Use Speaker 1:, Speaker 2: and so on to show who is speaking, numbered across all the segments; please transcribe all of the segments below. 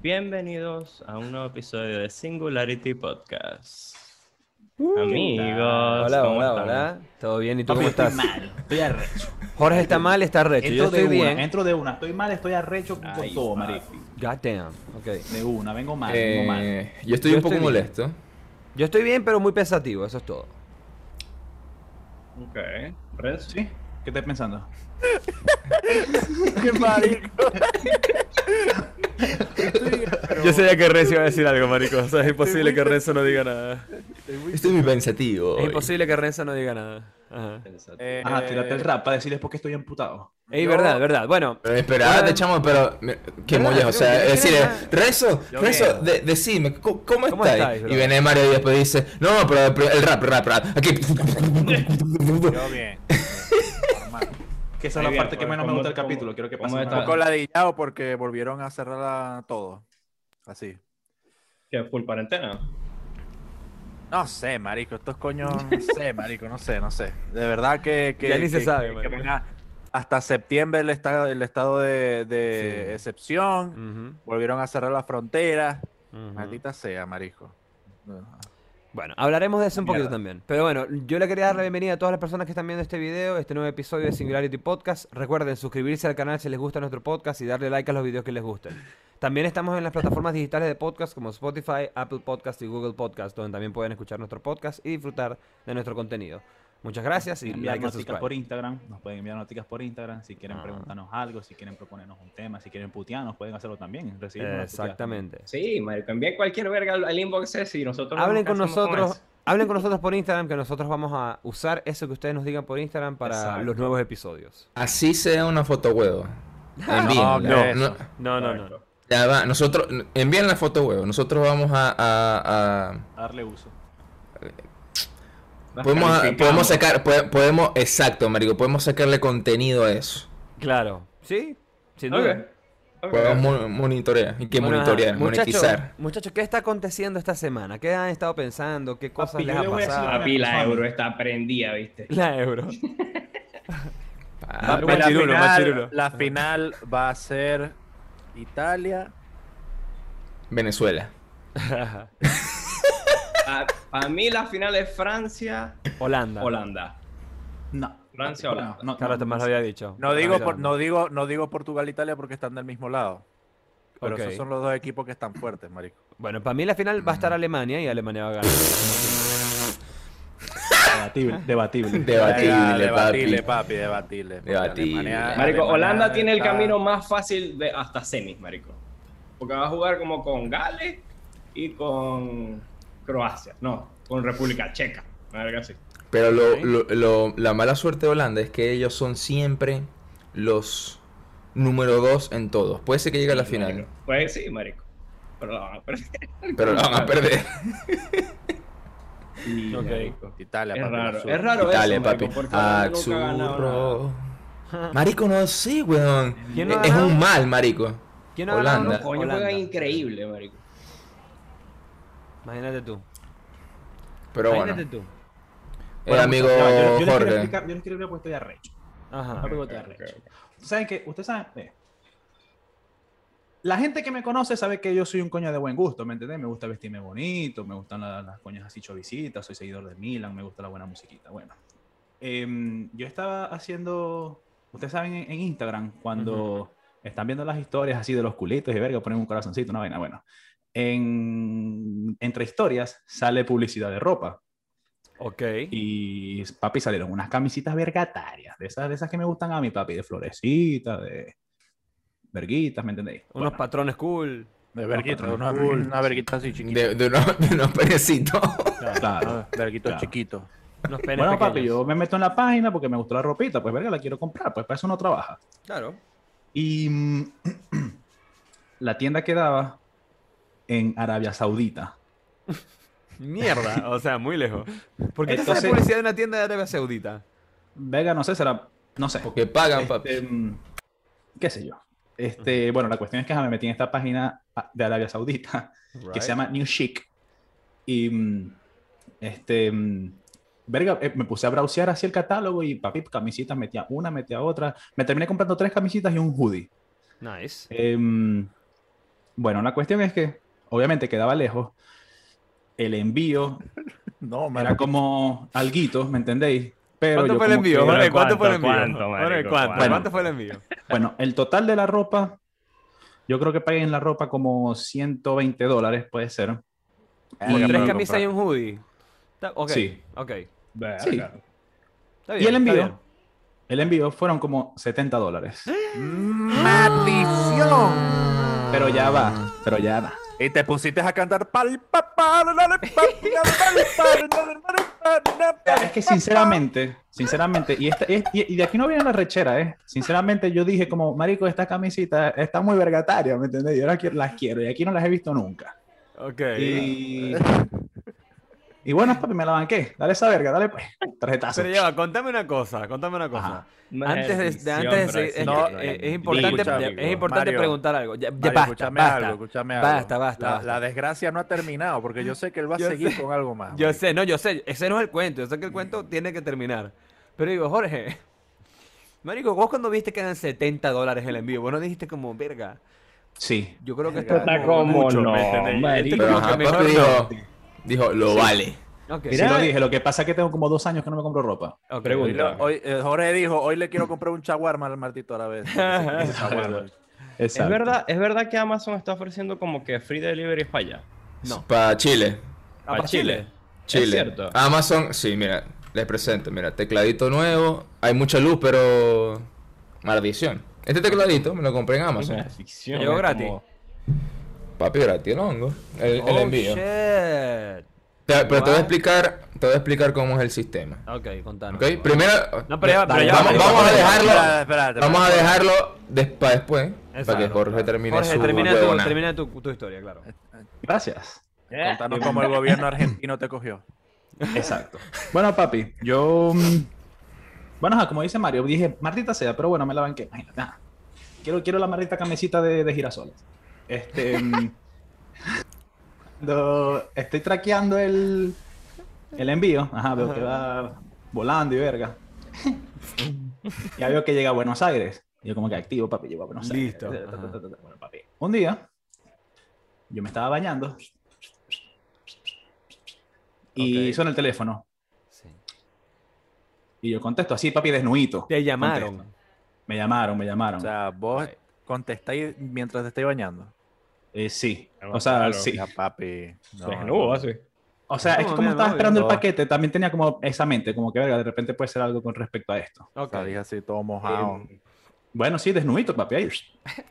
Speaker 1: bienvenidos a un nuevo episodio de Singularity Podcast. Amigos,
Speaker 2: Uh, Hola,
Speaker 1: ¿cómo
Speaker 2: hola,
Speaker 1: están?
Speaker 2: hola. ¿Todo bien? ¿Y tú
Speaker 3: Papi,
Speaker 2: cómo
Speaker 3: yo
Speaker 2: estás?
Speaker 3: Estoy mal, estoy arrecho.
Speaker 2: Jorge está mal, está recho. Yo
Speaker 3: Entro de
Speaker 2: estoy
Speaker 3: una,
Speaker 2: bien.
Speaker 3: entro de una. Estoy mal, estoy arrecho con
Speaker 1: Ay,
Speaker 3: todo,
Speaker 1: papi.
Speaker 3: marico.
Speaker 2: God damn. Ok.
Speaker 3: De una, vengo mal,
Speaker 4: Eh,
Speaker 3: vengo mal.
Speaker 4: yo estoy
Speaker 2: Yo
Speaker 4: un poco
Speaker 2: estoy bien.
Speaker 4: molesto.
Speaker 2: Yo estoy bien, pero muy pensativo, eso es todo.
Speaker 1: Ok, Res.
Speaker 3: ¿Sí? ¿Qué estás pensando?
Speaker 5: ¡Qué marico!
Speaker 2: Yo sabía que Renzo iba a decir algo, marico. O sea, es
Speaker 5: imposible que
Speaker 2: Renzo no diga nada.
Speaker 4: Estoy muy pensativo.
Speaker 2: Es
Speaker 4: hoy.
Speaker 2: imposible que Renzo no diga nada. Ajá.
Speaker 1: Pensate.
Speaker 5: Eh,
Speaker 3: Ajá, tírate el rap para decirles por qué estoy amputado.
Speaker 2: Ey,
Speaker 5: Yo-
Speaker 2: verdad, verdad. Bueno,
Speaker 4: Pero Esperate,
Speaker 2: Hola.
Speaker 4: chamo, pero. me- Qué
Speaker 2: Hola,
Speaker 4: mollejo. O
Speaker 2: yo-
Speaker 4: sea,
Speaker 2: yo
Speaker 4: es decir,
Speaker 2: creo-
Speaker 4: es, rezo,
Speaker 5: Yo
Speaker 4: rezo,
Speaker 5: creo.
Speaker 4: de- decime, ¿cómo, cómo
Speaker 2: ¿Cómo
Speaker 4: estáis?
Speaker 2: estáis, bro?
Speaker 4: y viene Mario y después dice, no, pero, pero el rap, rap, rap. Aquí.
Speaker 5: Yo bien.
Speaker 3: Normal. Que esa
Speaker 1: Muy
Speaker 3: es la
Speaker 1: bien,
Speaker 3: parte que
Speaker 1: pues,
Speaker 3: menos me
Speaker 1: ¿cómo-
Speaker 3: gusta del
Speaker 1: cómo-
Speaker 3: capítulo. Quiero que
Speaker 1: cómo
Speaker 3: pase
Speaker 1: está?
Speaker 3: una-
Speaker 1: Ah.
Speaker 5: Un poco ladillado porque volvieron a cerrar todo. Así.
Speaker 1: ¿Qué, full cuarentena?
Speaker 5: No sé, marico, estos coños, no sé, marico, no sé, no sé. De verdad que... que
Speaker 2: Ya ni se
Speaker 5: que-
Speaker 2: sabe,
Speaker 5: que
Speaker 2: marico.
Speaker 5: venga hasta septiembre el estado, el estado de, de
Speaker 2: Sí.
Speaker 5: excepción,
Speaker 2: ujú,
Speaker 5: volvieron a cerrar las fronteras,
Speaker 2: ujú.
Speaker 5: maldita sea, marico.
Speaker 2: Bueno, hablaremos de eso un poquito
Speaker 1: Mierda.
Speaker 2: también. Pero bueno, yo le quería dar la bienvenida a todas las personas que están viendo este video, este nuevo episodio de Singularity Podcast. Recuerden suscribirse al canal si les gusta nuestro podcast y darle like a los videos que les gusten. También estamos en las plataformas digitales de podcast como Spotify, Apple Podcast y Google Podcast, donde también pueden escuchar nuestro podcast y disfrutar de nuestro contenido. Muchas gracias y
Speaker 3: Enviar
Speaker 2: like and
Speaker 3: noticas por
Speaker 2: subscribe.
Speaker 3: Instagram, nos pueden enviar noticas por Instagram, si quieren
Speaker 2: Ah.
Speaker 3: preguntarnos algo, si quieren proponernos un tema, si quieren putearnos, pueden hacerlo también. recibimos las puteadas.
Speaker 2: Exactamente.
Speaker 1: Sí, marico, envíen cualquier verga al, al inbox ese y nosotros...
Speaker 2: Hablen
Speaker 1: vemos qué
Speaker 2: con
Speaker 1: hacemos
Speaker 2: nosotros,
Speaker 1: eso.
Speaker 2: hablen con nosotros por Instagram, que nosotros vamos a usar eso que ustedes nos digan por Instagram para
Speaker 3: Exacto.
Speaker 2: los nuevos episodios.
Speaker 4: Así sea una foto huevo.
Speaker 2: Ah,
Speaker 4: Envíen.
Speaker 5: No, hombre,
Speaker 4: no,
Speaker 5: eso.
Speaker 2: No,
Speaker 1: Correcto.
Speaker 4: ya va, nosotros. Envíen la foto huevo. Nosotros vamos a- a- a
Speaker 3: A darle uso.
Speaker 1: Las
Speaker 4: Podemos,
Speaker 1: calificamos.
Speaker 4: podemos sacar, po- podemos, exacto, marico, podemos sacarle contenido a eso.
Speaker 2: Claro. Sí, sin
Speaker 1: Ok,
Speaker 2: duda.
Speaker 1: ok.
Speaker 4: Podemos mon- monitorear, y que
Speaker 2: Bueno, ajá,
Speaker 4: monitorear,
Speaker 2: muchacho-
Speaker 4: monetizar.
Speaker 2: Muchachos, ¿qué está aconteciendo esta semana? ¿Qué han estado pensando? ¿Qué cosas
Speaker 3: Papi,
Speaker 2: les
Speaker 3: yo
Speaker 2: ha
Speaker 3: le voy a decir
Speaker 2: pasado?
Speaker 3: una-
Speaker 1: Papi, la euro está prendida, ¿viste?
Speaker 2: La euro.
Speaker 4: Ah,
Speaker 5: la,
Speaker 2: machirulo,
Speaker 5: final,
Speaker 2: machirulo.
Speaker 5: la final va a ser Italia.
Speaker 4: Venezuela.
Speaker 1: Para mí la final es Francia-Holanda.
Speaker 2: Holanda.
Speaker 3: No.
Speaker 1: Francia,
Speaker 3: No,
Speaker 1: Holanda.
Speaker 3: no,
Speaker 2: Claro,
Speaker 3: no,
Speaker 2: te más lo había dicho.
Speaker 5: No digo, por- no digo, no digo Portugal Italia porque están del mismo lado. Pero
Speaker 2: Ok.
Speaker 5: esos son los dos equipos que están fuertes, marico.
Speaker 2: Bueno, para mí la final va a estar Alemania y Alemania va a ganar.
Speaker 3: Debatible, debatible.
Speaker 4: Debatible,
Speaker 5: Venga,
Speaker 4: papi.
Speaker 5: debatible, papi, debatible. porque
Speaker 4: Debatible.
Speaker 1: Marico,
Speaker 5: Alemania
Speaker 1: Holanda tiene el
Speaker 5: está-
Speaker 1: camino más fácil de hasta semis, marico. Porque va a jugar como con Gales y con Croacia, no, con República Checa. Una verga así.
Speaker 4: Pero lo, lo- lo- la mala suerte de Holanda es que ellos son siempre los número dos en todos. Puede ser que llegue a la final,
Speaker 1: Marico. Pues sí, marico. Pero la van a perder.
Speaker 4: pero la van a perder.
Speaker 1: Sí,
Speaker 2: Ok.
Speaker 1: marico.
Speaker 5: Italia,
Speaker 1: Es
Speaker 5: papi,
Speaker 1: raro,
Speaker 5: sur.
Speaker 1: es raro
Speaker 4: Dale,
Speaker 1: eso, marico,
Speaker 4: papi. Ah,
Speaker 1: porque Holanda nunca ha ganado nada.
Speaker 4: Axurro. Marico, no sé, weón.
Speaker 2: ¿Quién no ha
Speaker 4: es
Speaker 2: ganado?
Speaker 4: un mal, marico.
Speaker 2: ¿Quién ha ganado?
Speaker 4: Holanda.
Speaker 1: Coño,
Speaker 2: Holanda.
Speaker 1: juegan increíble, marico.
Speaker 2: Imagínate tú.
Speaker 4: Pero bueno,
Speaker 2: Imagínate tú.
Speaker 4: eh, amigo
Speaker 3: ya va, yo- yo, les quiero
Speaker 4: Jorge.
Speaker 3: explicar- yo les quiero explicar por qué estoy arrecho.
Speaker 2: Ajá.
Speaker 3: Papi,
Speaker 1: Ok,
Speaker 3: te
Speaker 1: ok,
Speaker 3: arrecho.
Speaker 1: ok.
Speaker 3: ¿Saben qué? Ustedes saben. eh, La gente que me conoce sabe que yo soy un coño de buen gusto, ¿me entendés? Me gusta vestirme bonito, me gustan la- las coñas así chovisitas, soy seguidor de Milan, me gusta la buena musiquita. Bueno, Em, yo estaba haciendo. Ustedes saben en, en Instagram, cuando están viendo las historias así de los culitos y verga, ponen un corazoncito, una vaina. Bueno, en, entre historias sale publicidad de ropa.
Speaker 2: Ok.
Speaker 3: Y papi salieron unas camisitas vergatarias, de esas, de esas que me gustan a mi papi, de florecitas, de verguitas, ¿me entendéis?
Speaker 2: Unos
Speaker 3: Bueno,
Speaker 2: patrones cool.
Speaker 5: De verguita,
Speaker 3: No,
Speaker 5: una,
Speaker 3: cool.
Speaker 5: una verguita así chiquita.
Speaker 4: De, de unos, de unos perecitos.
Speaker 3: claro.
Speaker 5: Ah, verguito
Speaker 3: Claro.
Speaker 5: chiquito.
Speaker 2: Unos penes
Speaker 3: Bueno, papi,
Speaker 2: pequeños.
Speaker 3: yo me meto en la página porque me gustó la ropita, pues verga, la quiero comprar, pues para eso no trabaja.
Speaker 2: Claro.
Speaker 3: Y mm, la tienda quedaba en Arabia Saudita.
Speaker 2: Mierda. O sea, muy lejos. ¿Por qué te sale
Speaker 3: Entonces-
Speaker 2: publicidad de una tienda de Arabia Saudita?
Speaker 3: Verga, no sé, será, no sé.
Speaker 4: Porque pagan,
Speaker 3: Este,
Speaker 4: papi.
Speaker 3: mm, qué sé yo. Este, bueno, la cuestión es que ajá, me metí en esta página ah, de Arabia Saudita. que se llama New Chic. Y mm, este, mm, verga, eh, me puse a browsear así el catálogo y papi, camisitas, metía una, metía otra. Me terminé comprando tres camisitas y un hoodie.
Speaker 2: Nice.
Speaker 3: Em, Bueno, la cuestión es que, obviamente, quedaba lejos. El envío
Speaker 5: No,
Speaker 3: era
Speaker 5: marico.
Speaker 3: como alguito, ¿me entendéis? Pero
Speaker 2: ¿Cuánto
Speaker 3: yo
Speaker 2: fue el
Speaker 3: como
Speaker 2: envío?
Speaker 3: que-
Speaker 2: Jorge? ¿Cuánto, fue el envío?
Speaker 1: ¿Cuánto, cuánto,
Speaker 2: Jorge,
Speaker 1: marico,
Speaker 2: ¿cuánto?
Speaker 1: cuánto?
Speaker 2: ¿Cuánto fue el envío?
Speaker 3: Bueno, el total de la ropa, yo creo que pagué en la ropa como 120 dólares, puede ser.
Speaker 5: Verga,
Speaker 3: Y-
Speaker 5: pero
Speaker 2: Tres
Speaker 5: lo
Speaker 2: camisas y
Speaker 5: compraste.
Speaker 2: un hoodie. Está- Ok.
Speaker 3: Sí.
Speaker 2: Ok.
Speaker 1: Verga.
Speaker 3: Sí.
Speaker 2: Está bien,
Speaker 3: Y el
Speaker 2: está
Speaker 3: envío,
Speaker 2: bien.
Speaker 3: el envío fueron como 70 dólares.
Speaker 5: ¡Maldición!
Speaker 3: Pero ya va, pero ya va.
Speaker 5: Y te pusiste a cantar pal pa, pa, la, la, la, pa, la, la, la, la, la, la, la, la.
Speaker 3: Es que sinceramente, sinceramente, y, esta, es- y, y de aquí no viene la rechera, ¿eh? Sinceramente yo dije como, marico, esta camisita está muy vergataria, ¿me entendés? Yo las quiero, las quiero y aquí no las he visto nunca.
Speaker 2: Ok.
Speaker 3: Y, y bueno, papi, me la banqué. Dale esa verga, dale pues. Tarjetazo.
Speaker 2: Pero ya va, contame una cosa, contame una cosa.
Speaker 3: Ajá.
Speaker 2: Antes de, de- antes de seguir, es,
Speaker 5: No,
Speaker 2: que, eh, es importante,
Speaker 5: escúchame,
Speaker 2: es
Speaker 5: amigo.
Speaker 2: importante
Speaker 5: Mario,
Speaker 2: preguntar algo. Ya, ya
Speaker 5: Mario,
Speaker 2: basta,
Speaker 5: escúchame
Speaker 2: basta.
Speaker 5: algo, escúchame algo.
Speaker 2: Basta, basta,
Speaker 5: La,
Speaker 2: basta.
Speaker 5: la desgracia no ha terminado, porque yo sé que él va a
Speaker 2: Yo
Speaker 5: seguir
Speaker 2: sé.
Speaker 5: con algo más.
Speaker 2: Yo
Speaker 5: marico.
Speaker 2: sé, no, yo sé, ese no es el cuento, yo sé que el cuento tiene que terminar. Pero digo, Jorge, Marico, vos cuando viste que eran 70 dólares el envío, vos no dijiste como, verga,
Speaker 3: Sí.
Speaker 2: yo creo que esto
Speaker 5: Verga,
Speaker 2: es
Speaker 1: Puta,
Speaker 2: como...
Speaker 1: cómo
Speaker 5: mucho,
Speaker 1: no,
Speaker 5: ¿me entendéis?
Speaker 1: marico.
Speaker 2: Creo
Speaker 4: Pero
Speaker 2: que
Speaker 4: ajá,
Speaker 2: mejor no.
Speaker 4: papi dijo, dijo, lo vale.
Speaker 2: Ok,
Speaker 3: Sí lo dije, lo que pasa es que tengo como dos años que no me compro ropa.
Speaker 2: ok.
Speaker 1: Pregunta.
Speaker 5: Hoy lo- hoy, eh, Jorge dijo, hoy le quiero comprar un chaguarma al martito a la vez. Chaguarma.
Speaker 3: Exacto.
Speaker 1: Es verdad, es verdad que Amazon está ofreciendo como que free delivery para allá.
Speaker 2: No.
Speaker 4: Para Chile.
Speaker 2: Ah,
Speaker 1: Para
Speaker 2: para
Speaker 1: Chile.
Speaker 2: Chile.
Speaker 4: Chile.
Speaker 1: Es cierto.
Speaker 4: Amazon, sí, mira, les presento, mira, tecladito nuevo, hay mucha luz, pero maldición. Este tecladito me lo compré en
Speaker 1: Es
Speaker 4: Amazon.
Speaker 1: una ficción.
Speaker 2: Llegó
Speaker 1: es
Speaker 2: gratis.
Speaker 1: como-
Speaker 4: Papi, gratis, el hongo. El, el
Speaker 2: Oh,
Speaker 4: envío.
Speaker 2: shit.
Speaker 4: Te- pero te voy
Speaker 2: Wow.
Speaker 4: a explicar, te voy a explicar cómo es el sistema.
Speaker 2: Ok, contanos.
Speaker 4: ¿Ok? Primero,
Speaker 2: No, pero ya, va, pero ya va,
Speaker 4: vamos,
Speaker 2: pero ya
Speaker 4: vamos
Speaker 2: va.
Speaker 4: a
Speaker 5: Espérate,
Speaker 4: dejarlo,
Speaker 5: espérate,
Speaker 4: vamos a
Speaker 5: espérate.
Speaker 4: dejarlo des- para después, para que
Speaker 2: Exacto.
Speaker 4: Jorge termine
Speaker 2: Jorge,
Speaker 4: su
Speaker 2: termina, tu,
Speaker 4: huevona.
Speaker 2: termina tu, tu historia, claro.
Speaker 3: Gracias.
Speaker 5: Contanos cómo el gobierno argentino te cogió.
Speaker 3: Exacto. Bueno, papi, yo. mm, Bueno, ajá, como dice Mario, dije, Martita sea, pero bueno, me la banqué. Imagínate, nada. Quiero, quiero la Martita camisita de, de girasoles. Este. mm, cuando estoy traqueando el, el envío, ajá, veo que va volando y verga. ya veo que llega a Buenos Aires. Yo, como que activo, papi, llego a Buenos Aires.
Speaker 2: Listo, ajá.
Speaker 3: Bueno, papi. Un día, yo me estaba bañando. Y
Speaker 2: Ok.
Speaker 3: suena el teléfono.
Speaker 2: Sí.
Speaker 3: Y yo contesto así, papi, desnudito.
Speaker 2: Te llamaron.
Speaker 3: Contesto. Me llamaron, me llamaron.
Speaker 5: O sea, vos contestáis mientras te estáis bañando.
Speaker 3: Eh, sí.
Speaker 1: Ah,
Speaker 3: O sea,
Speaker 1: claro.
Speaker 3: sí.
Speaker 5: Ya, papi. No,
Speaker 1: Desnudo, así.
Speaker 3: O sea,
Speaker 2: No,
Speaker 3: es que
Speaker 2: mira,
Speaker 3: como estaba
Speaker 2: no,
Speaker 3: esperando el
Speaker 2: no.
Speaker 3: paquete, también tenía como esa mente, como que, verga, de repente puede ser algo con respecto a esto.
Speaker 2: Ok, Em.
Speaker 5: Salís así todo mojado.
Speaker 3: Eh, bueno, sí, desnudito, papi. ahí.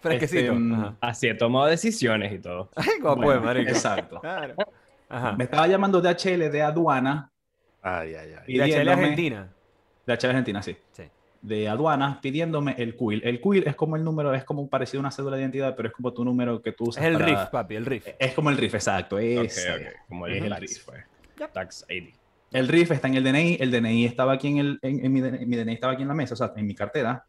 Speaker 2: fresquecito.
Speaker 3: este, mm,
Speaker 2: Ajá.
Speaker 1: Así he tomado decisiones y todo.
Speaker 2: Como
Speaker 3: Bueno,
Speaker 2: pues, marico.
Speaker 3: Exacto.
Speaker 2: Claro. Ajá.
Speaker 3: Me estaba llamando DHL de aduana.
Speaker 5: Ay, ay, ay.
Speaker 2: Y de Chile
Speaker 3: pidiéndome-
Speaker 2: Argentina.
Speaker 3: DHL Argentina, sí.
Speaker 2: Sí.
Speaker 3: De aduana pidiéndome el CUIL. El CUIL es como el número, es como parecido a una cédula de identidad, pero es como tu número que tú
Speaker 2: Es
Speaker 3: usas.
Speaker 2: el
Speaker 3: para- eh,
Speaker 2: riff, papi, el riff.
Speaker 3: Es como el RIF, exacto.
Speaker 1: Ok,
Speaker 3: ese.
Speaker 1: ok. Como
Speaker 3: Es
Speaker 1: el
Speaker 3: el
Speaker 1: tax,
Speaker 3: RIF.
Speaker 1: pues. Tax 80.
Speaker 3: El RIF está en el DNI, el DNI estaba aquí en, el, en, en mi, DNI, mi DNI estaba aquí en la mesa, o sea, en mi cartera.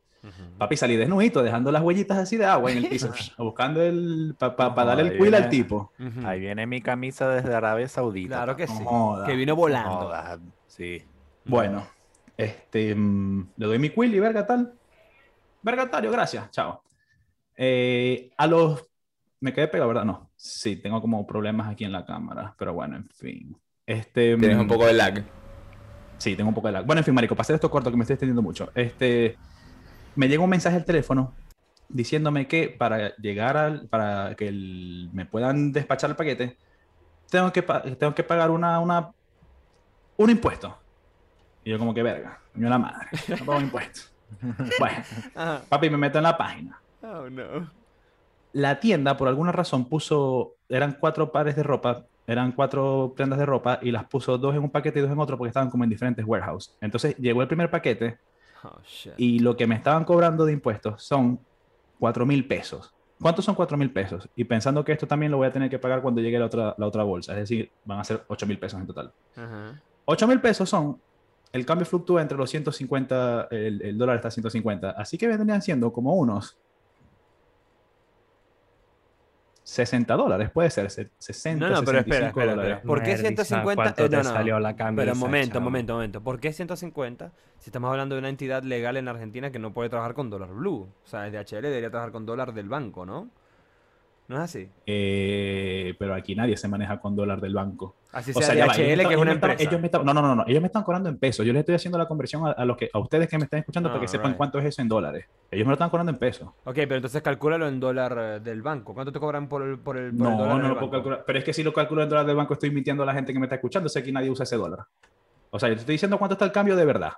Speaker 3: Papi salí desnudito, dejando las huellitas así de agua en el piso, buscando el. para
Speaker 5: No,
Speaker 3: darle
Speaker 5: ahí
Speaker 3: el cuil al
Speaker 5: viene.
Speaker 3: tipo.
Speaker 2: Ujú.
Speaker 5: Ahí viene mi camisa desde Arabia Saudita.
Speaker 2: Claro que
Speaker 3: no
Speaker 2: sí.
Speaker 3: joda.
Speaker 2: Que vino volando.
Speaker 5: Joda, sí.
Speaker 3: Bueno, este. mm, le doy mi cuil y verga tal. Verga tal, yo gracias, chao. Eh, a los. Me quedé pegado, ¿verdad? No. Sí, tengo como problemas aquí en la cámara, pero bueno, en fin. Este.
Speaker 4: Tienes
Speaker 3: mm,
Speaker 4: un poco de lag.
Speaker 3: Sí, tengo un poco de lag. Bueno, en fin, marico, para hacer esto corto que me estoy extendiendo mucho. Este, me llega un mensaje al teléfono diciéndome que para llegar al, para que el- me puedan despachar el paquete, tengo que, pa- tengo que pagar una, una, un impuesto. Y yo como que verga, yo la madre, no pago impuestos. Bueno,
Speaker 2: Ajá.
Speaker 3: papi, me meto en la página.
Speaker 2: Oh, no.
Speaker 3: La tienda, por alguna razón, puso, eran cuatro pares de ropa, eran cuatro prendas de ropa y las puso dos en un paquete y dos en otro porque estaban como en diferentes warehouses. Entonces llegó el primer paquete
Speaker 2: Oh, shit.
Speaker 3: y lo que me estaban cobrando de impuestos son 4 mil pesos. ¿Cuántos son 4 mil pesos? Y pensando que esto también lo voy a tener que pagar cuando llegue la otra, la otra bolsa, es decir, van a ser 8 mil pesos en total.
Speaker 2: Ajá.
Speaker 3: 8 mil pesos son, el cambio fluctúa entre los 150, el, el dólar está a 150, así que vendrían siendo como unos 60 dólares, puede ser, se- 60,
Speaker 2: No, no, pero espera,
Speaker 3: 65
Speaker 2: espera,
Speaker 3: dólares.
Speaker 2: espera. ¿Por qué 150? Eh, no, no. Pero momento, momento, momento. ¿Por qué 150 si estamos hablando de una entidad legal en Argentina que no puede trabajar con dólar blue? O sea, el DHL debería trabajar con dólar del banco, ¿no? ¿No es así?
Speaker 3: Eh, pero aquí nadie se maneja con dólar del banco.
Speaker 2: Así
Speaker 3: O
Speaker 2: sea,
Speaker 3: sea, ya va, ellos me están-
Speaker 2: DHL, que es
Speaker 3: ellos
Speaker 2: una
Speaker 3: me están-
Speaker 2: empresa.
Speaker 3: ellos me están- no, no, no, no, ellos me están cobrando en pesos. Yo les estoy haciendo la conversión a, a los que, a ustedes que me están escuchando para que sepan
Speaker 2: Alright.
Speaker 3: cuánto es eso en dólares. Ellos me lo están cobrando en pesos.
Speaker 2: Ok, pero entonces calcúlalo en dólar eh, del banco. ¿Cuánto te cobran por el, por el, por el
Speaker 3: No,
Speaker 2: dólar
Speaker 3: no
Speaker 2: del
Speaker 3: lo puedo
Speaker 2: banco?
Speaker 3: calcular. Pero es que si lo calculo en dólar del banco estoy mintiendo a la gente que me está escuchando. Sé que nadie usa ese dólar. O sea, yo te estoy diciendo cuánto está el cambio de verdad.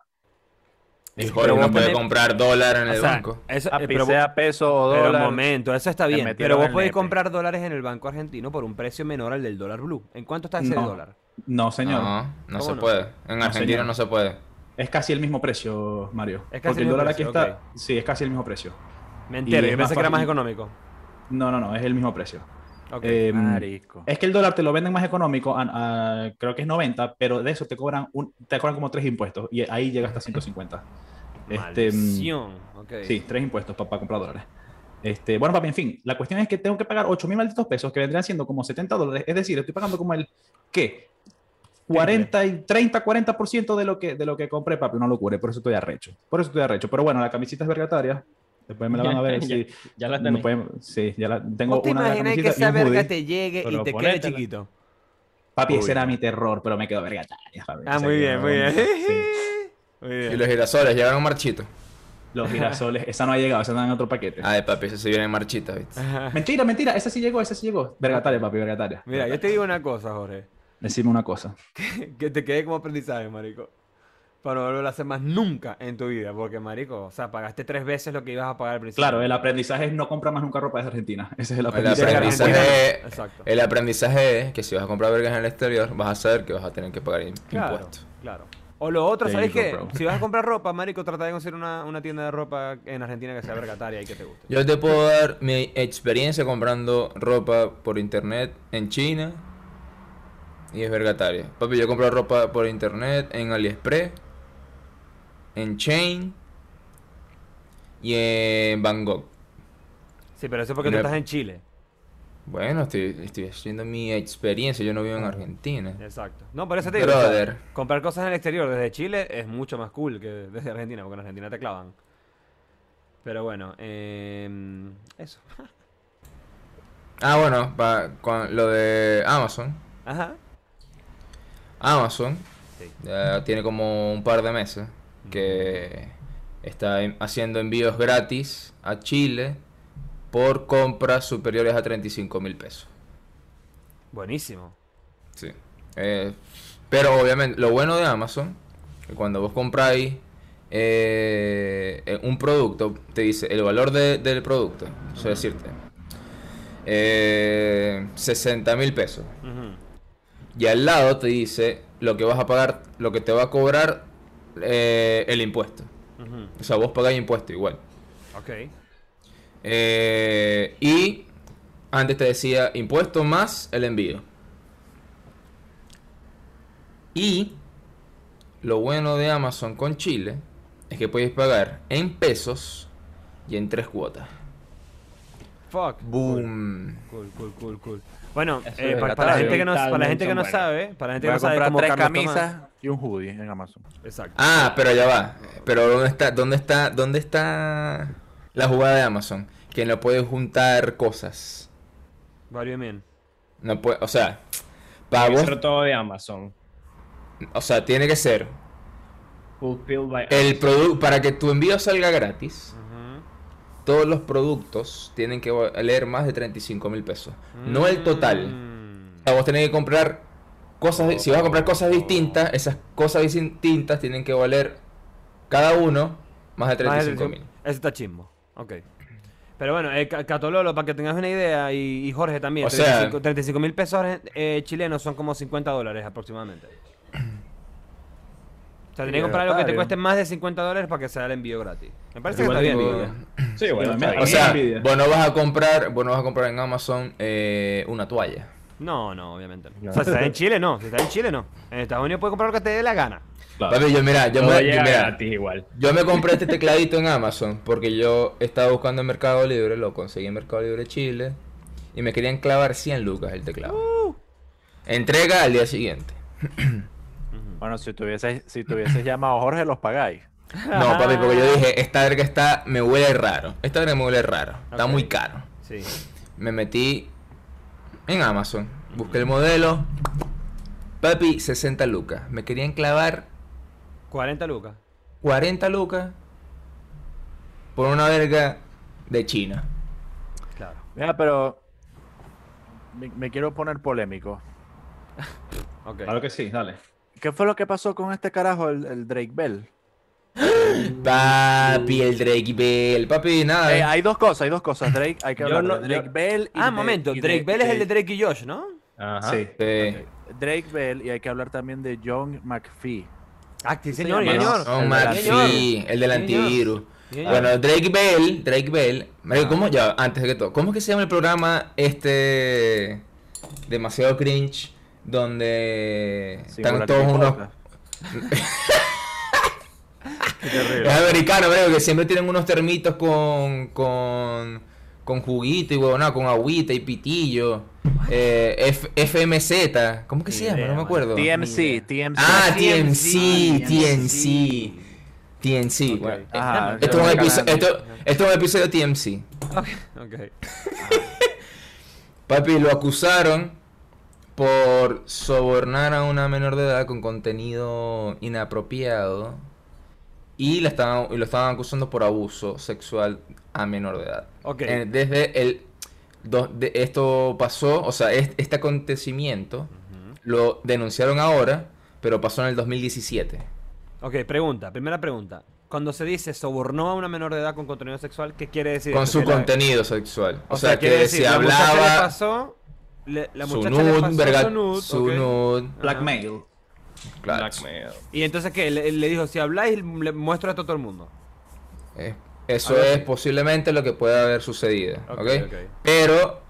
Speaker 4: Y
Speaker 2: Pero
Speaker 4: Jorge
Speaker 2: vos
Speaker 4: no puede
Speaker 2: tenés-
Speaker 4: comprar dólar en
Speaker 2: O
Speaker 4: el
Speaker 2: sea,
Speaker 4: banco.
Speaker 2: eso-
Speaker 3: Ah,
Speaker 2: eh,
Speaker 5: Papi,
Speaker 2: pero, vos-
Speaker 5: sea peso o
Speaker 2: pero un
Speaker 5: dólar.
Speaker 2: momento, eso está
Speaker 5: te
Speaker 2: bien. Pero
Speaker 5: metieron
Speaker 2: vos
Speaker 5: el
Speaker 2: podés
Speaker 5: nepe.
Speaker 2: comprar dólares en el banco argentino por un precio menor al del dólar blue. ¿En cuánto está ese
Speaker 3: No.
Speaker 2: dólar?
Speaker 3: No, señor.
Speaker 4: No, no
Speaker 2: ¿Cómo
Speaker 4: se
Speaker 2: no?
Speaker 4: puede. En
Speaker 3: No,
Speaker 4: Argentina
Speaker 3: señor.
Speaker 4: no se puede.
Speaker 3: Es casi el mismo precio, Mario.
Speaker 2: Es casi
Speaker 3: Porque
Speaker 2: el
Speaker 3: el
Speaker 2: mismo
Speaker 3: dólar aquí
Speaker 2: precio,
Speaker 3: está. Sí, es casi el mismo precio.
Speaker 2: Me entero,
Speaker 3: es
Speaker 2: yo
Speaker 3: más
Speaker 2: pensé que era más
Speaker 3: fácil.
Speaker 2: económico.
Speaker 3: No, no, no, es el mismo precio.
Speaker 2: Ok. Ah,
Speaker 3: Eh,
Speaker 5: Marico.
Speaker 3: Es que el dólar te lo venden más económico, a- a- creo que es 90, pero de eso te cobran un, te cobran como tres impuestos y ahí llega hasta 150. Este, mm,
Speaker 2: Maldición. Ok.
Speaker 3: sí, tres impuestos para comprar dólares. Este, bueno, papi, en fin, la cuestión es que tengo que pagar 8 mil malditos pesos que vendrían siendo como 70 dólares, es decir, estoy pagando como el ¿qué? 40 y 30, 40% de lo que de lo que compré, papi, una locura, y por eso estoy arrecho. Por eso estoy arrecho, pero bueno, la camisita es vergataria. Después me la van a ver.
Speaker 1: Ya,
Speaker 3: si-
Speaker 1: Ya la
Speaker 3: no
Speaker 1: tenés.
Speaker 3: pueden- sí, ya la tengo
Speaker 2: ¿Vos te
Speaker 3: una de la
Speaker 2: imaginas que
Speaker 3: camisita y
Speaker 2: esa
Speaker 3: un
Speaker 2: verga
Speaker 3: hoodie.
Speaker 2: te llegue y
Speaker 1: Pero
Speaker 2: te quede
Speaker 1: ponétela.
Speaker 2: chiquito?
Speaker 3: Papi,
Speaker 5: Uy,
Speaker 3: ese era
Speaker 5: no.
Speaker 3: mi terror, pero me quedó vergataria. papi.
Speaker 2: Ah,
Speaker 3: O sea,
Speaker 2: muy
Speaker 3: que
Speaker 2: bien,
Speaker 3: no,
Speaker 2: muy bien.
Speaker 3: no, sí.
Speaker 2: Muy
Speaker 4: Y
Speaker 2: bien.
Speaker 4: los girasoles llegaron marchitos.
Speaker 3: Los girasoles, esa no ha llegado, esa está en otro paquete.
Speaker 4: Ay, papi, eso sí viene marchita, ¿viste?
Speaker 2: Ajá.
Speaker 3: Mentira, mentira, esa sí llegó, esa sí llegó. Vergataria, papi, vergataria.
Speaker 2: Mira, yo te digo una cosa, Jorge.
Speaker 3: Decime una cosa.
Speaker 2: Que te quede como aprendizaje, marico. Para no volver a hacer más nunca en tu vida. Porque, marico, o sea, pagaste tres veces lo que ibas a pagar al principio.
Speaker 3: Claro, el aprendizaje es no comprar más nunca ropa desde Argentina. Ese es el
Speaker 4: El
Speaker 3: aprendizaje.
Speaker 4: aprendizaje,
Speaker 2: Exacto.
Speaker 4: el aprendizaje es que si vas a comprar vergas en el exterior, vas a saber que vas a tener que pagar im-
Speaker 2: Claro,
Speaker 4: impuestos.
Speaker 2: claro. O lo otro,
Speaker 3: There
Speaker 2: ¿sabes
Speaker 3: you go,
Speaker 2: qué?
Speaker 3: bro.
Speaker 2: Si vas a comprar ropa, marico, trata de conseguir una, una tienda de ropa en Argentina que sea vergataria y que te guste.
Speaker 4: Yo te puedo dar mi experiencia comprando ropa por internet en China y es vergataria. Papi, yo compro ropa por internet en AliExpress, en Chain y en Bangkok.
Speaker 2: Sí, pero eso es porque tú
Speaker 4: No-
Speaker 2: estás en Chile.
Speaker 4: Bueno, estoy, estoy haciendo mi experiencia, yo no vivo en Argentina.
Speaker 2: Exacto. No, por eso te digo. o sea,
Speaker 4: Brother.
Speaker 2: comprar cosas en el exterior desde Chile es mucho más cool que desde Argentina, porque en Argentina te clavan. Pero bueno, em, eso.
Speaker 4: Ah, bueno, pa- con lo de Amazon.
Speaker 2: Ajá.
Speaker 4: Amazon
Speaker 2: Sí.
Speaker 4: ya tiene como un par de meses que está en- haciendo envíos gratis a Chile por compras superiores a 35 mil pesos.
Speaker 2: Buenísimo.
Speaker 4: Sí. Eh, pero obviamente, lo bueno de Amazon, que cuando vos compráis eh, eh, un producto, te dice el valor de- del producto, o sea, decirte, eh, 60 mil pesos.
Speaker 2: Ujú.
Speaker 4: Y al lado te dice lo que vas a pagar, lo que te va a cobrar eh, el impuesto.
Speaker 2: Ujú,
Speaker 4: O sea, vos pagáis impuesto igual.
Speaker 2: Ok.
Speaker 4: Eh, y antes te decía impuesto más el envío. Y lo bueno de Amazon con Chile es que podéis pagar en pesos y en tres cuotas.
Speaker 2: Fuck.
Speaker 4: Boom.
Speaker 2: Cool, cool, cool, cool. Bueno,
Speaker 1: Eso
Speaker 2: eh,
Speaker 1: es
Speaker 2: pa- para, la
Speaker 5: verdad,
Speaker 2: gente que no, para la gente que no
Speaker 1: brutalmente
Speaker 2: sabe, para la gente que
Speaker 5: Voy a
Speaker 2: no sabe
Speaker 5: comprar
Speaker 2: cómo
Speaker 5: tres
Speaker 2: Carlos Tomás-
Speaker 5: camisas y un hoodie en Amazon.
Speaker 2: Exacto.
Speaker 4: Ah, pero ya va. Pero ¿dónde está, dónde está, dónde está la jugada de Amazon? Que no puedes juntar cosas.
Speaker 2: Value bien.
Speaker 4: No puede, o sea, para
Speaker 1: Tiene que
Speaker 4: vos,
Speaker 1: ser todo de Amazon.
Speaker 4: o sea, tiene que ser
Speaker 1: Fulfilled by
Speaker 4: el
Speaker 1: Amazon.
Speaker 4: producto para que tu envío salga gratis. Todos los productos tienen que valer más de 35 mil pesos. No el
Speaker 2: Mm.
Speaker 4: total. O sea, vos tenés que comprar cosas. Si vas a comprar cosas distintas, esas cosas distintas tienen que valer cada uno más de 35 mil.
Speaker 2: Ah, Ese está chismo. Ok. Pero bueno, eh, Ca- Catololo, para que tengas una idea, y, y Jorge también,
Speaker 4: O sea-
Speaker 2: 35 mil pesos eh, chilenos son como 50 dólares aproximadamente. O sea, tenés que comprar algo que te
Speaker 5: Libertario.
Speaker 2: cueste más de 50 dólares para que sea el envío gratis. Me parece que
Speaker 3: Igual
Speaker 2: está bien.
Speaker 3: digo-
Speaker 2: amigo.
Speaker 1: Sí, bueno, está
Speaker 3: Pero,
Speaker 4: O
Speaker 1: bien.
Speaker 4: sea,
Speaker 3: Envidia.
Speaker 4: vos no vas a comprar, vos no vas a comprar en Amazon eh, una toalla.
Speaker 2: No, no, obviamente. No. O sea, si estás en Chile, no. Si estás en Chile, no. En Estados Unidos puedes comprar lo que te dé la gana.
Speaker 3: Claro.
Speaker 4: Papi, yo mira, yo
Speaker 1: Todo
Speaker 4: me, yo,
Speaker 1: llega
Speaker 4: mira,
Speaker 1: gratis igual.
Speaker 4: Yo me compré este tecladito en Amazon porque yo estaba buscando en Mercado Libre, lo conseguí en Mercado Libre Chile y me querían clavar 100 lucas el teclado. Entrega al día siguiente.
Speaker 2: Mm.
Speaker 5: Bueno, si tuvieses, si tuvieses llamado a Jorge, los pagáis.
Speaker 4: No, papi, porque yo dije, esta verga está, me huele raro. Esta verga me huele raro, está
Speaker 2: Ok.
Speaker 4: muy caro.
Speaker 2: Sí.
Speaker 4: me metí en Amazon, busqué el modelo, papi, 60 lucas. Me querían clavar
Speaker 2: 40 lucas.
Speaker 4: 40 lucas por una verga de China.
Speaker 2: Claro.
Speaker 5: Mira, pero. Me, me quiero poner polémico.
Speaker 2: Ok.
Speaker 3: Claro que sí, dale.
Speaker 5: ¿Qué fue lo que pasó con este carajo, el, el Drake Bell?
Speaker 4: Papi, el Drake Bell, papi, nada.
Speaker 5: Eh, hay dos cosas, hay dos cosas, Drake. Hay que
Speaker 1: Yo
Speaker 5: hablar
Speaker 1: no-
Speaker 5: de Drake
Speaker 1: yo-
Speaker 5: Bell. y
Speaker 2: Ah,
Speaker 5: de-
Speaker 2: momento.
Speaker 5: y de-
Speaker 2: Drake Bell es el de
Speaker 5: Drake-
Speaker 2: Drake y Josh, ¿no?
Speaker 3: Ajá.
Speaker 5: Sí.
Speaker 4: Sí.
Speaker 5: Drake Bell y hay que hablar también de John McPhee.
Speaker 2: Ah, sí, señor,
Speaker 5: llama,
Speaker 2: señor.
Speaker 4: John
Speaker 5: El de la-
Speaker 4: McPhee, el del
Speaker 2: Señor.
Speaker 4: antivirus.
Speaker 2: Señor.
Speaker 4: Bueno, Drake Bell, Drake Bell. Marico, ¿cómo? Ya, antes de que todo. ¿Cómo es que se llama el programa este. Demasiado cringe? Donde están
Speaker 5: Singularity
Speaker 4: todos unos.
Speaker 5: Podcast.
Speaker 4: Es americano, creo que siempre tienen unos termitos con. con. con juguito y huevonada, con agüita y pitillo. Eh, F- FMZ. ¿Cómo que se llama? No me acuerdo.
Speaker 5: TMC, TMC.
Speaker 4: Ah, TMC, TMC. TMC,
Speaker 5: Ok. Ah,
Speaker 4: bueno.
Speaker 5: Ajá,
Speaker 4: Esto es, un
Speaker 5: Canal
Speaker 4: episodio, esto, esto es un episodio TMC.
Speaker 2: Ok.
Speaker 4: Papi, lo acusaron por sobornar a una menor de edad con contenido inapropiado y la estaban, y lo estaban acusando por abuso sexual a menor de edad.
Speaker 2: Ok.
Speaker 4: Eh, Desde el... do- de- esto pasó, o sea, es- este acontecimiento lo denunciaron ahora, pero pasó en el 2017.
Speaker 2: Ok, pregunta, primera pregunta. Cuando se dice sobornó a una menor de edad con contenido sexual, ¿qué quiere decir?
Speaker 4: Con
Speaker 2: eso?
Speaker 4: su
Speaker 2: Que la-
Speaker 4: contenido sexual.
Speaker 2: O, sea, quiere
Speaker 4: que
Speaker 2: decir,
Speaker 4: se
Speaker 2: la muchacha le
Speaker 4: hablaba...
Speaker 2: pasó, le- la
Speaker 4: Su
Speaker 2: muchacha le
Speaker 4: nude,
Speaker 2: pasó
Speaker 4: verga-
Speaker 2: su nude,
Speaker 4: su
Speaker 2: ok.
Speaker 4: nude,
Speaker 3: Blackmail.
Speaker 4: claro.
Speaker 1: Blackmail.
Speaker 2: Y entonces, ¿qué? Le, le dijo, si habláis, le muestro a todo el mundo.
Speaker 4: Eh, eso
Speaker 2: Algo
Speaker 4: es
Speaker 2: así.
Speaker 4: posiblemente lo que puede haber sucedido,
Speaker 2: Ok,
Speaker 4: ¿ok?
Speaker 2: ok.
Speaker 4: Pero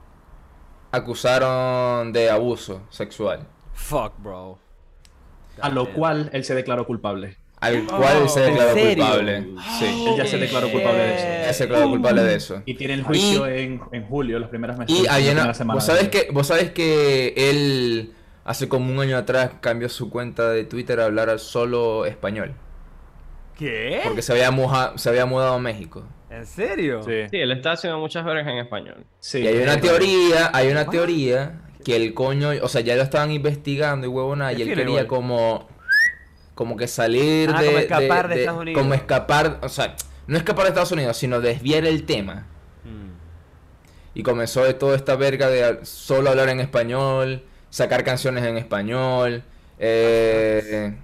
Speaker 4: acusaron de abuso sexual,
Speaker 2: Fuck, bro.
Speaker 3: A lo cual él se declaró culpable.
Speaker 4: al cual él se
Speaker 2: Ah, ¿en
Speaker 4: declaró
Speaker 2: serio? Ah,
Speaker 4: culpable. Sí,
Speaker 3: Él ya se declaró culpable de
Speaker 4: él
Speaker 3: eso.
Speaker 4: se declaró culpable de eso.
Speaker 3: Y tiene el juicio en, en julio, los primeros meses.
Speaker 4: Y ahí en-
Speaker 3: la semana
Speaker 4: vos sabes que vos sabes que él hace como un año atrás cambió su cuenta de Twitter a hablar al solo español,
Speaker 2: ¿Qué?
Speaker 4: porque se había moja- se había mudado a México.
Speaker 2: ¿En serio?
Speaker 1: Sí, él está haciendo muchas horas en español.
Speaker 3: Sí.
Speaker 4: Y hay una
Speaker 3: Sí.
Speaker 4: teoría, hay
Speaker 2: Ah,
Speaker 4: una teoría que el coño, o sea, ya lo estaban investigando y huevona, y
Speaker 2: Es
Speaker 4: él
Speaker 2: fin,
Speaker 4: quería
Speaker 2: igual.
Speaker 4: como como que salir
Speaker 2: Ah,
Speaker 4: de
Speaker 2: como escapar de Estados Unidos.
Speaker 4: como escapar, o sea, no escapar de Estados Unidos, sino desviar el tema.
Speaker 2: Mm.
Speaker 4: Y comenzó de toda esta verga de solo hablar en español, sacar canciones en español. Eh,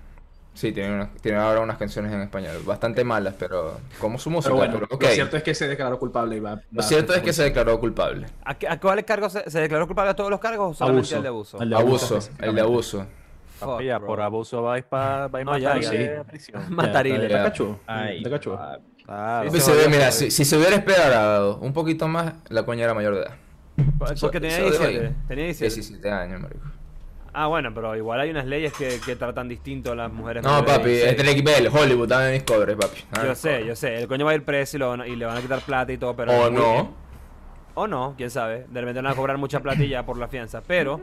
Speaker 4: sí, tiene, unas- tiene ahora unas canciones en español, bastante malas, pero como su música.
Speaker 3: Pero bueno,
Speaker 4: pero ok.
Speaker 3: lo cierto es que se declaró culpable y va.
Speaker 4: lo cierto es que se declaró culpable.
Speaker 2: ¿A, qué- a cuáles cargos se, se declaró culpable a todos los cargos o solamente
Speaker 3: Abuso.
Speaker 2: al de abuso?
Speaker 3: Al de abuso,
Speaker 4: Abuso, el de
Speaker 3: específicamente.
Speaker 4: abuso.
Speaker 2: Fuck,
Speaker 5: Ya,
Speaker 2: bro.
Speaker 5: por abuso vais para vais
Speaker 2: No,
Speaker 5: más
Speaker 2: ya,
Speaker 5: tarde
Speaker 3: sí.
Speaker 5: de prisión.
Speaker 2: Matarile.
Speaker 4: Ya.
Speaker 3: Te cacho.
Speaker 1: Ay,
Speaker 3: Te cacho.
Speaker 1: papi.
Speaker 5: Claro.
Speaker 4: Pues se ve, mira, si, si se hubiera esperado un poquito más, la coña era mayor de edad.
Speaker 2: Porque tenía
Speaker 4: Eso de
Speaker 2: 17.
Speaker 4: hoy.
Speaker 2: Tenía 17.
Speaker 4: 17 años, marico.
Speaker 2: Ah, bueno, pero igual hay unas leyes que, que tratan distinto a las mujeres.
Speaker 4: No,
Speaker 2: mayores de
Speaker 4: papi, este
Speaker 2: 16.
Speaker 4: es Drake Bell, Hollywood, dame mis cobres, papi. Dame
Speaker 2: Yo
Speaker 4: mis
Speaker 2: sé,
Speaker 4: cobres.
Speaker 2: yo sé. El coño va a ir preso y, lo van a- y le van a quitar plata y todo, pero...
Speaker 4: O
Speaker 2: muy
Speaker 4: no.
Speaker 2: bien. O no, quién sabe. De repente van a cobrar mucha platilla por la fianza. Pero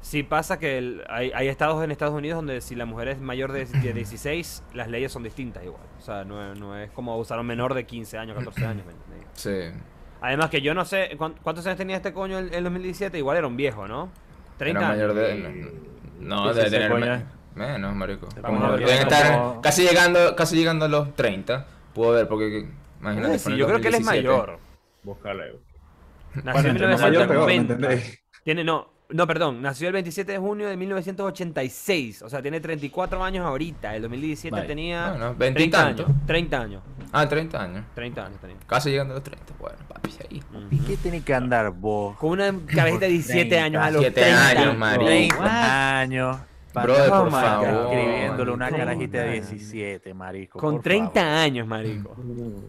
Speaker 2: sí pasa que el- hay, hay estados en Estados Unidos donde si la mujer es mayor de, de 16, las leyes son distintas igual. O sea, no, es- no es como abusar a un menor de 15 años, 14 años. ¿me entiendes?
Speaker 4: Sí.
Speaker 2: Además que yo no sé, ¿cuán- ¿cuántos años tenía este coño en en 2017? Igual era un viejo, ¿no? 30
Speaker 4: Era mayor
Speaker 2: años.
Speaker 4: de No, no,
Speaker 5: Sí, sí,
Speaker 4: debe
Speaker 5: sí,
Speaker 4: tener
Speaker 5: coña.
Speaker 4: me- menos, marico.
Speaker 5: Vamos
Speaker 2: a
Speaker 4: Como-
Speaker 2: ver,
Speaker 4: deben
Speaker 2: como-
Speaker 4: estar casi llegando, casi llegando a los 30. Puedo ver, porque imagínate.
Speaker 2: Sí,
Speaker 4: fue en el
Speaker 2: yo creo que él es
Speaker 4: 2017.
Speaker 2: mayor.
Speaker 1: Búscale.
Speaker 2: Nació en
Speaker 3: entre más mayor, peor, ¿me
Speaker 2: 1990.
Speaker 3: entendéis?
Speaker 2: Tiene, no, no, perdón. Nació el 27 de junio de 1986. O sea, tiene 34 años ahorita. El 2017
Speaker 3: Vale.
Speaker 2: tenía
Speaker 4: Bueno, 20 y
Speaker 2: 30
Speaker 4: tanto.
Speaker 2: años. 30 años.
Speaker 4: Ah, 30 años.
Speaker 2: 30 años tenía.
Speaker 4: Casi llegando a los 30. Bueno, papi, ahí.
Speaker 5: ¿Y qué tiene que andar vos?
Speaker 2: Con una cabecita de 17 años a los
Speaker 4: 7
Speaker 2: 30.
Speaker 4: años, marico.
Speaker 5: 30 años. para
Speaker 4: Brother,
Speaker 5: andar
Speaker 4: por favor.
Speaker 5: Escribiéndole una
Speaker 2: Marico.
Speaker 5: carajita de 17, marico.
Speaker 2: Con
Speaker 5: por
Speaker 2: 30
Speaker 5: favor.
Speaker 2: años, marico.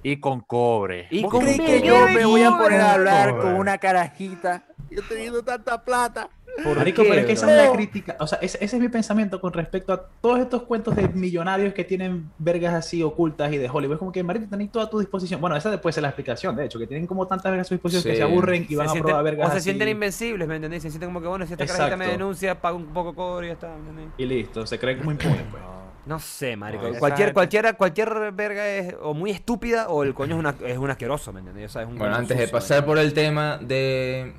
Speaker 5: Y con cobre.
Speaker 2: Y
Speaker 5: ¿Vos
Speaker 2: con
Speaker 5: crees que
Speaker 2: cobre.
Speaker 5: yo me voy a poner
Speaker 1: Cobre.
Speaker 5: a hablar con una carajita? Yo teniendo tanta plata.
Speaker 3: Marico,
Speaker 2: qué,
Speaker 3: pero es que
Speaker 2: bro?
Speaker 3: esa es la crítica. O sea, ese, ese es mi pensamiento con respecto a todos estos cuentos de millonarios que tienen vergas así ocultas y de Hollywood. Es como que, Marico, tenéis toda a tu disposición. Bueno, esa después es la explicación, de hecho, que tienen como tantas vergas a su disposición que
Speaker 4: Sí.
Speaker 3: se aburren y
Speaker 2: Se
Speaker 3: van a
Speaker 2: sienten-
Speaker 3: probar vergas
Speaker 2: o se
Speaker 3: así.
Speaker 2: sienten invencibles, ¿me entendéis? Se sienten como que, bueno, si esta carajita me
Speaker 3: Exacto.
Speaker 2: denuncia, pago un poco de cobre y ya está, ¿me entendéis?
Speaker 3: Y listo, se creen como impunes, pues.
Speaker 2: No sé, marico.
Speaker 5: Esa
Speaker 2: cualquier,
Speaker 5: gente-
Speaker 2: cualquiera, cualquier verga es o muy estúpida o el coño es, una, es un asqueroso, ¿me entendéis? O sea, es un
Speaker 4: Bueno,
Speaker 2: coño
Speaker 4: antes de
Speaker 2: sucio,
Speaker 4: pasar por el tema de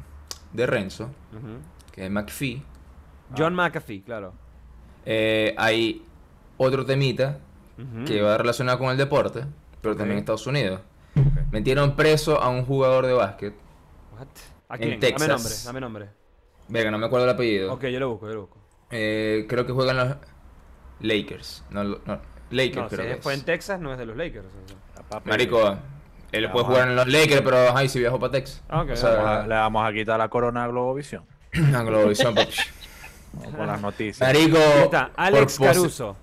Speaker 4: de Renzo,
Speaker 2: Ujú.
Speaker 4: que es McPhee,
Speaker 2: John
Speaker 4: Ah.
Speaker 2: McAfee, claro.
Speaker 4: eh, hay otro temita
Speaker 2: Ujú.
Speaker 4: que va relacionado con el deporte, pero también en
Speaker 2: Mm. Ok.
Speaker 4: Estados Unidos. Metieron preso a un jugador de básquet.
Speaker 2: What? ¿A
Speaker 4: en
Speaker 2: quién?
Speaker 4: Texas.
Speaker 2: Dame nombre, dame nombre.
Speaker 4: Verga, no me acuerdo el apellido.
Speaker 2: Ok, yo lo busco, yo lo busco.
Speaker 4: Eh, creo que juegan los Lakers. No, no, Lakers
Speaker 2: No, si
Speaker 4: creo que
Speaker 2: fue
Speaker 4: es. Oh,
Speaker 2: en Texas, no es de los Lakers. o sea.
Speaker 5: Papá,
Speaker 4: Marico, él
Speaker 5: Ah,
Speaker 4: puede jugar en los Lakers, pero ay, si viajó para Texas.
Speaker 2: Ah, ok.
Speaker 4: O
Speaker 5: le vamos a- le
Speaker 4: sea,
Speaker 5: vamos a quitar la corona a Globovisión.
Speaker 4: a Globovisión, papi.
Speaker 5: Vamos Con las noticias.
Speaker 4: Marico.
Speaker 2: Aquí está, Alex
Speaker 4: por pose-
Speaker 2: Caruso.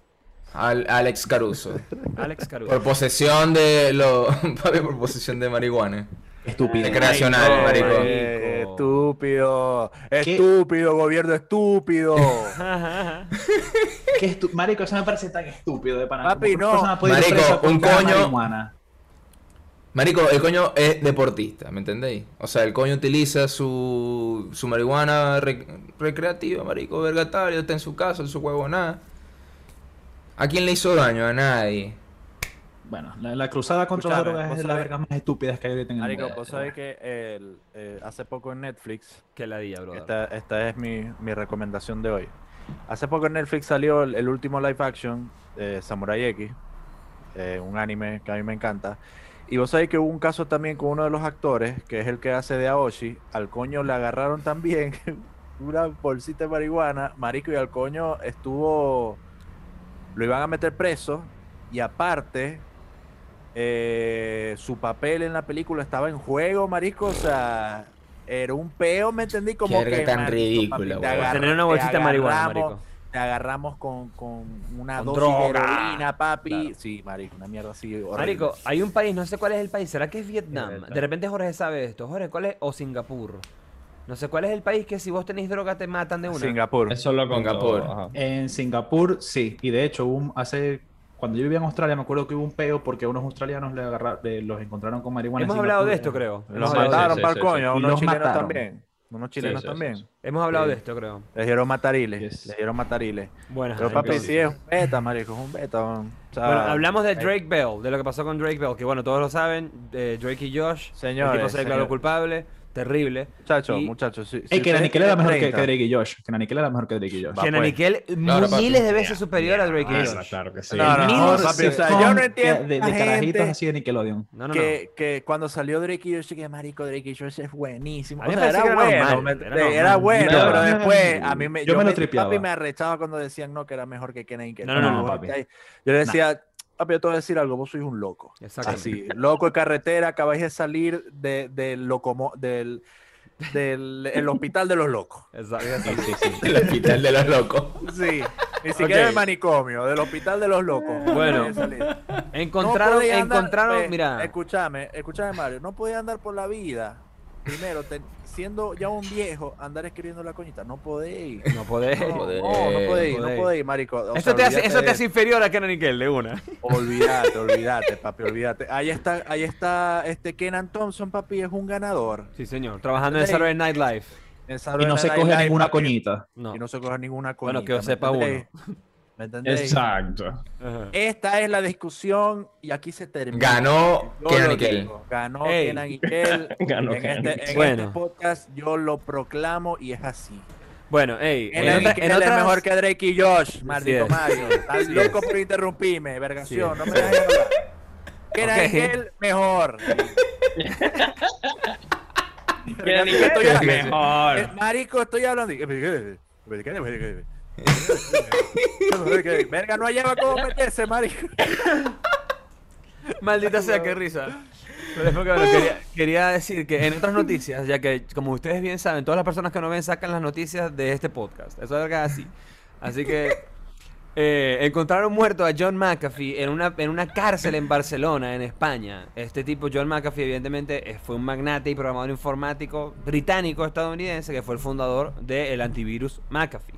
Speaker 4: Al- Alex Caruso.
Speaker 2: Alex
Speaker 4: Por
Speaker 2: Caruso.
Speaker 4: posesión de lo. papi, por posesión de marihuana.
Speaker 3: Estúpido.
Speaker 4: Recreacional,
Speaker 5: Ay, no,
Speaker 4: marico.
Speaker 5: eh, Estúpido. Estúpido, gobierno estúpido.
Speaker 2: Ajá, ajá.
Speaker 3: Qué estu- Marico, eso me parece tan estúpido de Panamá.
Speaker 5: Papi, no.
Speaker 4: Marico, un coño-
Speaker 3: Humana.
Speaker 4: Marico, el coño es deportista, ¿me entendéis? O sea, el coño utiliza su, su marihuana rec- recreativa, marico, vergatario, está en su casa, en su huevo, nada. ¿A quién le hizo daño? A nadie.
Speaker 3: Bueno, la, la cruzada contra las
Speaker 5: Escúchame,
Speaker 3: drogas es
Speaker 5: vos
Speaker 3: de las
Speaker 5: sabés-
Speaker 3: vergas más estúpidas que hay ahorita en el
Speaker 5: Marico,
Speaker 3: mundo.
Speaker 5: vos sabés que el, eh, hace poco en Netflix,
Speaker 2: Qué ladilla, brother.
Speaker 5: esta, esta es mi, mi recomendación de hoy. Hace poco en Netflix salió el, el último live action, eh, Samurai X, eh, un anime que a mí me encanta. Y vos sabés que hubo un caso también con uno de los actores, que es el que hace de Aoshi. Al coño le agarraron también una bolsita de marihuana, marico, y al coño estuvo. Lo iban a meter preso. Y aparte, eh, su papel en la película estaba en juego, marico. O sea, era un peo, ¿me entendí? Como
Speaker 4: Qué verga
Speaker 5: que.
Speaker 4: tan
Speaker 5: marico,
Speaker 4: ridículo,
Speaker 5: papi, te
Speaker 4: weón.
Speaker 5: agarra-
Speaker 2: Tener una
Speaker 5: te
Speaker 2: bolsita de marihuana,
Speaker 5: agarramos-
Speaker 2: marico.
Speaker 5: Te agarramos con, con una
Speaker 2: Con
Speaker 5: dosis de
Speaker 2: droga.
Speaker 5: heroína, papi.
Speaker 2: Claro.
Speaker 5: Sí, marico, una mierda así. horrible.
Speaker 2: Marico, hay un país, no sé cuál es el país, ¿será que es Vietnam?
Speaker 1: verdad.
Speaker 2: De repente Jorge sabe esto. Jorge, ¿cuál es? O Singapur. No sé cuál es el país que si vos tenéis droga te matan de una.
Speaker 5: Singapur.
Speaker 1: Eso lo con
Speaker 4: Singapur.
Speaker 3: En Singapur, sí. Y de hecho, hubo un- hace. Cuando yo vivía en Australia, me acuerdo que hubo un peo porque unos australianos le agarra- le- los encontraron con marihuana. en
Speaker 2: Hemos hablado
Speaker 3: Singapur. Eh,
Speaker 2: de esto, creo.
Speaker 5: eh. Los
Speaker 1: Sí,
Speaker 2: hablado de
Speaker 5: mataron
Speaker 1: sí,
Speaker 5: para
Speaker 1: sí,
Speaker 5: el coño,
Speaker 1: sí.
Speaker 5: a
Speaker 3: Y
Speaker 5: unos
Speaker 3: los
Speaker 5: chilenos
Speaker 3: mataron.
Speaker 5: también. Unos chilenos
Speaker 1: sí, sí,
Speaker 5: también.
Speaker 1: sí.
Speaker 2: Hemos hablado
Speaker 5: Sí.
Speaker 2: de esto, creo.
Speaker 5: Les dieron matariles.
Speaker 1: Yes.
Speaker 5: Les dieron matariles.
Speaker 2: Bueno,
Speaker 5: Pero papi,
Speaker 1: entonces-
Speaker 5: sí es un beta, marico, es un beta. weón. O sea,
Speaker 2: Ah, Bueno, hablamos de Drake Bell, de lo que pasó con Drake Bell, que bueno, todos lo saben, eh, Drake y Josh, el
Speaker 5: Señores,
Speaker 2: tipo se declaró
Speaker 5: señores.
Speaker 2: culpable, terrible.
Speaker 5: Muchachos,
Speaker 2: y-
Speaker 5: muchachos. Si,
Speaker 3: Ey,
Speaker 5: si
Speaker 3: que
Speaker 5: ustedes
Speaker 3: Naniquel era
Speaker 5: tienen
Speaker 3: mejor que,
Speaker 5: 30,
Speaker 3: que Drake y Josh. Que Naniquel era mejor que Drake y Josh.
Speaker 5: Va,
Speaker 2: que
Speaker 5: pues.
Speaker 2: Nickel
Speaker 4: Claro, papi.
Speaker 2: miles de veces superior a Drake y
Speaker 1: Claro,
Speaker 2: Josh.
Speaker 1: Ah, claro que sí.
Speaker 5: No, no,
Speaker 2: Mil
Speaker 5: no, papi, o sea, yo no entiendo.
Speaker 3: De, de
Speaker 5: la gente
Speaker 3: carajitos así de Nickelodeon.
Speaker 2: No, no, no.
Speaker 5: que, que cuando salió Drake y Josh, que marico, Drake y Josh es buenísimo.
Speaker 2: A
Speaker 5: O
Speaker 2: mí me
Speaker 5: sea, era,
Speaker 2: parecía que
Speaker 5: bueno,
Speaker 2: era
Speaker 5: me-
Speaker 2: normal,
Speaker 5: era,
Speaker 2: era normal.
Speaker 5: bueno,
Speaker 1: Mira,
Speaker 5: pero
Speaker 3: yo-
Speaker 5: después a mí me,
Speaker 3: yo me lo
Speaker 5: Papi
Speaker 3: tripeaba.
Speaker 5: me arrechaba cuando decían no, que era mejor que Kenan y que
Speaker 2: No, no, no,
Speaker 5: Kenan,
Speaker 2: no,
Speaker 5: vos
Speaker 3: papi.
Speaker 5: estáis- Yo le decía, papi, yo te voy a decir algo, vos sois un loco.
Speaker 2: Exacto.
Speaker 5: Así, Ah, loco de carretera, acabáis de salir de, del locomo- del, del el hospital de los locos.
Speaker 2: Exacto.
Speaker 4: El hospital de los locos.
Speaker 5: Sí, ni siquiera
Speaker 2: Ok.
Speaker 5: del manicomio, del hospital de los locos.
Speaker 2: Bueno,
Speaker 5: Acabáis de salir.
Speaker 2: Encontraron,
Speaker 5: podía andar- pues,
Speaker 2: encontraron,
Speaker 5: ve,
Speaker 2: mira,
Speaker 5: Escúchame, escúchame, Mario. No podía andar por la vida. Primero, te- siendo ya un viejo, andar escribiendo la coñita. No podéis.
Speaker 2: no podés.
Speaker 5: No, no,
Speaker 4: Joder,
Speaker 5: no podéis,
Speaker 2: no
Speaker 5: no
Speaker 2: podéis.
Speaker 5: podéis, marico. O sea,
Speaker 2: Eso te, hace,
Speaker 5: olvídate
Speaker 2: eso te
Speaker 5: de
Speaker 2: hace inferior a Kenan Nickel, de una.
Speaker 5: Olvídate, olvídate, papi, olvídate. Ahí está, ahí está este Kenan Thompson, papi, es un ganador.
Speaker 2: Sí, señor. Trabajando en
Speaker 5: Sí.
Speaker 2: Saturday Night Live.
Speaker 5: En
Speaker 3: Y
Speaker 5: Saturday
Speaker 3: no se
Speaker 5: Night
Speaker 3: coge
Speaker 5: Live,
Speaker 3: ninguna
Speaker 5: papi,
Speaker 3: coñita.
Speaker 2: No.
Speaker 5: Y no se coge ninguna coñita.
Speaker 2: Bueno, que
Speaker 5: ¿me
Speaker 2: sepa uno.
Speaker 5: entendéis? ¿Me entendéis?
Speaker 1: Exacto.
Speaker 2: Ajá.
Speaker 5: Esta es la discusión y aquí se termina.
Speaker 4: Ganó
Speaker 5: Yo
Speaker 4: Kenan
Speaker 5: lo
Speaker 4: y Kel.
Speaker 5: digo, Ganó
Speaker 2: Ey.
Speaker 5: Kenan y Kel.
Speaker 1: Ganó
Speaker 5: en
Speaker 1: Kenan
Speaker 5: este,
Speaker 1: y
Speaker 5: en este
Speaker 2: Bueno.
Speaker 5: podcast yo lo proclamo y es así.
Speaker 2: Bueno, ey, en,
Speaker 5: Kenan y
Speaker 2: otra-
Speaker 5: Kel
Speaker 2: en
Speaker 5: es
Speaker 2: otras-
Speaker 5: mejor que Drake y Josh, maldito
Speaker 2: es.
Speaker 5: Mario. Estás loco por interrumpirme, vergación. No me dejes hablar. Kenan
Speaker 2: Ok.
Speaker 5: y Kel mejor.
Speaker 1: Que
Speaker 5: Yo estoy
Speaker 1: Nickel es
Speaker 5: hablando- Eh,
Speaker 1: mejor.
Speaker 5: Marico, estoy hablando. Eh, y- Verga, eh, no hallaba cómo meterse, marico.
Speaker 2: Maldita sea, qué risa. Pero es porque, bueno, quería, quería decir que en otras noticias, ya que como ustedes bien saben, todas las personas que no ven sacan las noticias de este podcast. Eso es así. Así que eh, encontraron muerto a John McAfee en una, en una cárcel en Barcelona, en España. Este tipo, John McAfee, evidentemente eh, fue un magnate y programador informático británico-estadounidense que fue el fundador del antivirus McAfee.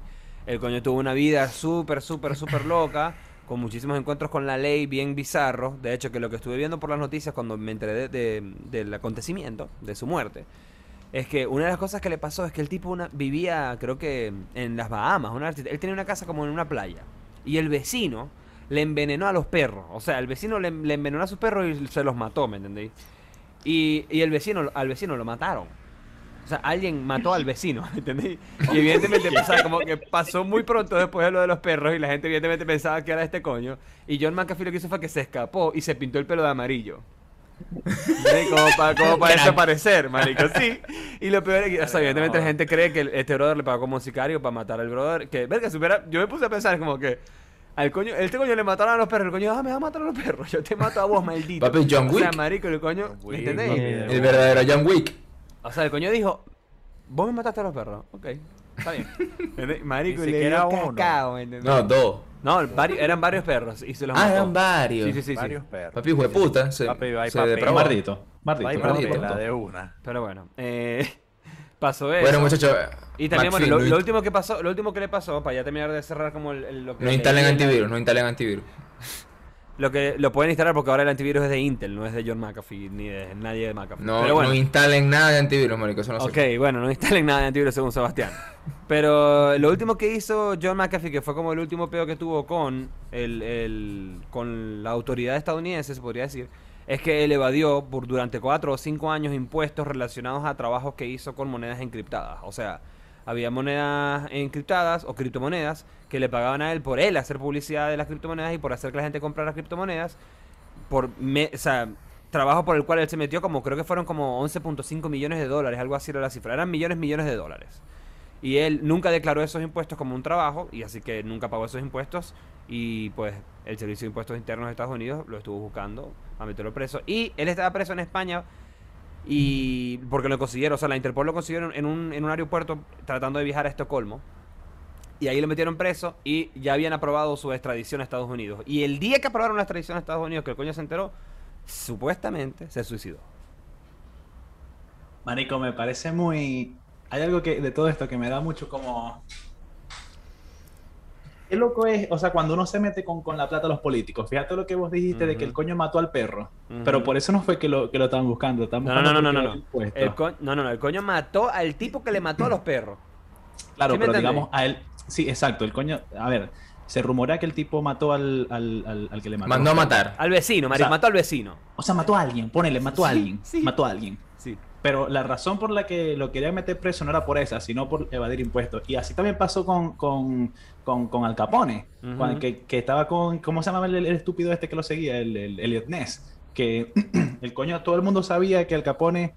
Speaker 2: El coño tuvo una vida súper, súper, súper loca, con muchísimos encuentros con la ley bien bizarros. De hecho, que lo que estuve viendo por las noticias cuando me enteré de- de- del acontecimiento, de su muerte, es que una de las cosas que le pasó es que el tipo una- vivía, creo que en las Bahamas, una- él tenía una casa como en una playa. Y el vecino le envenenó a los perros. O sea, el vecino le, le envenenó a sus perros y se los mató, ¿me entendéis? Y, y el vecino, al vecino lo mataron. O sea, alguien mató al vecino, ¿entendéis? Y evidentemente pensaba como que pasó muy pronto después de lo de los perros y la gente evidentemente pensaba que era este coño. Y John McAfee lo que hizo fue que se escapó y se pintó el pelo de amarillo. ¿Entendéis? Como para, para desaparecer, marico, sí. Y lo peor es que, o sea, evidentemente la gente cree que el- este brother le pagó como un sicario para matar al brother. Que, verga, supera. Yo me puse a pensar como que. Al coño, este coño le mataron a los perros. El coño, ah, me va a matar a los perros. Yo te mato a vos, maldito.
Speaker 4: Papi, John
Speaker 2: O sea,
Speaker 4: Wick.
Speaker 2: marico, el coño.
Speaker 5: John
Speaker 2: ¿Me
Speaker 5: Wick,
Speaker 2: entendéis?
Speaker 5: papi.
Speaker 4: El verdadero John Wick.
Speaker 2: O sea, el coño dijo, vos me mataste a los perros. Ok, está bien. ¿Entendés? Marico,
Speaker 5: Ni
Speaker 2: y le
Speaker 5: siquiera
Speaker 2: dio
Speaker 5: uno.
Speaker 2: cacao, ¿me entendés?
Speaker 4: No, dos.
Speaker 2: No, vari- eran varios perros y se los
Speaker 4: Ah,
Speaker 2: mató.
Speaker 4: eran varios.
Speaker 2: Sí, sí, sí, sí.
Speaker 5: Varios perros.
Speaker 4: Papi, hijo de puta. Se,
Speaker 5: Papi, bye,
Speaker 4: se
Speaker 5: papi.
Speaker 4: depravó.
Speaker 3: Mardito. Mardito.
Speaker 5: Ay,
Speaker 4: Maldito,
Speaker 5: papi,
Speaker 4: maldito.
Speaker 5: la de una.
Speaker 2: Pero bueno, eh, pasó eso.
Speaker 4: Bueno, muchachos.
Speaker 2: y también,
Speaker 4: McPhee,
Speaker 2: bueno, lo,
Speaker 4: no,
Speaker 2: lo último que pasó, lo último que le pasó, para ya terminar de cerrar como el, el- lo que...
Speaker 4: no
Speaker 2: leí
Speaker 4: instalen
Speaker 2: en la-
Speaker 4: antivirus, no instalen antivirus.
Speaker 2: Lo que lo pueden instalar porque ahora el antivirus es de Intel, no es de John McAfee, ni de nadie de McAfee.
Speaker 4: No,
Speaker 2: Pero bueno.
Speaker 4: no instalen nada de antivirus, marico. Eso no
Speaker 2: Ok,
Speaker 4: se...
Speaker 2: bueno, no instalen nada de antivirus según Sebastián. Pero lo último que hizo John McAfee, que fue como el último peo que tuvo con, el, el- con la autoridad estadounidense, se podría decir, es que él evadió por, durante cuatro o cinco años impuestos relacionados a trabajos que hizo con monedas encriptadas. O sea, había monedas encriptadas o criptomonedas que le pagaban a él por él hacer publicidad de las criptomonedas y por hacer que la gente comprara criptomonedas por me- o sea, trabajo por el cual él se metió como creo que fueron como 11.5 millones de dólares, algo así era la cifra, eran millones millones de dólares. Y él nunca declaró esos impuestos como un trabajo y así que nunca pagó esos impuestos y pues el Servicio de Impuestos Internos de Estados Unidos lo estuvo buscando a meterlo preso y él estaba preso en España y porque lo consiguieron, o sea, la Interpol lo consiguieron en un, en un aeropuerto tratando de viajar a Estocolmo. Y ahí lo metieron preso y ya habían aprobado su extradición a Estados Unidos. Y el día que aprobaron la extradición a Estados Unidos, que el coño se enteró, supuestamente se suicidó.
Speaker 3: Marico, me parece muy. Hay algo que de todo esto que me da mucho como. Qué loco es, o sea, cuando uno se mete con, con la plata de los políticos. Fíjate lo que vos dijiste de que el
Speaker 2: Ujú.
Speaker 3: coño mató al perro.
Speaker 2: Ujú.
Speaker 3: Pero por eso no fue que lo, que lo estaban buscando. estaban
Speaker 2: No, no,
Speaker 3: buscando
Speaker 2: no, no,
Speaker 3: porque
Speaker 2: no,
Speaker 3: era
Speaker 2: no.
Speaker 3: impuesto.
Speaker 2: El co- no, no, no, el coño mató al tipo que le mató a los perros.
Speaker 3: Claro,
Speaker 2: ¿Sí me
Speaker 3: pero
Speaker 2: entendés?
Speaker 3: digamos a él. Sí, exacto. El coño. A ver, se rumorea que el tipo mató al, al, al, al que le mató.
Speaker 4: Mandó a matar.
Speaker 2: Al vecino, Maris,
Speaker 3: O sea-
Speaker 2: mató al vecino.
Speaker 3: O sea, mató a alguien. Ponele, mató a
Speaker 2: Sí,
Speaker 3: alguien.
Speaker 2: sí.
Speaker 3: Mató a alguien.
Speaker 2: Sí.
Speaker 3: Pero la razón por la que lo quería meter preso no era por esa, sino por evadir impuestos. Y así también pasó con, con, con, con Al Capone,
Speaker 2: Ujú.
Speaker 3: cuando- que, que estaba con, ¿cómo se llamaba el, el estúpido este que lo seguía? El, el Elliot Ness. Que el coño, todo el mundo sabía que Al Capone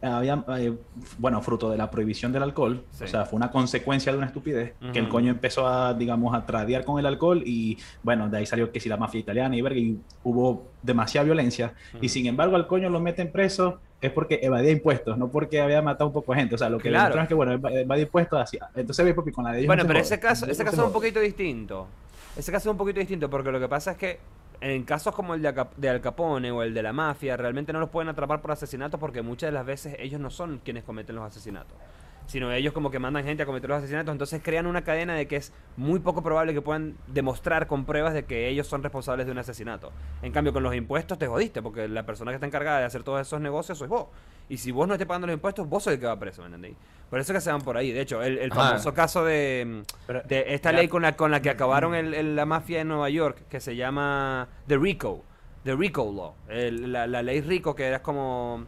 Speaker 3: había, eh, bueno, fruto de la prohibición del alcohol,
Speaker 2: Sí.
Speaker 3: o sea, fue una consecuencia de una estupidez, que el
Speaker 2: Ujú.
Speaker 3: coño empezó a, digamos, a tradear con el alcohol y, bueno, de ahí salió que si la mafia italiana y verga, y hubo demasiada violencia, y sin embargo al coño lo meten preso es porque evadía impuestos, no porque había matado un poco de gente, o sea, lo que
Speaker 2: Claro.
Speaker 3: demostraron es que, bueno, eva- evadía impuestos, así, entonces ve, papi, con la de ellos no
Speaker 2: Bueno,
Speaker 3: se
Speaker 2: pero
Speaker 3: jode.
Speaker 2: ese caso,
Speaker 3: No
Speaker 2: ese
Speaker 3: se
Speaker 2: caso es
Speaker 3: jode.
Speaker 2: un poquito distinto. Ese caso es un poquito distinto porque lo que pasa es que en casos como el de, Aca- de Al Capone o el de la mafia, realmente no los pueden atrapar por asesinatos porque muchas de las veces ellos no son quienes cometen los asesinatos. Sino ellos como que mandan gente a cometer los asesinatos, entonces crean una cadena de que es muy poco probable que puedan demostrar con pruebas de que ellos son responsables de un asesinato. En cambio, con los impuestos te jodiste, porque la persona que está encargada de hacer todos esos negocios sois vos. Y si vos no estés pagando los impuestos, vos sois el que va preso, ¿me entendéis? Por eso es que se van por ahí. De hecho, el, el
Speaker 4: Ajá.
Speaker 2: famoso caso de,
Speaker 5: Pero-
Speaker 2: de esta ley con la, con la que acabaron el- el- la mafia en Nueva York, que se llama The RICO, The RICO Law, el- la, la ley RICO, que era como...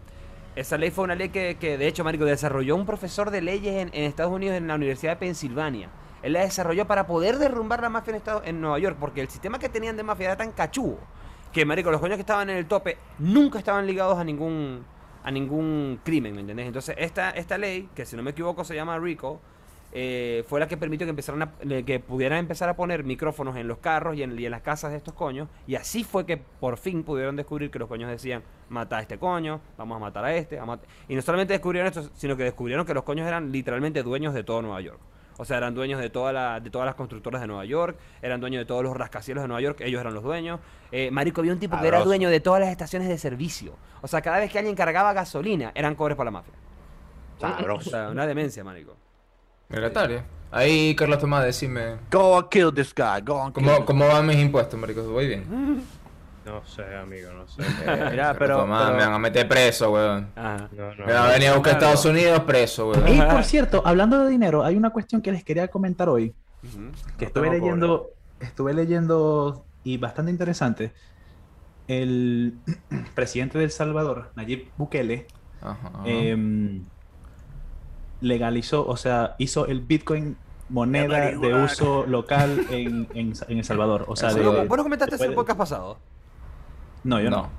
Speaker 2: Esa ley fue una ley que, que, de hecho, Marico, desarrolló un profesor de leyes en, en Estados Unidos, en la Universidad de Pensilvania. Él la desarrolló para poder derrumbar la mafia en, Estados, en Nueva York, porque el sistema que tenían de mafia era tan cachudo que, Marico, los coños que estaban en el tope nunca estaban ligados a ningún, a ningún crimen, ¿me entendés? Entonces, esta, esta ley, que si no me equivoco se llama RICO, eh, fue la que permitió que empezaran a- le- que pudieran empezar a poner micrófonos en los carros y en, y en las casas de estos coños y así fue que por fin pudieron descubrir que los coños decían mata a este coño vamos a matar a este vamos a- y no solamente descubrieron esto sino que descubrieron que los coños eran literalmente dueños de todo Nueva York o sea eran dueños de toda la- de todas las constructoras de Nueva York eran dueños de todos los rascacielos de Nueva York ellos eran los dueños Eh, marico había un tipo que era
Speaker 5: Sabroso.
Speaker 2: dueño de todas las estaciones de servicio o sea cada vez que alguien cargaba gasolina eran cobres para la mafia o
Speaker 5: Sabroso.
Speaker 2: sea una demencia marico
Speaker 4: Mira, Talia. Ahí, Carlos Tomás, decime.
Speaker 5: Go and kill this guy. Go and kill
Speaker 4: ¿Cómo,
Speaker 5: this-
Speaker 4: cómo van mis impuestos, marico? Voy bien.
Speaker 1: No sé, amigo, no sé.
Speaker 4: Eh,
Speaker 5: Mira,
Speaker 4: Carlos
Speaker 5: pero-
Speaker 4: Tomás,
Speaker 5: pero-
Speaker 4: me van a meter preso, weón.
Speaker 2: Ajá.
Speaker 1: No, no,
Speaker 4: Me van a venir a buscar a Estados Unidos preso, weón.
Speaker 3: Y por cierto, hablando de dinero, hay una cuestión que les quería comentar hoy, que
Speaker 5: No
Speaker 3: estuve
Speaker 5: tengo
Speaker 3: leyendo, estuve leyendo y bastante interesante. El
Speaker 1: Eh,
Speaker 3: presidente de El Salvador, Nayib Bukele,
Speaker 4: Ajá.
Speaker 3: em, legalizó, o sea, hizo el Bitcoin moneda de
Speaker 5: marihuana.
Speaker 3: uso local en, en- en El Salvador. O sea,
Speaker 4: El
Speaker 3: de-
Speaker 2: Bueno,
Speaker 4: Salvador.
Speaker 2: vos no comentaste eso en el
Speaker 3: Puede-
Speaker 2: podcast pasado.
Speaker 3: no, yo no.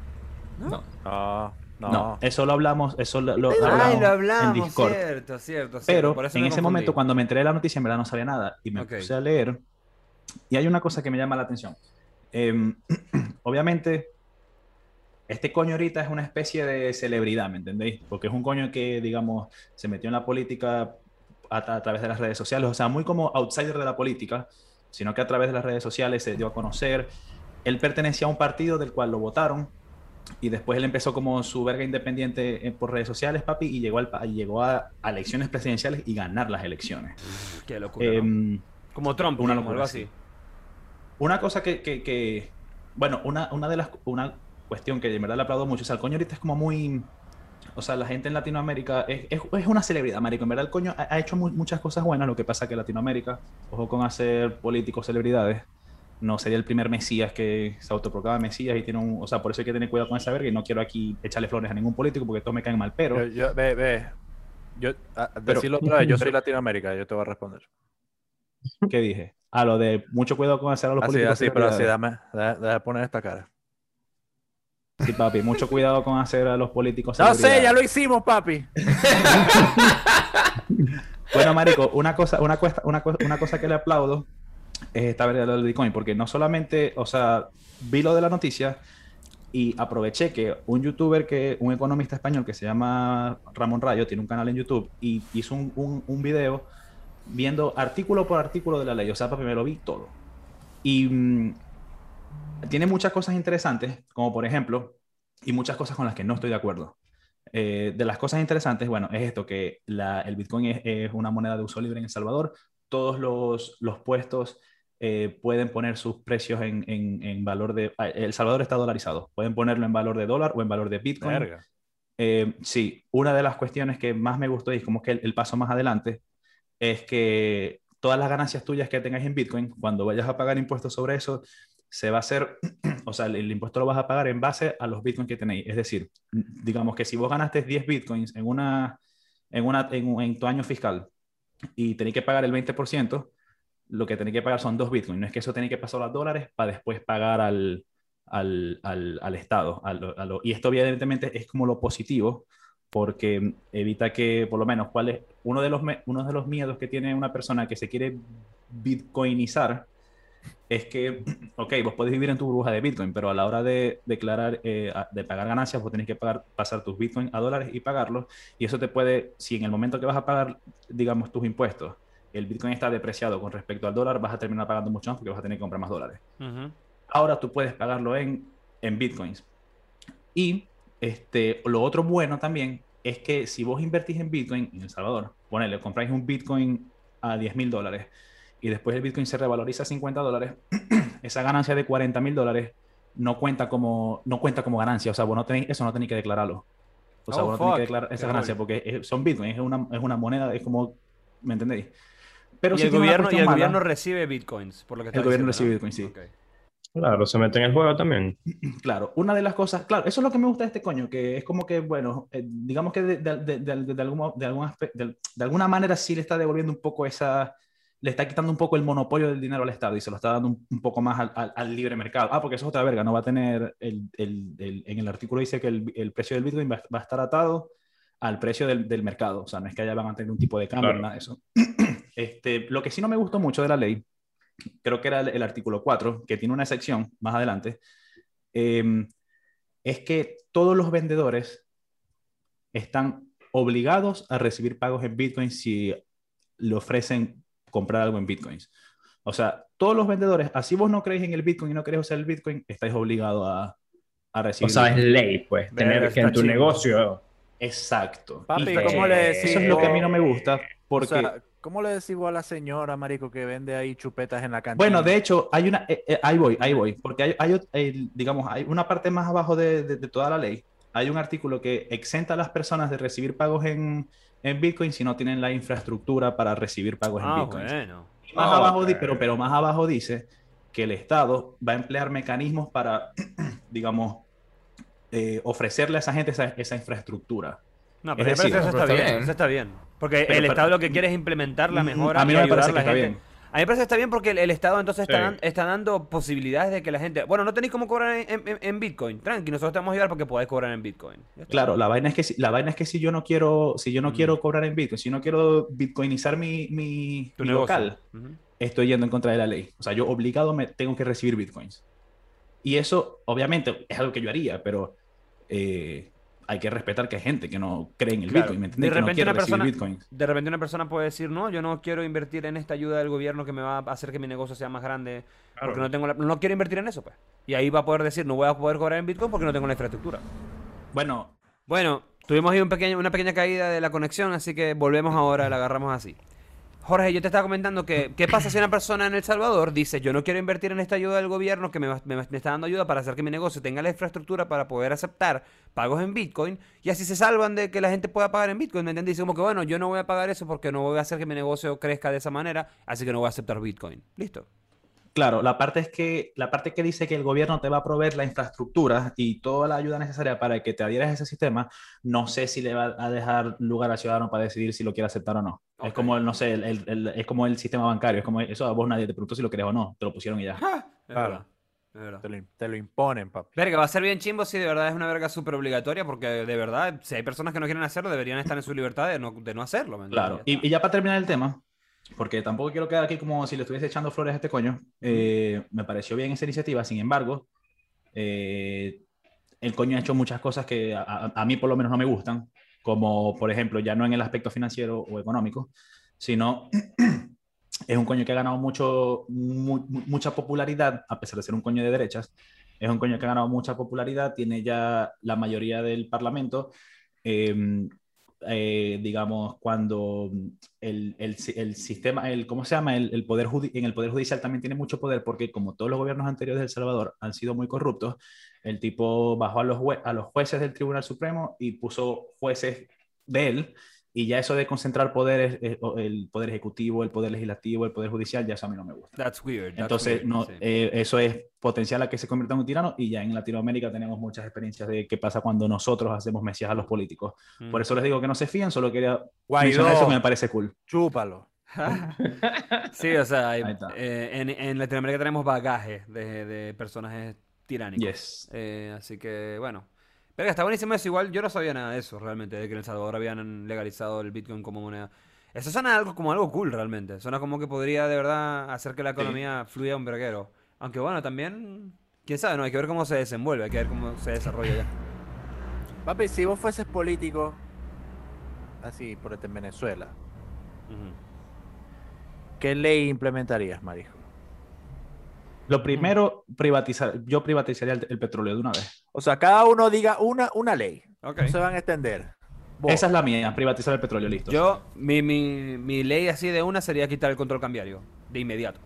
Speaker 4: No. no.
Speaker 5: No,
Speaker 3: No,
Speaker 5: no.
Speaker 3: eso lo hablamos, eso lo, lo hablamos,
Speaker 2: Ay, lo
Speaker 3: en
Speaker 2: hablamos,
Speaker 3: Discord.
Speaker 2: cierto, cierto.
Speaker 3: Pero
Speaker 2: cierto, por eso
Speaker 3: en
Speaker 2: me
Speaker 3: ese
Speaker 2: confundí.
Speaker 3: momento, cuando me enteré de la noticia, en verdad no sabía nada y me
Speaker 2: Ok.
Speaker 3: puse a leer. Y hay una cosa que me llama la atención. Em, obviamente, este coño ahorita es una especie de celebridad, ¿me entendéis? Porque es un coño que, digamos, se metió en la política a, tra- a través de las redes sociales, o sea, muy como outsider de la política, sino que a través de las redes sociales se dio a conocer. Él pertenecía a un partido del cual lo votaron y después él empezó como su verga independiente eh, por redes sociales, papi, y llegó, al, pa- llegó a, a elecciones presidenciales y ganar las elecciones.
Speaker 2: Qué locura. ¿no?
Speaker 3: Em,
Speaker 2: Como Trump,
Speaker 3: una
Speaker 2: una
Speaker 3: locura,
Speaker 2: algo así.
Speaker 3: Una cosa que, que- que- bueno, una, una de las, una cuestión que en verdad le aplaudo mucho, o sea, el coño ahorita es como muy, o sea, la gente en Latinoamérica es, es- es una celebridad, marico, en verdad el coño ha, ha hecho mu- muchas cosas buenas, lo que pasa que Latinoamérica, ojo con hacer políticos celebridades, no sería el primer mesías que se autoproclama mesías y tiene un, o sea, por eso hay que tener cuidado con esa verga y no quiero aquí echarle flores a ningún político porque todos me caen mal, pero...
Speaker 5: Yo, yo- ve, ve. Yo, a-
Speaker 3: Pero-
Speaker 5: decirlo otra vez, yo soy Latinoamérica, yo te voy a responder.
Speaker 3: ¿Qué dije? A lo de mucho cuidado con hacer a los
Speaker 5: Así,
Speaker 3: políticos.
Speaker 5: así, pero así,
Speaker 3: celebridades.
Speaker 5: dame, da- déjame poner esta cara.
Speaker 3: Sí, papi, mucho cuidado con hacer a los políticos.
Speaker 5: No sé,
Speaker 3: celebridades.
Speaker 5: ya lo hicimos, papi.
Speaker 3: Bueno, marico, una cosa, una, cuesta- una, cosa, una cosa que le aplaudo es esta verdad del Bitcoin, porque no solamente, o sea, vi lo de la noticia y aproveché que un youtuber, que un economista español que se llama Ramón Rayo, tiene un canal en YouTube y hizo un, un, un video viendo artículo por artículo de la ley, o sea, papi, me lo vi todo. Y mm, tiene muchas cosas interesantes, como por ejemplo, y muchas cosas con las que no estoy de acuerdo. Eh, de las cosas interesantes, bueno, es esto, que la- el Bitcoin es, es una moneda de uso libre en El Salvador. Todos los, los puestos eh, pueden poner sus precios en, en- en valor de... ah, El Salvador está dolarizado. Pueden ponerlo en valor de dólar o en valor de Bitcoin.
Speaker 5: Verga.
Speaker 3: Eh, sí, una de las cuestiones que más me gustó y es como que el, el paso más adelante es que todas las ganancias tuyas que tengas en Bitcoin, cuando vayas a pagar impuestos sobre eso, se va a hacer, o sea, el, el impuesto lo vas a pagar en base a los Bitcoins que tenéis. Es decir, digamos que si vos ganaste 10 Bitcoins en, una, en, una, en, un- en tu año fiscal y tenéis que pagar el 20%, lo que tenéis que pagar son dos Bitcoins. No es que eso tenéis que pasar a los dólares para después pagar al, al, al, al Estado. a lo- a lo- y esto evidentemente es como lo positivo, porque evita que, por lo menos, cuál es uno de los, me- uno de los miedos que tiene una persona que se quiere bitcoinizar es que, ok, vos podés vivir en tu burbuja de Bitcoin, pero a la hora de declarar, eh, a- de pagar ganancias, vos tenés que pagar, pasar tus Bitcoin a dólares y pagarlos. Y eso te puede, si en el momento que vas a pagar, digamos, tus impuestos, el Bitcoin está depreciado con respecto al dólar, vas a terminar pagando mucho más porque vas a tener que comprar más dólares
Speaker 2: Ujú.
Speaker 3: ahora tú puedes pagarlo en, en bitcoins. Y este, lo otro bueno también es que si vos invertís en bitcoin en El Salvador, ponele, compráis un bitcoin a 10 mil dólares y después el bitcoin se revaloriza a 50 dólares, esa ganancia de 40 mil dólares no cuenta como no cuenta como ganancia, o sea, vos no tenéis, eso no tenéis que declararlo. O sea,
Speaker 2: Oh,
Speaker 3: vos no tenéis que
Speaker 2: fuck.
Speaker 3: declarar esa
Speaker 2: Qué
Speaker 3: ganancia
Speaker 2: cool.
Speaker 3: porque es- son bitcoins, es una, es una moneda, es como, ¿me entendéis? Pero
Speaker 2: y
Speaker 3: sí
Speaker 2: el,
Speaker 3: tiene una
Speaker 2: gobierno, y
Speaker 3: cuestión
Speaker 2: el
Speaker 3: mala.
Speaker 2: gobierno recibe bitcoins, por lo que
Speaker 3: El gobierno recibe bitcoins,
Speaker 1: Claro, se mete en el juego también.
Speaker 3: Claro, una de las cosas, claro, eso es lo que me gusta de este coño, que es como que, bueno, eh, digamos que de, de- de- de- de algún, de, algún aspe- de- de alguna manera sí le está devolviendo un poco esa, le está quitando un poco el monopolio del dinero al Estado y se lo está dando un, un poco más al, al- al libre mercado. Ah, porque eso es otra verga, no va a tener, el, el- el- en el artículo dice que el, el precio del Bitcoin va, va a estar atado al precio del, del mercado, o sea, no es que allá van a tener un tipo de cambio,
Speaker 1: Claro.
Speaker 3: nada de eso. Este, lo que sí no me gustó mucho de la ley, creo que era el, el artículo 4, que tiene una sección más adelante, em, es que todos los vendedores están obligados a recibir pagos en Bitcoin si le ofrecen comprar algo en Bitcoins. O sea, todos los vendedores, así vos no creéis en el Bitcoin y no queréis usar el Bitcoin, estáis obligados a, a
Speaker 1: O
Speaker 3: recibir.
Speaker 1: sea, es ley, pues,
Speaker 2: Verga,
Speaker 1: tener que en
Speaker 2: está
Speaker 1: tu
Speaker 2: chido.
Speaker 1: negocio. Eh,
Speaker 3: Exacto.
Speaker 5: Papi,
Speaker 3: Y
Speaker 5: ¿cómo le decís?
Speaker 3: Eso es lo que a mí no me
Speaker 2: Eh,
Speaker 3: gusta,
Speaker 5: O
Speaker 3: porque...
Speaker 5: sea, ¿cómo le decís vos a la señora, marico, que vende ahí chupetas en la cancha?
Speaker 3: Bueno, de hecho, hay una, eh, eh, ahí voy, ahí voy, porque hay, hay ot- el- digamos, hay una parte más abajo de, de- de toda la ley. Hay un artículo que exenta a las personas de recibir pagos en, en Bitcoin si no tienen la infraestructura para recibir pagos en
Speaker 2: Ah,
Speaker 3: Bitcoin.
Speaker 2: bueno. Ah,
Speaker 3: Y más abajo, di-
Speaker 1: Ok.
Speaker 3: pero, pero más abajo dice que el Estado va a emplear mecanismos para, digamos, eh, ofrecerle a esa gente esa, esa infraestructura.
Speaker 2: No,
Speaker 3: Es
Speaker 2: pero, yo
Speaker 3: decir,
Speaker 2: creo que eso está
Speaker 4: pero está
Speaker 2: bien.
Speaker 4: bien.
Speaker 2: Eso está bien. Porque
Speaker 3: Pero-
Speaker 2: el
Speaker 3: pero-
Speaker 2: Estado lo que quiere es implementar la
Speaker 3: Mm,
Speaker 2: mejora.
Speaker 3: a mí
Speaker 2: y
Speaker 3: no me
Speaker 2: ayudar
Speaker 3: parece
Speaker 2: a la
Speaker 3: que está
Speaker 2: gente.
Speaker 3: bien.
Speaker 2: A mí me parece que está bien porque el, el Estado entonces está,
Speaker 1: Sí.
Speaker 2: dan- está dando posibilidades de que la gente. Bueno, no tenéis cómo cobrar en, en- en Bitcoin. Tranqui, nosotros te vamos a ayudar porque podés cobrar en Bitcoin. Ya está.
Speaker 3: Claro, la vaina es que si, la vaina es que si yo no quiero, si yo no
Speaker 2: Mm.
Speaker 3: quiero cobrar en Bitcoin, si no quiero bitcoinizar mi, mi,
Speaker 2: Tu
Speaker 3: mi
Speaker 2: negocio.
Speaker 3: local,
Speaker 2: Ujú.
Speaker 3: estoy yendo en contra de la ley. O sea, yo obligado me tengo que recibir bitcoins. Y eso, obviamente, es algo que yo haría, pero eh, hay que respetar que hay gente que no cree en el
Speaker 1: Claro.
Speaker 3: Bitcoin, ¿me entiendes?
Speaker 2: De
Speaker 3: Que no
Speaker 2: repente
Speaker 3: quiere
Speaker 2: una
Speaker 3: recibir
Speaker 2: persona.
Speaker 3: bitcoins.
Speaker 2: De repente una persona puede decir, no, yo no quiero invertir en esta ayuda del gobierno que me va a hacer que mi negocio sea más grande.
Speaker 1: Claro.
Speaker 2: Porque no tengo la- no quiero invertir en eso, pues. Y ahí va a poder decir, no voy a poder cobrar en Bitcoin porque no tengo la infraestructura.
Speaker 3: Bueno,
Speaker 2: Bueno, tuvimos ahí un pequeño, una pequeña caída de la conexión, así que volvemos ahora, la agarramos así. Jorge, yo te estaba comentando que, ¿qué pasa si una persona en El Salvador dice, yo no quiero invertir en esta ayuda del gobierno que me, va- me va- me está dando ayuda para hacer que mi negocio tenga la infraestructura para poder aceptar pagos en Bitcoin y así se salvan de que la gente pueda pagar en Bitcoin, ¿me entendés? Como que, bueno, yo no voy a pagar eso porque no voy a hacer que mi negocio crezca de esa manera, así que no voy a aceptar Bitcoin. Listo.
Speaker 3: Claro, la parte es que la parte que dice que el gobierno te va a proveer la infraestructura y toda la ayuda necesaria para que te adhieras a ese sistema, no sé si le va a dejar lugar al ciudadano para decidir si lo quiere aceptar o no. Es
Speaker 2: Ok.
Speaker 3: como el, no sé, el, el- el- es como el sistema bancario, es como eso a vos nadie te preguntó si lo querés o no, te lo pusieron y ya.
Speaker 2: Es
Speaker 5: Claro.
Speaker 2: verdad, es verdad.
Speaker 5: Te lo, im- te lo imponen, papi.
Speaker 2: Verga, va a ser bien chimbo si de verdad es una verga súper obligatoria, porque de verdad, si hay personas que no quieren hacerlo, deberían estar en su libertad de no, de no hacerlo. ¿me entiendes?
Speaker 3: Claro.
Speaker 2: Ya
Speaker 3: Y,
Speaker 2: está.
Speaker 3: y ya para terminar el tema, porque tampoco quiero quedar aquí como si le estuviese echando flores a este coño, eh, me pareció bien esa iniciativa, sin embargo, eh, el coño ha hecho muchas cosas que a, a- a mí por lo menos no me gustan, como por ejemplo, ya no en el aspecto financiero o económico, sino es un coño que ha ganado mucho, mu- mu- mucha popularidad, a pesar de ser un coño de derechas, es un coño que ha ganado mucha popularidad, tiene ya la mayoría del Parlamento. em, eh, digamos, cuando el, el, si- el sistema, el, ¿cómo se llama? El, el poder judi- en el Poder Judicial también tiene mucho poder porque como todos los gobiernos anteriores de El Salvador han sido muy corruptos, el tipo bajó a los, jue- a los jueces del Tribunal Supremo y puso jueces de él y ya eso de concentrar poderes, eh, o el poder ejecutivo, el poder legislativo, el poder judicial, ya eso a mí no me gusta.
Speaker 2: That's weird. that's
Speaker 3: Entonces,
Speaker 2: weird,
Speaker 3: no,
Speaker 2: sí.
Speaker 3: eh, eso es potencial a que se convierta en un tirano y ya en Latinoamérica tenemos muchas experiencias de qué pasa cuando nosotros hacemos mesías a los políticos.
Speaker 2: Mm.
Speaker 3: Por eso les digo que no se fían, solo quería
Speaker 5: Guaidó,
Speaker 3: mencionar eso que me parece cool.
Speaker 5: chúpalo.
Speaker 2: sí, o sea, hay-
Speaker 3: Ahí está.
Speaker 2: eh, en, en Latinoamérica tenemos bagaje de, de personajes tiránicos.
Speaker 3: Yes.
Speaker 2: Eh, así que, bueno. Pero está buenísimo eso. Igual yo no sabía nada de eso realmente, de que en El Salvador habían legalizado el Bitcoin como moneda. Eso suena algo, como algo cool realmente. Suena como que podría de verdad hacer que la economía fluya un verguero. Aunque bueno, también. Quién sabe, no, hay que ver cómo se desenvuelve, hay que ver cómo se desarrolla ya.
Speaker 5: Papi, si vos fueses político, así, por este, en Venezuela, ¿qué ley implementarías, marico?
Speaker 3: Lo primero, privatizar. Yo privatizaría el, el petróleo de una vez.
Speaker 5: O sea, cada uno diga una, una ley.
Speaker 2: Ok.
Speaker 5: No se van a extender. Vos,
Speaker 3: Esa es la mía, privatizar el petróleo, listo.
Speaker 2: Yo, mi, mi, mi ley así de una sería quitar el control cambiario. De inmediato.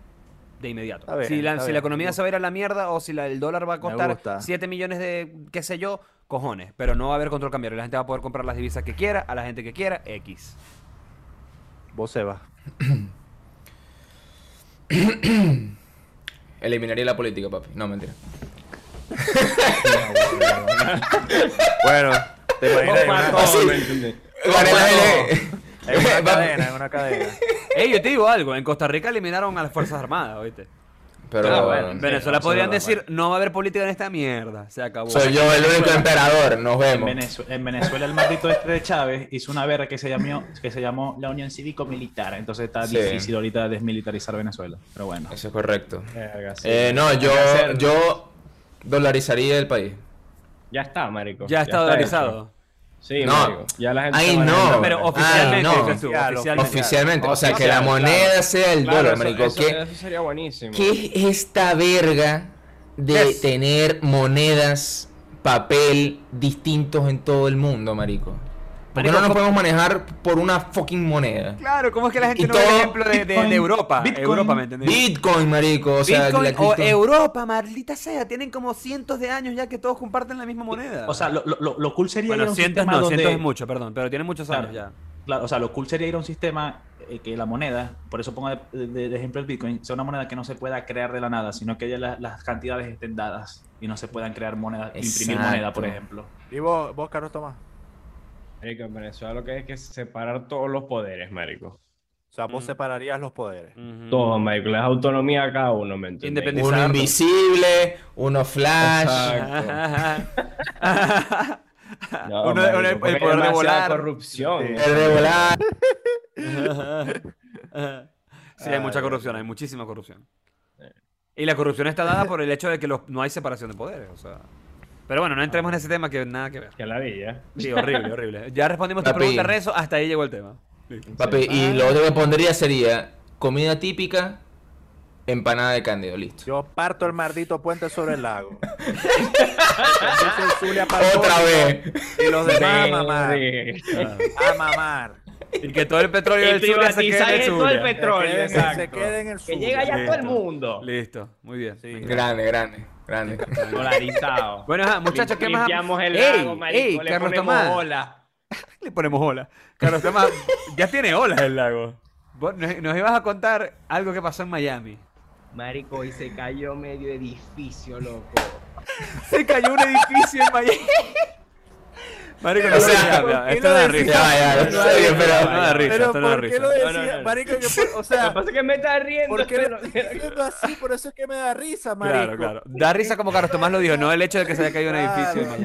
Speaker 2: De inmediato.
Speaker 5: Está bien,
Speaker 2: si la,
Speaker 5: está
Speaker 2: si
Speaker 5: bien,
Speaker 2: la
Speaker 5: me
Speaker 2: economía se va a ir a la mierda o si la- el dólar va a costar
Speaker 5: gusta.
Speaker 2: 7 millones de, qué sé yo, cojones. Pero no va a haber control cambiario. La gente va a poder comprar las divisas que quiera, a la gente que quiera, X.
Speaker 5: vos se va.
Speaker 4: Eliminaría la política, papi. No, mentira.
Speaker 1: Eh,
Speaker 5: Bueno, te imaginas. en
Speaker 1: Opa,
Speaker 5: una-
Speaker 1: todo,
Speaker 3: Ah,
Speaker 4: Así.
Speaker 1: ¿me entendés?
Speaker 4: Gané la ele-
Speaker 5: en una
Speaker 4: Va-
Speaker 5: cadena, en una cadena.
Speaker 2: Ey, yo te digo algo. En Costa Rica eliminaron a las Fuerzas Armadas, ¿oíste?
Speaker 4: Pero
Speaker 1: Ah,
Speaker 2: En
Speaker 1: bueno. Sí,
Speaker 2: Venezuela
Speaker 3: eso
Speaker 2: podrían
Speaker 3: es verdad,
Speaker 2: decir, no va a haber política en esta mierda. Se acabó.
Speaker 4: soy yo el único emperador. Nos
Speaker 3: En
Speaker 4: vemos.
Speaker 3: Venezuela, en Venezuela, el maldito este de Chávez hizo una guerra que se llamó, que se llamó la Unión Cívico-Militar. Entonces está
Speaker 4: Sí.
Speaker 3: difícil ahorita desmilitarizar Venezuela. Pero bueno.
Speaker 4: Eso es correcto.
Speaker 3: Verga, sí.
Speaker 4: Eh, no, yo,
Speaker 3: hacer-
Speaker 4: yo dolarizaría el país.
Speaker 1: Ya está, marico.
Speaker 2: Ya está dolarizado.
Speaker 1: hecho. Sí,
Speaker 4: No.
Speaker 1: marico. Ya la gente
Speaker 4: Ay,
Speaker 1: se maneja en
Speaker 4: no.
Speaker 1: dólares.
Speaker 2: Pero
Speaker 4: Ah,
Speaker 2: oficialmente,
Speaker 4: no.
Speaker 2: dices tú,
Speaker 5: Ya, lo-
Speaker 2: oficialmente.
Speaker 4: Oficialmente. O sea, que la
Speaker 1: Oficial,
Speaker 4: moneda
Speaker 1: claro.
Speaker 4: sea el
Speaker 1: Claro,
Speaker 4: dólar,
Speaker 1: eso-
Speaker 4: marico.
Speaker 1: eso,
Speaker 4: ¿Qué,
Speaker 1: eso sería buenísimo.
Speaker 4: qué es esta verga de
Speaker 2: Yes.
Speaker 4: tener monedas, papel distintos en todo el mundo, marico? ¿Por qué
Speaker 2: Marico,
Speaker 4: no nos
Speaker 2: ¿cómo-
Speaker 4: podemos manejar por una fucking moneda?
Speaker 2: Claro, ¿cómo es que la gente
Speaker 4: Y
Speaker 2: no ve el
Speaker 4: todo
Speaker 2: ejemplo de, de- de
Speaker 3: Bitcoin,
Speaker 2: Europa?
Speaker 3: Bitcoin,
Speaker 2: Europa, ¿me entendés?
Speaker 4: Bitcoin, marico. O sea,
Speaker 2: Bitcoin
Speaker 4: la
Speaker 2: o
Speaker 4: cripto-
Speaker 2: Europa, maldita sea, tienen como cientos de años ya que todos comparten la misma moneda.
Speaker 3: O sea, lo, lo- lo- lo cool sería ir a
Speaker 2: bueno,
Speaker 3: un
Speaker 2: cientos
Speaker 3: sistema
Speaker 2: no,
Speaker 3: donde-
Speaker 2: cientos es mucho, perdón, pero tienen muchos años
Speaker 3: Claro.
Speaker 2: ya.
Speaker 3: Claro, o sea, lo cool sería ir a un sistema eh, que la moneda, por eso pongo de, de- de ejemplo el Bitcoin, sea una moneda que no se pueda crear de la nada, sino que haya la- las cantidades estén dadas y no se puedan crear monedas, imprimir moneda, por
Speaker 4: Exacto.
Speaker 3: ejemplo.
Speaker 5: Y vos, vos Carlos Tomás.
Speaker 1: Marico, en Venezuela lo que hay es que separar todos los poderes, marico.
Speaker 5: O sea, vos separarías los poderes.
Speaker 4: Mm.
Speaker 1: Todo, marico. Le das autonomía a cada uno, ¿me entiendes?
Speaker 4: Uno
Speaker 6: Independiente.
Speaker 4: invisible, uno flash.
Speaker 1: Exacto. No,
Speaker 5: Uno-
Speaker 1: marico,
Speaker 5: uno- el
Speaker 1: porque hay
Speaker 5: poder de
Speaker 1: demasiada
Speaker 5: volar.
Speaker 1: corrupción.
Speaker 5: Sí.
Speaker 4: El de volar.
Speaker 6: sí, hay
Speaker 1: Ah,
Speaker 6: mucha corrupción, hay muchísima corrupción.
Speaker 2: Y la corrupción está dada por el hecho de que los- no hay separación de poderes. O sea. Pero bueno, no entremos en ese tema que nada que ver.
Speaker 1: Que la villa.
Speaker 2: Sí, horrible, horrible. Ya respondimos tu
Speaker 4: Papi.
Speaker 2: pregunta, Rezo. Hasta ahí llegó el tema.
Speaker 4: Papi,
Speaker 2: Ah.
Speaker 4: y lo otro que pondría sería comida típica, empanada de cándido, listo.
Speaker 5: Yo parto el maldito puente sobre el lago. Entonces, Zulia partió
Speaker 4: Otra
Speaker 5: y
Speaker 4: vez.
Speaker 5: los- Y los demás a mamar.
Speaker 1: Sí.
Speaker 5: A mamar.
Speaker 2: Y que todo el petróleo
Speaker 1: Y
Speaker 2: del sur se quede en
Speaker 1: privatizáis todo el
Speaker 2: Zulia.
Speaker 1: petróleo,
Speaker 5: Que queden-
Speaker 1: exacto.
Speaker 5: se queden en el
Speaker 1: Que
Speaker 5: sur.
Speaker 1: llega ya todo el mundo.
Speaker 2: Listo, muy bien.
Speaker 5: Sí.
Speaker 2: me encanta.
Speaker 4: Grande, grande, grande.
Speaker 1: Polarizado.
Speaker 2: Bueno, ajá, muchachos, ¿qué más?
Speaker 1: Limpiamos el
Speaker 2: Ey,
Speaker 1: lago, marico.
Speaker 2: ey,
Speaker 1: le
Speaker 2: Carlos
Speaker 1: ponemos
Speaker 2: Tomás.
Speaker 1: ola.
Speaker 2: Le ponemos ola. Carlos Tomás, ya tiene olas el lago. Vos nos, nos ibas a contar algo que pasó en Miami.
Speaker 1: Marico, y se cayó medio edificio, loco.
Speaker 2: Se cayó un edificio en Miami. Marico, no
Speaker 4: O
Speaker 2: sé,
Speaker 4: sea,
Speaker 2: ya, ya,
Speaker 5: ¿por qué
Speaker 2: esto
Speaker 5: no
Speaker 2: da
Speaker 5: decís-
Speaker 2: risa.
Speaker 4: Ya, ya,
Speaker 2: Esto
Speaker 4: no
Speaker 2: da
Speaker 4: sé,
Speaker 2: risa,
Speaker 4: pero-
Speaker 2: esto no da risa,
Speaker 5: Pero
Speaker 2: esto no da
Speaker 5: ¿por qué
Speaker 2: risa.
Speaker 5: lo
Speaker 1: No, no,
Speaker 5: decía?
Speaker 1: no.
Speaker 5: Marico, yo por- o
Speaker 1: Lo
Speaker 5: sea,
Speaker 1: que pasa es que me está riendo.
Speaker 5: ¿por qué
Speaker 1: pero
Speaker 5: lo
Speaker 1: no-
Speaker 5: estoy diciendo así? Por eso es que me da risa, marico.
Speaker 2: Claro, claro. Da risa como Carlos Tomás lo dijo, no el hecho de que se haya caído un edificio en
Speaker 5: Claro,
Speaker 2: Miami.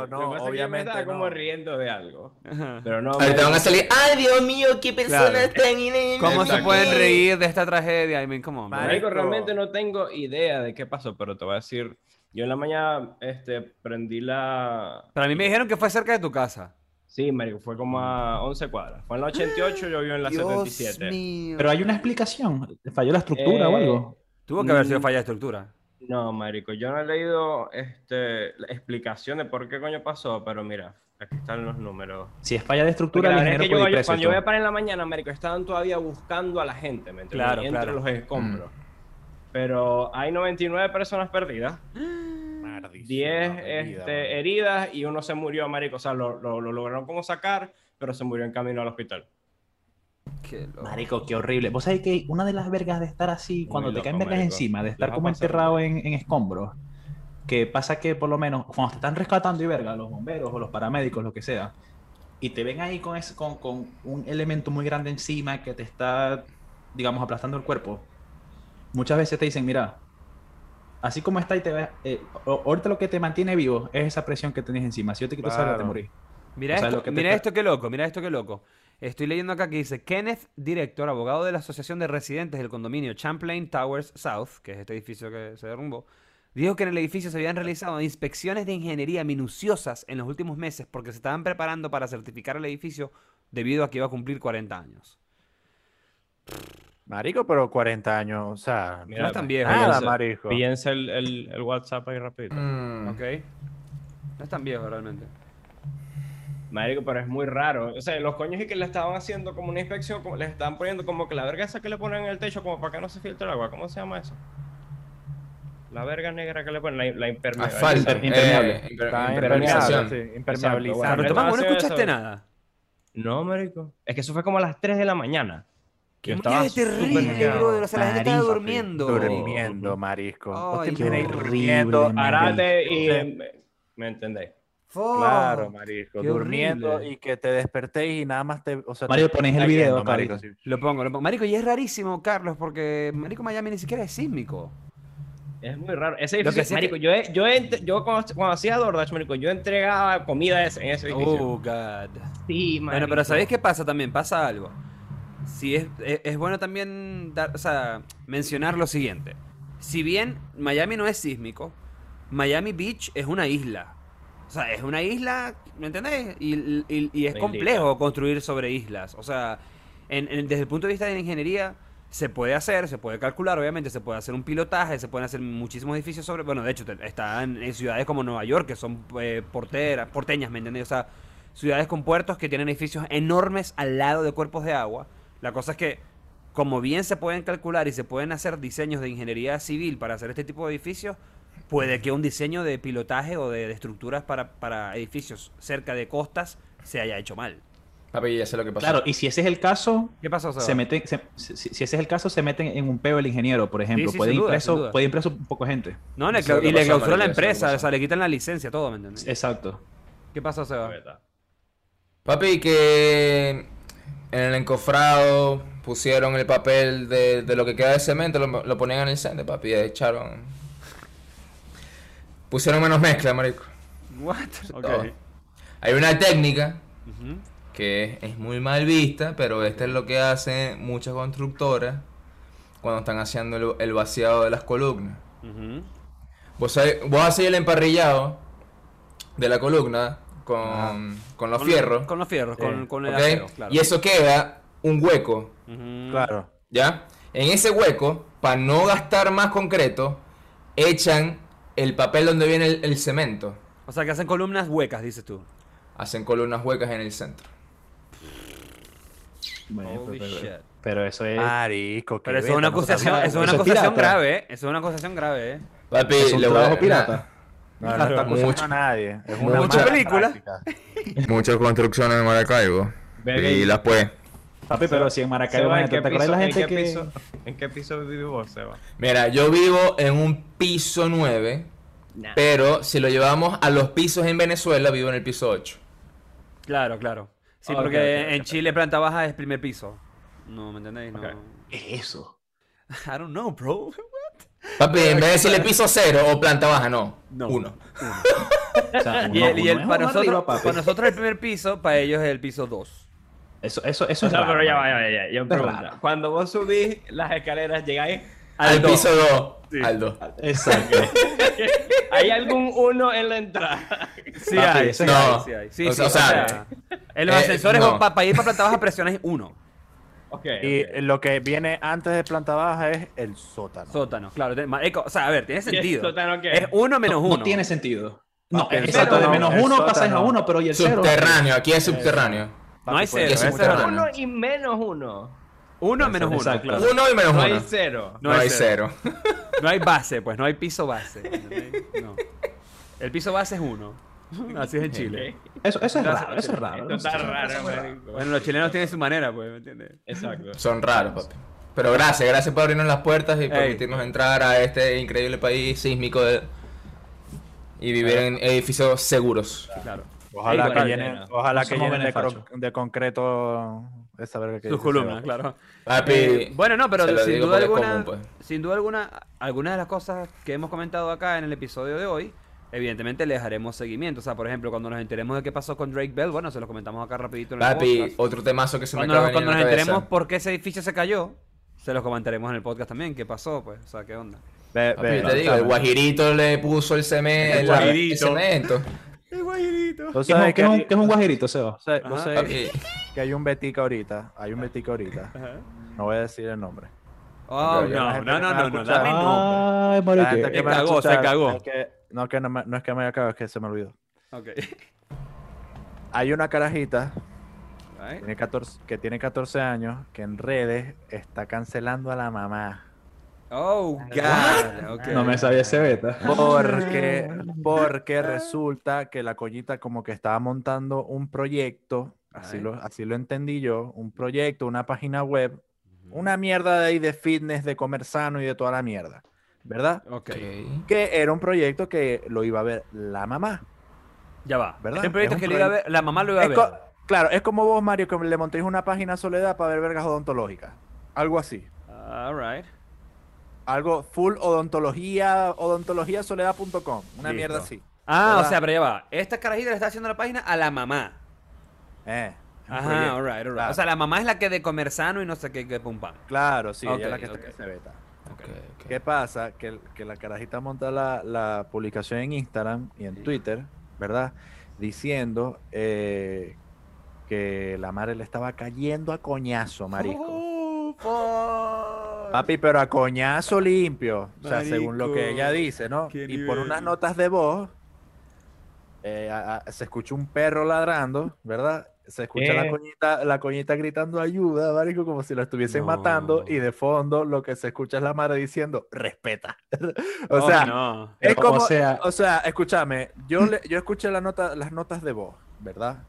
Speaker 1: Lo que
Speaker 5: no,
Speaker 1: pasa es que yo
Speaker 5: obviamente
Speaker 1: me estaba como
Speaker 5: no.
Speaker 1: riendo de algo.
Speaker 2: Ajá.
Speaker 1: Pero no.
Speaker 4: Ahorita van a salir. ¡Ay, Dios mío, qué
Speaker 2: Claro.
Speaker 4: personas tan inentendibles!
Speaker 2: ¿Cómo se
Speaker 1: Exacto.
Speaker 2: pueden reír de esta tragedia? I mean, come on, bro.
Speaker 1: Marico,
Speaker 5: Marico.
Speaker 1: realmente no tengo idea de qué pasó, pero te voy a decir. Yo en la mañana este, prendí la.
Speaker 2: Pero a mí me dijeron que fue cerca de tu casa.
Speaker 1: Sí, Marico, fue como a 11 cuadras. Fue en la 88, yo vivo en la 77.
Speaker 2: mío.
Speaker 3: Pero hay una explicación. ¿Falló la estructura o
Speaker 1: Eh,
Speaker 3: algo?
Speaker 2: Tuvo que haber sido
Speaker 1: Mm.
Speaker 2: falla de estructura.
Speaker 1: No, marico, yo no he leído este, la explicación de por qué coño pasó, pero mira, aquí están los números.
Speaker 3: Si es falla de
Speaker 1: Porque
Speaker 3: estructura,
Speaker 1: la
Speaker 3: el
Speaker 1: verdad es
Speaker 3: ingeniero
Speaker 1: que yo,
Speaker 3: puede ir
Speaker 1: yo-
Speaker 3: preso y
Speaker 1: cuando yo
Speaker 3: todo.
Speaker 1: voy a parar en la mañana, marico, estaban todavía buscando a la gente, ¿me entiendes?
Speaker 2: Claro,
Speaker 1: Entre
Speaker 2: claro. Mm.
Speaker 1: los escombros. Pero hay 99 personas perdidas,
Speaker 5: Maldición,
Speaker 1: 10
Speaker 5: la bebida,
Speaker 1: este,
Speaker 5: mano.
Speaker 1: heridas y uno se murió, marico. O sea, lo, lo- lo lograron como sacar, pero se murió en camino al hospital.
Speaker 2: Qué loco.
Speaker 3: Marico, qué horrible. Vos sabés que una de las vergas de estar así,
Speaker 1: Muy
Speaker 3: cuando te
Speaker 1: loco,
Speaker 3: caen vergas
Speaker 1: marico.
Speaker 3: encima, de
Speaker 1: Les
Speaker 3: estar
Speaker 1: va
Speaker 3: como
Speaker 1: pasando.
Speaker 3: enterrado en, en escombros, que pasa que por lo menos, cuando te están rescatando y verga, los bomberos o los paramédicos, lo que sea, y te ven ahí con, ese- con, con un elemento muy grande encima que te está, digamos, aplastando el cuerpo, muchas veces te dicen, mira, así como está y te ves, eh, o- ahorita lo que te mantiene vivo es esa presión que tenés encima. Si yo te quito esa verga, te
Speaker 5: Claro.
Speaker 3: morís.
Speaker 2: Mira,
Speaker 3: O sea,
Speaker 2: esto,
Speaker 3: lo que te
Speaker 2: mira
Speaker 3: está-
Speaker 2: esto qué loco, mira esto qué loco. Estoy leyendo acá que dice Kenneth, director, abogado de la Asociación de Residentes del condominio Champlain Towers South, que es este edificio que se derrumbó, dijo que en el edificio se habían realizado inspecciones de ingeniería minuciosas en los últimos meses porque se estaban preparando para certificar el edificio debido a que iba a cumplir 40 años.
Speaker 5: Marico, pero 40 años, o sea,
Speaker 1: Mira,
Speaker 2: no es tan
Speaker 1: pues,
Speaker 2: viejo.
Speaker 5: nada,
Speaker 1: piensa-
Speaker 5: marico.
Speaker 1: Pídense el, el- el WhatsApp ahí rapidito.
Speaker 4: Mm.
Speaker 2: Ok. No es tan viejo realmente.
Speaker 1: Marico, pero es muy raro. O sea, los coños y que le estaban haciendo como una inspección, como, le estaban poniendo como que la verga esa que le ponen en el techo, como para que no se filtre el agua. ¿Cómo se llama eso? La verga negra que le ponen, la, la impermeable.
Speaker 4: Asfalto.
Speaker 1: Imper-
Speaker 4: Impermeable.
Speaker 3: impermeable.
Speaker 4: impermeable.
Speaker 5: Está
Speaker 4: Impermeabilización.
Speaker 5: impermeable, sí,
Speaker 1: Exacto,
Speaker 5: impermeabilizar.
Speaker 1: bueno.
Speaker 2: Carlos
Speaker 1: no
Speaker 2: Tomás,
Speaker 1: va a
Speaker 2: vos no
Speaker 1: ser
Speaker 2: escuchaste
Speaker 1: eso.
Speaker 2: nada.
Speaker 1: No, marico. Es que eso fue como a las 3 de la mañana.
Speaker 2: Qué
Speaker 1: Yo estaba
Speaker 2: es terrible,
Speaker 1: súper-
Speaker 2: bro. O sea, la gente estaba
Speaker 3: Marico,
Speaker 2: durmiendo.
Speaker 5: Durmiendo, marisco. Vos te
Speaker 2: Ay,
Speaker 5: imaginas
Speaker 2: qué
Speaker 5: durmiendo,
Speaker 3: horrible,
Speaker 5: ah,
Speaker 1: Arate y... ¿Me entendéis?
Speaker 2: Fuck.
Speaker 5: Claro, marisco.
Speaker 2: qué
Speaker 5: durmiendo
Speaker 2: horrible.
Speaker 5: y que te despertéis y nada más te. O sea,
Speaker 3: Mario,
Speaker 5: te-
Speaker 3: pones el
Speaker 5: está
Speaker 3: video
Speaker 5: yendo,
Speaker 3: acá
Speaker 5: marico,
Speaker 3: ahorita.
Speaker 5: sí.
Speaker 2: Lo pongo, lo pongo. Marico, y es rarísimo, Carlos, porque Marico Miami ni siquiera es sísmico.
Speaker 1: Es muy raro. Ese
Speaker 2: Lo que
Speaker 1: edificio,
Speaker 2: sí es
Speaker 1: marico,
Speaker 2: que-
Speaker 1: yo, he- yo, he entre- yo cuando, cuando hacía DoorDash, marico, yo entregaba comida en ese en ese edificio.
Speaker 2: Oh, God.
Speaker 1: sí,
Speaker 2: Bueno, pero ¿sabéis qué pasa también? Pasa algo. Si es, es, es bueno también dar, o sea, mencionar lo siguiente. Si bien Miami no es sísmico, Miami Beach es una isla. O sea, es una isla, ¿me entendés? Y, y- y es
Speaker 1: Bendita.
Speaker 2: complejo construir sobre islas. O sea, en- en- desde el punto de vista de la ingeniería, se puede hacer, se puede calcular, obviamente, se puede hacer un pilotaje, se pueden hacer muchísimos edificios sobre... Bueno, de hecho, te- están en ciudades como Nueva York, que son eh, porteras, porteñas, ¿me entendés? O sea, ciudades con puertos que tienen edificios enormes al lado de cuerpos de agua. La cosa es que, como bien se pueden calcular y se pueden hacer diseños de ingeniería civil para hacer este tipo de edificios, puede que un diseño de pilotaje o de, de estructuras para, para edificios cerca de costas se haya hecho mal.
Speaker 4: Papi, ya sé lo que pasó.
Speaker 3: Claro, y si ese es el caso,
Speaker 2: ¿Qué pasó, Seba?
Speaker 3: se meten, se- si, si ese es el caso, se meten en un peo el ingeniero, por ejemplo.
Speaker 2: Sí, sí,
Speaker 3: puede,
Speaker 2: sin
Speaker 3: ir
Speaker 2: duda, sin
Speaker 3: preso,
Speaker 2: duda.
Speaker 3: puede ir preso un poco de gente.
Speaker 2: No, le
Speaker 4: Eso es
Speaker 2: clau-
Speaker 4: lo que
Speaker 2: y le
Speaker 4: pasó,
Speaker 2: clausuró la
Speaker 4: marico, eso es lo que
Speaker 2: empresa, o
Speaker 4: pasó.
Speaker 2: sea, le quitan la licencia, todo, ¿me entiendes?
Speaker 3: Exacto.
Speaker 2: ¿Qué pasó, Seba?
Speaker 1: Ahí está.
Speaker 4: Papi, que en el encofrado pusieron el papel de, de lo que queda de cemento, lo, lo ponían en el sende, papi, y echaron. Pusieron menos mezcla, marico.
Speaker 2: What? Ok.
Speaker 4: Todo. Hay una técnica
Speaker 2: Ujú.
Speaker 4: que es muy mal vista, pero esta es lo que hacen muchas constructoras cuando están haciendo el, el vaciado de las columnas.
Speaker 2: Ujú.
Speaker 4: Vos, sabés- vos hacéis el emparrillado de la columna con, con los
Speaker 2: Con-
Speaker 4: fierros,
Speaker 2: Con los fierros, con, con el
Speaker 4: ¿ok?
Speaker 2: acero, claro.
Speaker 4: y eso queda un hueco,
Speaker 2: Ujú.
Speaker 5: Claro.
Speaker 4: ¿ya? En ese hueco, para no gastar más concreto, echan el papel donde viene el, el cemento.
Speaker 2: O sea, que hacen columnas huecas, dices tú.
Speaker 4: Hacen columnas huecas en el centro.
Speaker 3: Bueno,
Speaker 1: Holy
Speaker 3: pero,
Speaker 1: shit.
Speaker 3: pero eso es.
Speaker 5: Marisco, qué
Speaker 2: Pero eso es
Speaker 5: beta,
Speaker 2: una
Speaker 5: no se
Speaker 2: acusación,
Speaker 5: sabe.
Speaker 2: eso es una
Speaker 3: Eso es
Speaker 2: acusación
Speaker 3: pirata.
Speaker 2: grave, ¿eh? Eso es una acusación grave, ¿eh?
Speaker 4: Papi,
Speaker 3: es un
Speaker 4: le voy a-
Speaker 3: trabajo pirata.
Speaker 5: No, no está acusando
Speaker 4: Mucho.
Speaker 5: a nadie. Es
Speaker 4: Mucha
Speaker 5: una mala
Speaker 2: película.
Speaker 5: práctica.
Speaker 4: Mucha construcción en Maracaibo.
Speaker 1: Verga,
Speaker 4: y
Speaker 1: y-
Speaker 4: las pues.
Speaker 3: Papi, pero si en Maracaibo,
Speaker 1: Seba, ¿en
Speaker 3: imagínate,
Speaker 1: qué
Speaker 3: ¿te acuerdas de la
Speaker 1: piso- en qué
Speaker 3: gente que.?
Speaker 1: piso- ¿En qué piso vivo vos, Seba?
Speaker 4: Mira, yo vivo en un piso 9, pero si lo llevamos a los pisos en Venezuela, vivo en el piso 8.
Speaker 2: Claro, claro. Sí,
Speaker 1: Ok,
Speaker 2: porque
Speaker 1: ok,
Speaker 2: en
Speaker 1: ok,
Speaker 2: Chile planta baja es primer piso. No, ¿me entendéis? No.
Speaker 1: Ok.
Speaker 3: ¿Qué es eso?
Speaker 2: I don't know, bro.
Speaker 4: Papi, en vez de decirle piso 0 o planta baja, no.
Speaker 2: No.
Speaker 4: Uno.
Speaker 3: O sea,
Speaker 2: Y
Speaker 3: uno-
Speaker 2: el, y el-
Speaker 3: uno es
Speaker 2: para,
Speaker 3: más
Speaker 2: nosotros,
Speaker 3: arriba, papi.
Speaker 2: para nosotros el primer piso, para ellos es el piso 2.
Speaker 3: Eso, eso, eso
Speaker 1: O
Speaker 3: es.
Speaker 1: sea,
Speaker 3: raro,
Speaker 1: pero ya
Speaker 3: marico.
Speaker 1: va, ya va, ya va, ya va, pregunta.
Speaker 3: raro.
Speaker 1: Cuando vos subís las escaleras, llegáis.
Speaker 4: Al piso 2. Al 2.
Speaker 3: Exacto.
Speaker 1: ¿Hay algún uno en la entrada?
Speaker 2: Sí
Speaker 3: Papi,
Speaker 2: hay,
Speaker 3: eso es
Speaker 2: sí
Speaker 4: grave.
Speaker 2: hay, sí hay. Sí,
Speaker 4: O
Speaker 2: sí,
Speaker 4: sea,
Speaker 2: o
Speaker 4: o sea,
Speaker 2: sea, en los
Speaker 4: eh,
Speaker 2: ascensores
Speaker 4: no.
Speaker 2: para ir para planta baja presión es 1.
Speaker 1: Ok.
Speaker 5: Y
Speaker 1: ok.
Speaker 5: lo que viene antes de planta baja es el sótano.
Speaker 2: Sótano, claro. te- marico, o sea, a ver, tiene
Speaker 1: el
Speaker 2: sentido.
Speaker 1: sótano qué?
Speaker 2: Es 1 menos 1.
Speaker 3: No tiene sentido. No,
Speaker 5: Papi, el
Speaker 3: exacto, de
Speaker 5: sótano,
Speaker 3: menos
Speaker 5: el
Speaker 3: uno pasas a
Speaker 5: sótano.
Speaker 3: uno, pero y el cero.
Speaker 4: Subterráneo, aquí es subterráneo.
Speaker 2: No hay
Speaker 5: Papi,
Speaker 2: cero,
Speaker 4: pues,
Speaker 2: ese
Speaker 4: ya
Speaker 2: es
Speaker 4: se
Speaker 2: verdad.
Speaker 4: mutaron.
Speaker 1: Uno y menos uno.
Speaker 2: Uno menos uno,
Speaker 3: Exacto.
Speaker 2: claro.
Speaker 4: Uno y menos
Speaker 1: No
Speaker 4: uno.
Speaker 1: hay cero.
Speaker 4: No hay cero.
Speaker 2: No hay base, pues no hay piso base. ¿entendés? No. El piso base es uno. Así es en Chile.
Speaker 1: Ok.
Speaker 3: Eso, Ah, eso es
Speaker 2: Gracias,
Speaker 3: raro, eso es raro.
Speaker 1: Esto
Speaker 3: no sé.
Speaker 1: está raro, marico.
Speaker 2: Bueno, los chilenos tienen su manera, pues, ¿me entiendes?
Speaker 1: Exacto.
Speaker 4: Son raros, papi. Pero gracias, gracias por abrirnos las puertas y permitirnos entrar a este increíble país sísmico de- y vivir en edificios seguros.
Speaker 2: Claro.
Speaker 5: Ojalá
Speaker 1: Ey,
Speaker 5: que
Speaker 1: bueno,
Speaker 5: llenen,
Speaker 1: bueno.
Speaker 5: ojalá
Speaker 3: No
Speaker 5: que
Speaker 3: somos
Speaker 5: llenen de,
Speaker 3: benefacho.
Speaker 5: cro- de concreto esa verga que
Speaker 2: Sus
Speaker 5: dice
Speaker 2: columnas,
Speaker 5: Seba.
Speaker 2: claro.
Speaker 4: Papi,
Speaker 2: Eh, bueno, no, pero
Speaker 4: se lo
Speaker 2: sin
Speaker 4: digo
Speaker 2: duda,
Speaker 4: porque
Speaker 2: alguna,
Speaker 4: es común, pues.
Speaker 2: sin duda alguna, algunas de las cosas que hemos comentado acá en el episodio de hoy, evidentemente les haremos seguimiento. O sea, por ejemplo, cuando nos enteremos de qué pasó con Drake Bell, bueno, se los comentamos acá rapidito en el
Speaker 4: Papi,
Speaker 2: podcast.
Speaker 4: otro temazo que se
Speaker 2: Cuando,
Speaker 4: me acaba
Speaker 2: nos-
Speaker 4: de venir
Speaker 2: cuando nos
Speaker 4: a la cabeza.
Speaker 2: enteremos por qué ese edificio se cayó, se los comentaremos en el podcast también. ¿Qué pasó, pues? O sea, ¿qué onda?
Speaker 5: Ve-
Speaker 4: Papi,
Speaker 5: ve,
Speaker 4: te digo, el guajirito le puso el, cemento, el,
Speaker 2: guajirito.
Speaker 4: cemento.
Speaker 5: ¿Tú
Speaker 3: ¿Qué es un-
Speaker 5: sabes
Speaker 3: qué
Speaker 5: que
Speaker 3: es un-
Speaker 5: hay,
Speaker 3: qué es un guajirito, Seba?
Speaker 5: vos sabés- vos
Speaker 2: Ajá.
Speaker 5: sabés
Speaker 4: Papi,
Speaker 5: que hay un betica ahorita? Hay un betica ahorita. No voy a decir el nombre.
Speaker 2: Oh,
Speaker 4: Pero ya
Speaker 5: la
Speaker 2: no,
Speaker 5: gente
Speaker 2: no,
Speaker 5: que
Speaker 2: no,
Speaker 5: me va a
Speaker 2: no, no,
Speaker 5: escuchar-
Speaker 2: dame
Speaker 3: Ay,
Speaker 2: nombre.
Speaker 5: La
Speaker 3: marico.
Speaker 5: gente que
Speaker 2: Se
Speaker 5: me va a
Speaker 2: cagó, se
Speaker 5: escuchar,
Speaker 2: cagó.
Speaker 5: es que- no, que no, me- no es que me haya cagado, es que se me olvidó.
Speaker 2: Ok.
Speaker 5: Hay una carajita
Speaker 2: Alright.
Speaker 5: tiene 14 que tiene 14 años que en redes está cancelando a la mamá.
Speaker 2: Oh, God. ok.
Speaker 3: No me sabía ese beta.
Speaker 5: Porque, porque resulta que la coñita como que estaba montando un proyecto, así
Speaker 2: Ay.
Speaker 5: lo, así lo entendí yo, un proyecto, una página web, una mierda de ahí de fitness, de comer sano y de toda la mierda, ¿verdad?
Speaker 2: Ok.
Speaker 4: ok.
Speaker 5: Que era un proyecto que lo iba a ver la mamá.
Speaker 2: Ya va.
Speaker 5: ¿Verdad?
Speaker 2: El proyecto
Speaker 5: Es un
Speaker 2: que le iba a
Speaker 5: proyecto.
Speaker 2: ver, la mamá lo iba a
Speaker 5: Es
Speaker 2: ver.
Speaker 5: co- claro, es como vos, Mario, que le montéis una página a Soledad para ver vergas odontológicas. Algo así.
Speaker 2: All right.
Speaker 5: Algo full odontología, odontologiasoledad.com. Una mierda
Speaker 2: Listo.
Speaker 5: así.
Speaker 2: Ah, o
Speaker 5: ¿Verdad?
Speaker 2: sea, pero ya va. Esta carajita le está haciendo la página a la mamá.
Speaker 5: Eh, es un
Speaker 2: Ajá,
Speaker 5: proyecto.
Speaker 2: all right, all right.
Speaker 5: Claro.
Speaker 2: O sea, la mamá es la que de comer sano y no sé qué, que pum pam.
Speaker 5: Claro, sí, ella es la
Speaker 2: Ok,
Speaker 5: que está
Speaker 2: ok.
Speaker 5: en ese beta.
Speaker 4: ok, ok.
Speaker 5: ¿Qué pasa? Que, el- que la carajita monta la, la publicación en Instagram y en Twitter, ¿verdad? Diciendo eh, que la madre le estaba cayendo a coñazo, marico.
Speaker 2: Oh,
Speaker 5: Papi, pero a coñazo limpio. O sea, según lo que ella
Speaker 2: Marico,
Speaker 5: dice, ¿no?
Speaker 2: qué
Speaker 5: Y por unas
Speaker 2: nivel.
Speaker 5: notas de voz, eh, a- a- se escucha un perro ladrando, ¿verdad? Se escucha la
Speaker 1: Eh.
Speaker 5: coñita, la coñita gritando ayuda, marico, como si la estuviesen matando.
Speaker 2: No.
Speaker 5: Y de fondo lo que se escucha es la madre diciendo, respeta. o
Speaker 2: Oh,
Speaker 5: sea,
Speaker 2: no. Mm.
Speaker 5: es
Speaker 3: Pero,
Speaker 5: como,
Speaker 3: o sea-
Speaker 5: o sea, escúchame, yo, le- yo escuché la nota, las notas de voz, ¿verdad?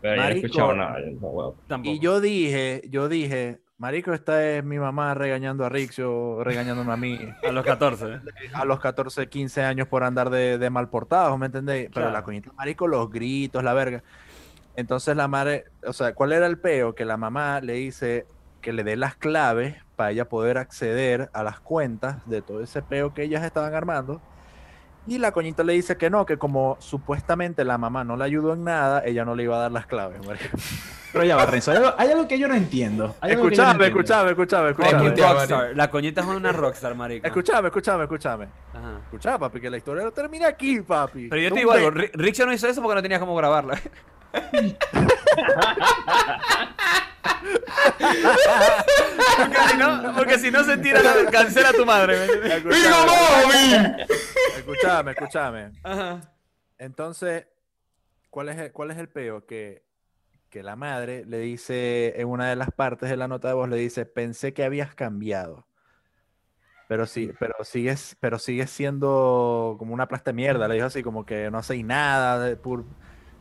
Speaker 1: Pero yo no he
Speaker 5: Marico.
Speaker 1: escuchado nada. yo no, huevo.
Speaker 2: Tampoco.
Speaker 5: Y yo dije, yo dije, marico, esta es mi mamá regañando a Rixio, regañándome a mí,
Speaker 2: A los 14.
Speaker 5: a los 14, 15 años por andar de, de mal portados, ¿me entendéis? Pero
Speaker 2: Claro.
Speaker 5: la coñita, marico, los gritos, la verga. Entonces la madre, o sea, ¿cuál era el peo? Que la mamá le dice que le dé las claves para ella poder acceder a las cuentas de todo ese peo que ellas estaban armando. Y la coñita le dice que no, que como supuestamente la mamá no le ayudó en nada, ella no le iba a dar las claves. marico.
Speaker 3: Pero ya va, Renzo, hay algo, hay algo que yo no entiendo. Hay algo que yo no
Speaker 5: Escuchame,
Speaker 3: entiendo.
Speaker 5: escuchame, escuchame,
Speaker 2: Fucking
Speaker 5: escuchame.
Speaker 4: Escucha,
Speaker 2: rockstar. La coñita es una rockstar, marico.
Speaker 5: Escuchame, escuchame, escuchame.
Speaker 2: Ajá.
Speaker 5: Escuchá, papi, que la historia no termina aquí, papi.
Speaker 2: Pero yo
Speaker 5: Tú
Speaker 2: te digo algo,
Speaker 5: ve-
Speaker 2: Ri- Rickson no hizo eso porque no tenía cómo grabarla. porque, si no, porque si no se tira, la- cancela a tu madre. ¿me entiendes?
Speaker 5: Escuchame, escuchame, escuchame.
Speaker 2: Ajá.
Speaker 5: Entonces, ¿cuál es el, cuál es el peo? Que, que la madre le dice, en una de las partes de la nota de voz, le dice, pensé que habías cambiado. Pero sí, pero sigues, pero sigues siendo como una plasta de mierda. Le dijo así, como que no hacéis nada, de pur-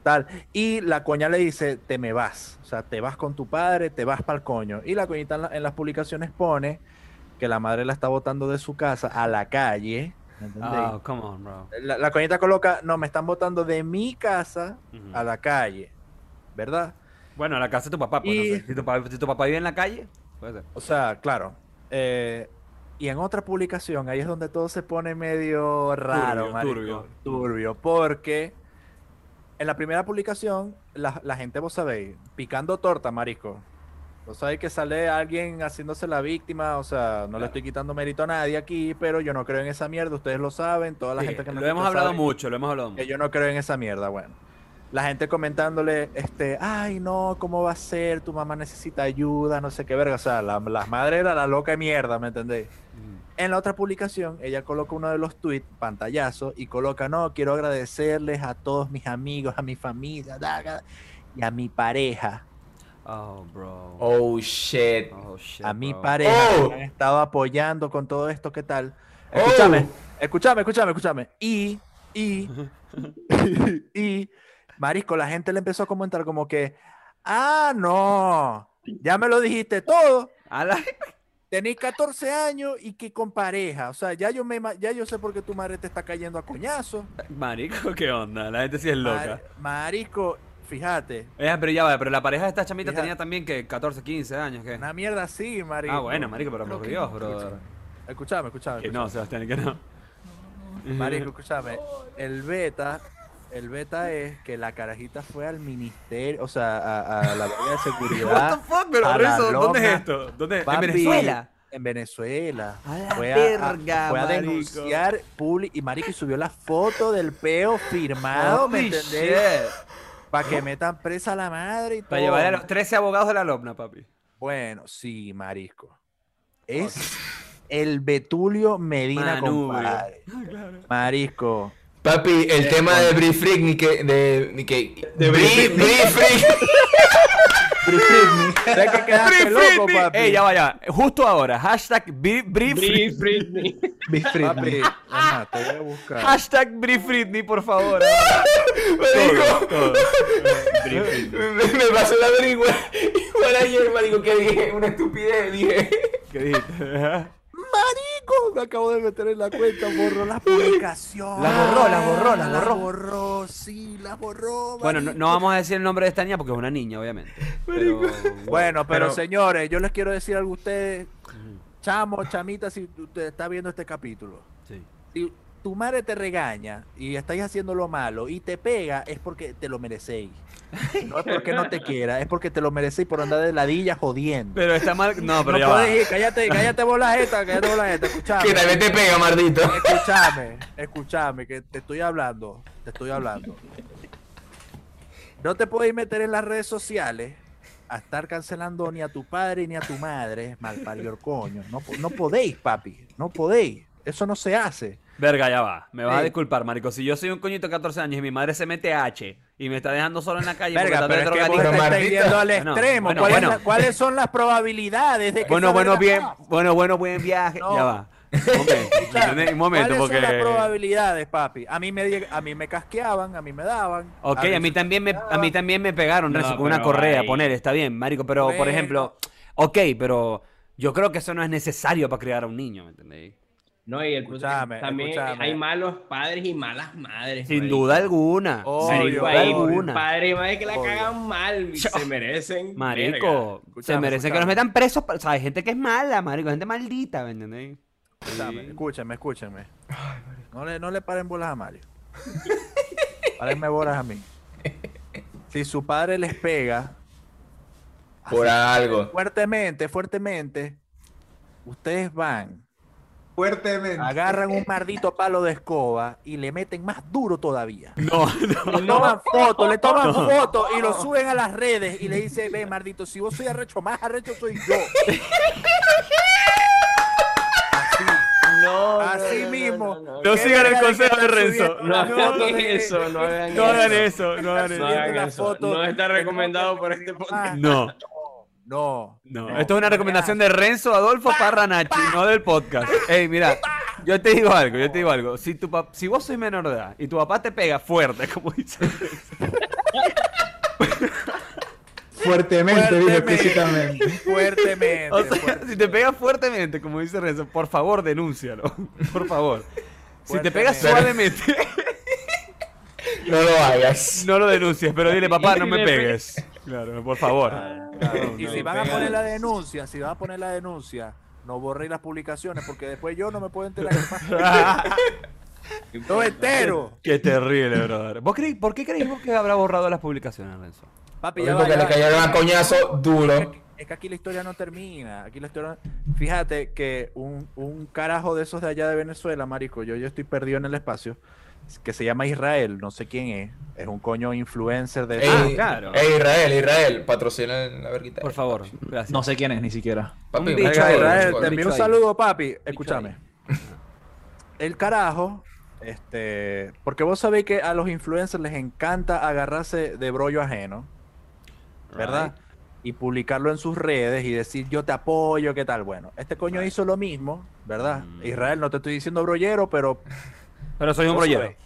Speaker 5: tal. Y la coña le dice, te me vas. O sea, te vas con tu padre, te vas para el coño. Y la coñita en, la- en las publicaciones pone que la madre la está botando de su casa a la calle. ¿me entendéis?
Speaker 2: Oh, come on, bro.
Speaker 5: La, la coñita coloca, no, me están botando de mi casa
Speaker 2: Ujú.
Speaker 5: a la calle, ¿verdad?
Speaker 2: Bueno, a la casa de tu papá, pues. no
Speaker 5: Y-
Speaker 2: sé. Si, tu papá si tu papá vive en la calle, puede ser.
Speaker 5: O sea, claro. eh, y en otra publicación, ahí es donde todo se pone medio raro,
Speaker 2: Turbio,
Speaker 5: marico,
Speaker 2: turbio.
Speaker 5: turbio, porque en la primera publicación, la, la gente, vos sabéis, picando torta, marisco. Vos sabéis que sale alguien haciéndose la víctima, o sea, no le estoy quitando mérito a nadie aquí, pero yo no creo en esa mierda, ustedes lo saben, toda la
Speaker 2: Sí,
Speaker 5: gente que me
Speaker 2: lo
Speaker 5: escucha
Speaker 2: hemos hablado
Speaker 5: sabe.
Speaker 2: mucho, lo hemos hablado mucho.
Speaker 5: que yo no creo en esa mierda, bueno. La gente comentándole, este, ay no, ¿cómo va a ser? Tu mamá necesita ayuda, no sé qué verga. O sea, la- las madres era la loca de mierda, ¿me entendéis?
Speaker 2: Mm.
Speaker 5: En la otra publicación, ella coloca uno de los tweets, pantallazo, y coloca, no, quiero agradecerles a todos mis amigos, a mi familia, da, da, y a mi pareja,
Speaker 2: Oh, bro. Oh,
Speaker 4: Oh shit.
Speaker 2: shit,
Speaker 5: a mi
Speaker 2: bro.
Speaker 5: pareja, que
Speaker 4: Oh.
Speaker 5: me han estado apoyando con todo esto, ¿qué tal?
Speaker 4: Oh.
Speaker 5: Escúchame, escúchame, escúchame, escúchame. Y, y, y, Marisco, la gente le empezó a comentar como que, ah, no, ya me lo dijiste todo,
Speaker 2: A la-
Speaker 5: tenéis 14 años y que con pareja, o sea, ya yo, me, ima- ya yo sé por qué tu madre te está cayendo a coñazo.
Speaker 2: Marico, ¿qué onda? La gente sí es loca.
Speaker 5: Marisco, fíjate,
Speaker 2: Eh, pero ya va, pero la pareja de esta chamita
Speaker 5: Fija-
Speaker 2: tenía también que 14, 15 años, ¿qué?
Speaker 5: una mierda así, Marisco.
Speaker 2: Ah, bueno, marico, pero
Speaker 5: Creo
Speaker 2: por
Speaker 5: que-
Speaker 2: Dios, brother.
Speaker 5: Escúchame, escúchame.
Speaker 2: Que no,
Speaker 5: escúchame.
Speaker 2: Sebastián, que no.
Speaker 5: Marico, escúchame, el beta, el beta es que la carajita fue al ministerio, o sea, a, a la verga de
Speaker 2: What
Speaker 5: seguridad.
Speaker 2: the fuck, pero
Speaker 5: a la
Speaker 2: Renzo, ¿dónde es
Speaker 5: loca,
Speaker 2: esto? ¿Dónde? ¿En
Speaker 5: papi,
Speaker 2: Venezuela?
Speaker 5: En Venezuela.
Speaker 2: A la
Speaker 5: fue a, a-
Speaker 2: verga,
Speaker 5: fue a
Speaker 2: marico.
Speaker 5: denunciar publi- y marico y subió la foto del peo firmado, ¿me
Speaker 2: Holy
Speaker 5: entendés?
Speaker 2: shit.
Speaker 5: Para que metan presa a la madre y todo.
Speaker 2: Para llevar a los 13 abogados de la LOPNA, papi.
Speaker 5: Bueno, sí, marisco. Es el Betulio Medina,
Speaker 2: Manubrio.
Speaker 5: compadre.
Speaker 2: Ah,
Speaker 5: Marisco.
Speaker 4: Papi, Eh, el tema de Brie Freak ni que. de. ni que.
Speaker 1: De
Speaker 4: Brie, Brie Freak.
Speaker 5: Sé que quedaste
Speaker 2: Free
Speaker 5: loco,
Speaker 2: Britney.
Speaker 5: papi.
Speaker 2: Ey, ya va, ya va. Justo ahora, hashtag Bri- Bri- Free-
Speaker 1: Brie Britney.
Speaker 3: Be free,
Speaker 5: Papi,
Speaker 3: man.
Speaker 5: ajá, te voy a buscar.
Speaker 2: Hashtag Bri Britney, por favor.
Speaker 4: Marico.
Speaker 2: Todo.
Speaker 4: Me, me pasó la averigua igual ayer, marico, que dije una estupidez, dije.
Speaker 2: ¿Qué dijiste?
Speaker 5: Marico, me acabo de meter en la cuenta, borró las publicaciones.
Speaker 2: Las borró, las borró, las borró.
Speaker 5: borró, sí, las borró.
Speaker 2: Bueno, no,
Speaker 5: marico.
Speaker 2: no vamos a decir el nombre de esta niña porque es una niña, obviamente. Pero...
Speaker 5: Bueno, pero,
Speaker 4: Pero-
Speaker 5: señores, yo les quiero decir algo a ustedes, chamo, chamita, si usted está viendo este capítulo.
Speaker 2: Sí.
Speaker 5: Si tu madre te regaña y estáis haciendo lo malo y te pega, es porque te lo merecéis. No es porque no te quiera, es porque te lo merecéis por andar de ladilla jodiendo.
Speaker 2: Pero está mal. No, pero
Speaker 5: no
Speaker 2: ya va.
Speaker 5: puedes ir, cállate, cállate bola esta, cállate bola esta, escuchame.
Speaker 4: Que también te pega, mardito.
Speaker 5: Escúchame, escúchame, que te estoy hablando, te estoy hablando. No te puedes meter en las redes sociales a estar cancelando ni a tu padre ni a tu madre, malparior coño. No, po- no podéis, papi, no podéis. Eso no se hace.
Speaker 2: Verga, ya va. Me vas a
Speaker 5: Sí.
Speaker 2: disculpar, marico. Si yo soy un coñito de 14 años y mi madre se mete a H y me está dejando solo en la calle
Speaker 5: Verga,
Speaker 2: porque
Speaker 5: pero es
Speaker 2: está
Speaker 5: que vos
Speaker 4: Pero
Speaker 5: te
Speaker 2: drogadicta.
Speaker 5: estás
Speaker 4: Martita-
Speaker 5: yendo al
Speaker 2: Bueno,
Speaker 5: extremo.
Speaker 2: bueno,
Speaker 5: ¿Cuál es la-
Speaker 2: bueno.
Speaker 5: ¿Cuáles son las probabilidades de que
Speaker 2: Bueno,
Speaker 5: esa
Speaker 2: bueno,
Speaker 5: verga
Speaker 2: bien.
Speaker 5: pase?
Speaker 2: Bueno, bueno, buen viaje.
Speaker 5: No.
Speaker 2: Ya va. Un momento, ¿entendés? un momento,
Speaker 5: ¿Cuáles son las
Speaker 2: porque.
Speaker 5: probabilidades, papi? A mí me, lleg- a mí me casqueaban, a mí me daban.
Speaker 2: Ok, a mí
Speaker 5: veces-
Speaker 2: también me, a mí también me pegaron,
Speaker 1: No,
Speaker 2: Renzo, con una
Speaker 1: pero
Speaker 2: correa,
Speaker 1: ahí-
Speaker 2: poner, está bien, marico. Pero, por
Speaker 5: Bueno.
Speaker 2: ejemplo, ok, pero yo creo que eso no es necesario para criar a un niño, ¿me entendéis?
Speaker 1: No, y el punto es que
Speaker 5: Escúchame,
Speaker 1: también
Speaker 5: escúchame.
Speaker 1: hay malos padres y malas madres.
Speaker 2: Sin
Speaker 1: marico.
Speaker 2: duda alguna.
Speaker 5: Obvio,
Speaker 2: sin
Speaker 1: Marico,
Speaker 2: duda
Speaker 1: hay
Speaker 2: alguna.
Speaker 1: padres y madres que la
Speaker 5: Obvio.
Speaker 1: cagan mal. y Se merecen. verga.
Speaker 2: Marico, se
Speaker 5: Escúchame,
Speaker 2: merecen que nos
Speaker 5: escúchame.
Speaker 2: metan presos. pa- O sea, hay gente que es mala, marico, gente maldita, ¿me entendéis?
Speaker 5: Escúchame, escúchenme, escúchenme. No le, no le paren bolas a Mario. Párenme bolas a mí. Si su padre les pega
Speaker 4: Por algo.
Speaker 5: fuertemente, fuertemente, ustedes van,
Speaker 3: Fuertemente.
Speaker 5: agarran un maldito palo de escoba y le meten más duro todavía.
Speaker 2: No,
Speaker 5: Le toman fotos, le toman fotos y lo suben a las redes y le dicen, ve, maldito, si vos soy arrecho, más arrecho soy yo. Así,
Speaker 1: No, no,
Speaker 5: así
Speaker 1: no, no,
Speaker 5: mismo.
Speaker 1: no, no.
Speaker 7: No sigan el consejo de Renzo.
Speaker 1: No hagan eso, no hagan
Speaker 7: No hagan
Speaker 1: eso.
Speaker 7: eso, no hagan
Speaker 1: No
Speaker 7: eso.
Speaker 1: hagan
Speaker 5: Una
Speaker 1: eso.
Speaker 5: foto
Speaker 1: No está
Speaker 5: de-
Speaker 1: recomendado por este podcast.
Speaker 7: No,
Speaker 5: Ah, No.
Speaker 7: no.
Speaker 2: Esto es una recomendación de Renzo Adolfo Parranachi, no del podcast. Ey, mira, yo te digo algo, yo te digo algo. Si, tu pap- si vos sois menor de edad y tu papá te pega fuerte, como dice.
Speaker 3: Fuertemente, dije
Speaker 5: Fuertemente.
Speaker 3: explícitamente.
Speaker 5: Fuertemente.
Speaker 2: O sea,
Speaker 5: fuerte-
Speaker 2: si te pega fuertemente, como dice Renzo, por favor, denúncialo. Por favor. Si te pega
Speaker 4: Fuertemente.
Speaker 2: suavemente,
Speaker 4: No lo hagas.
Speaker 2: no lo denuncies, pero dile, papá, no me pegues. Claro, por favor.
Speaker 5: y si van a poner la denuncia, si van a poner la denuncia, no borré las publicaciones porque después yo no me puedo enterar. no entero.
Speaker 2: Qué terrible, brother. ¿Vos creí- ¿Por qué creéis vos que habrá borrado las publicaciones, Renzo?
Speaker 5: Papi, ya va,
Speaker 4: Porque
Speaker 5: ya
Speaker 4: le
Speaker 5: va.
Speaker 4: cayeron a coñazo
Speaker 5: Es
Speaker 4: duro.
Speaker 5: que- Es que aquí la historia no termina. Aquí la historia. Fíjate que un, un carajo de esos de allá de Venezuela, marico, yo, yo estoy perdido en el espacio, que se llama Israel, no sé quién es. Es un coño influencer de.
Speaker 2: Ah,
Speaker 4: Ey,
Speaker 2: claro.
Speaker 4: ey, Israel, Israel, patrocina la verguita.
Speaker 2: Por favor, gracias.
Speaker 3: No sé quién es ni siquiera.
Speaker 4: Papi,
Speaker 2: Un
Speaker 4: mucho
Speaker 2: bicho
Speaker 5: Venga,
Speaker 2: ahí,
Speaker 4: gol, mucho
Speaker 5: Israel, te
Speaker 4: gol.
Speaker 5: envío un
Speaker 2: Bicho ahí.
Speaker 5: saludo, papi. Escúchame. El carajo, este, porque vos sabéis que a los influencers les encanta agarrarse de brollo ajeno, ¿verdad? Y publicarlo en sus redes y decir yo te apoyo, ¿qué tal? Bueno, este coño hizo lo mismo, ¿verdad? Israel, no te estoy diciendo brollero, pero
Speaker 2: Mm. Pero soy un
Speaker 5: Vos
Speaker 2: brollero.
Speaker 5: sabés.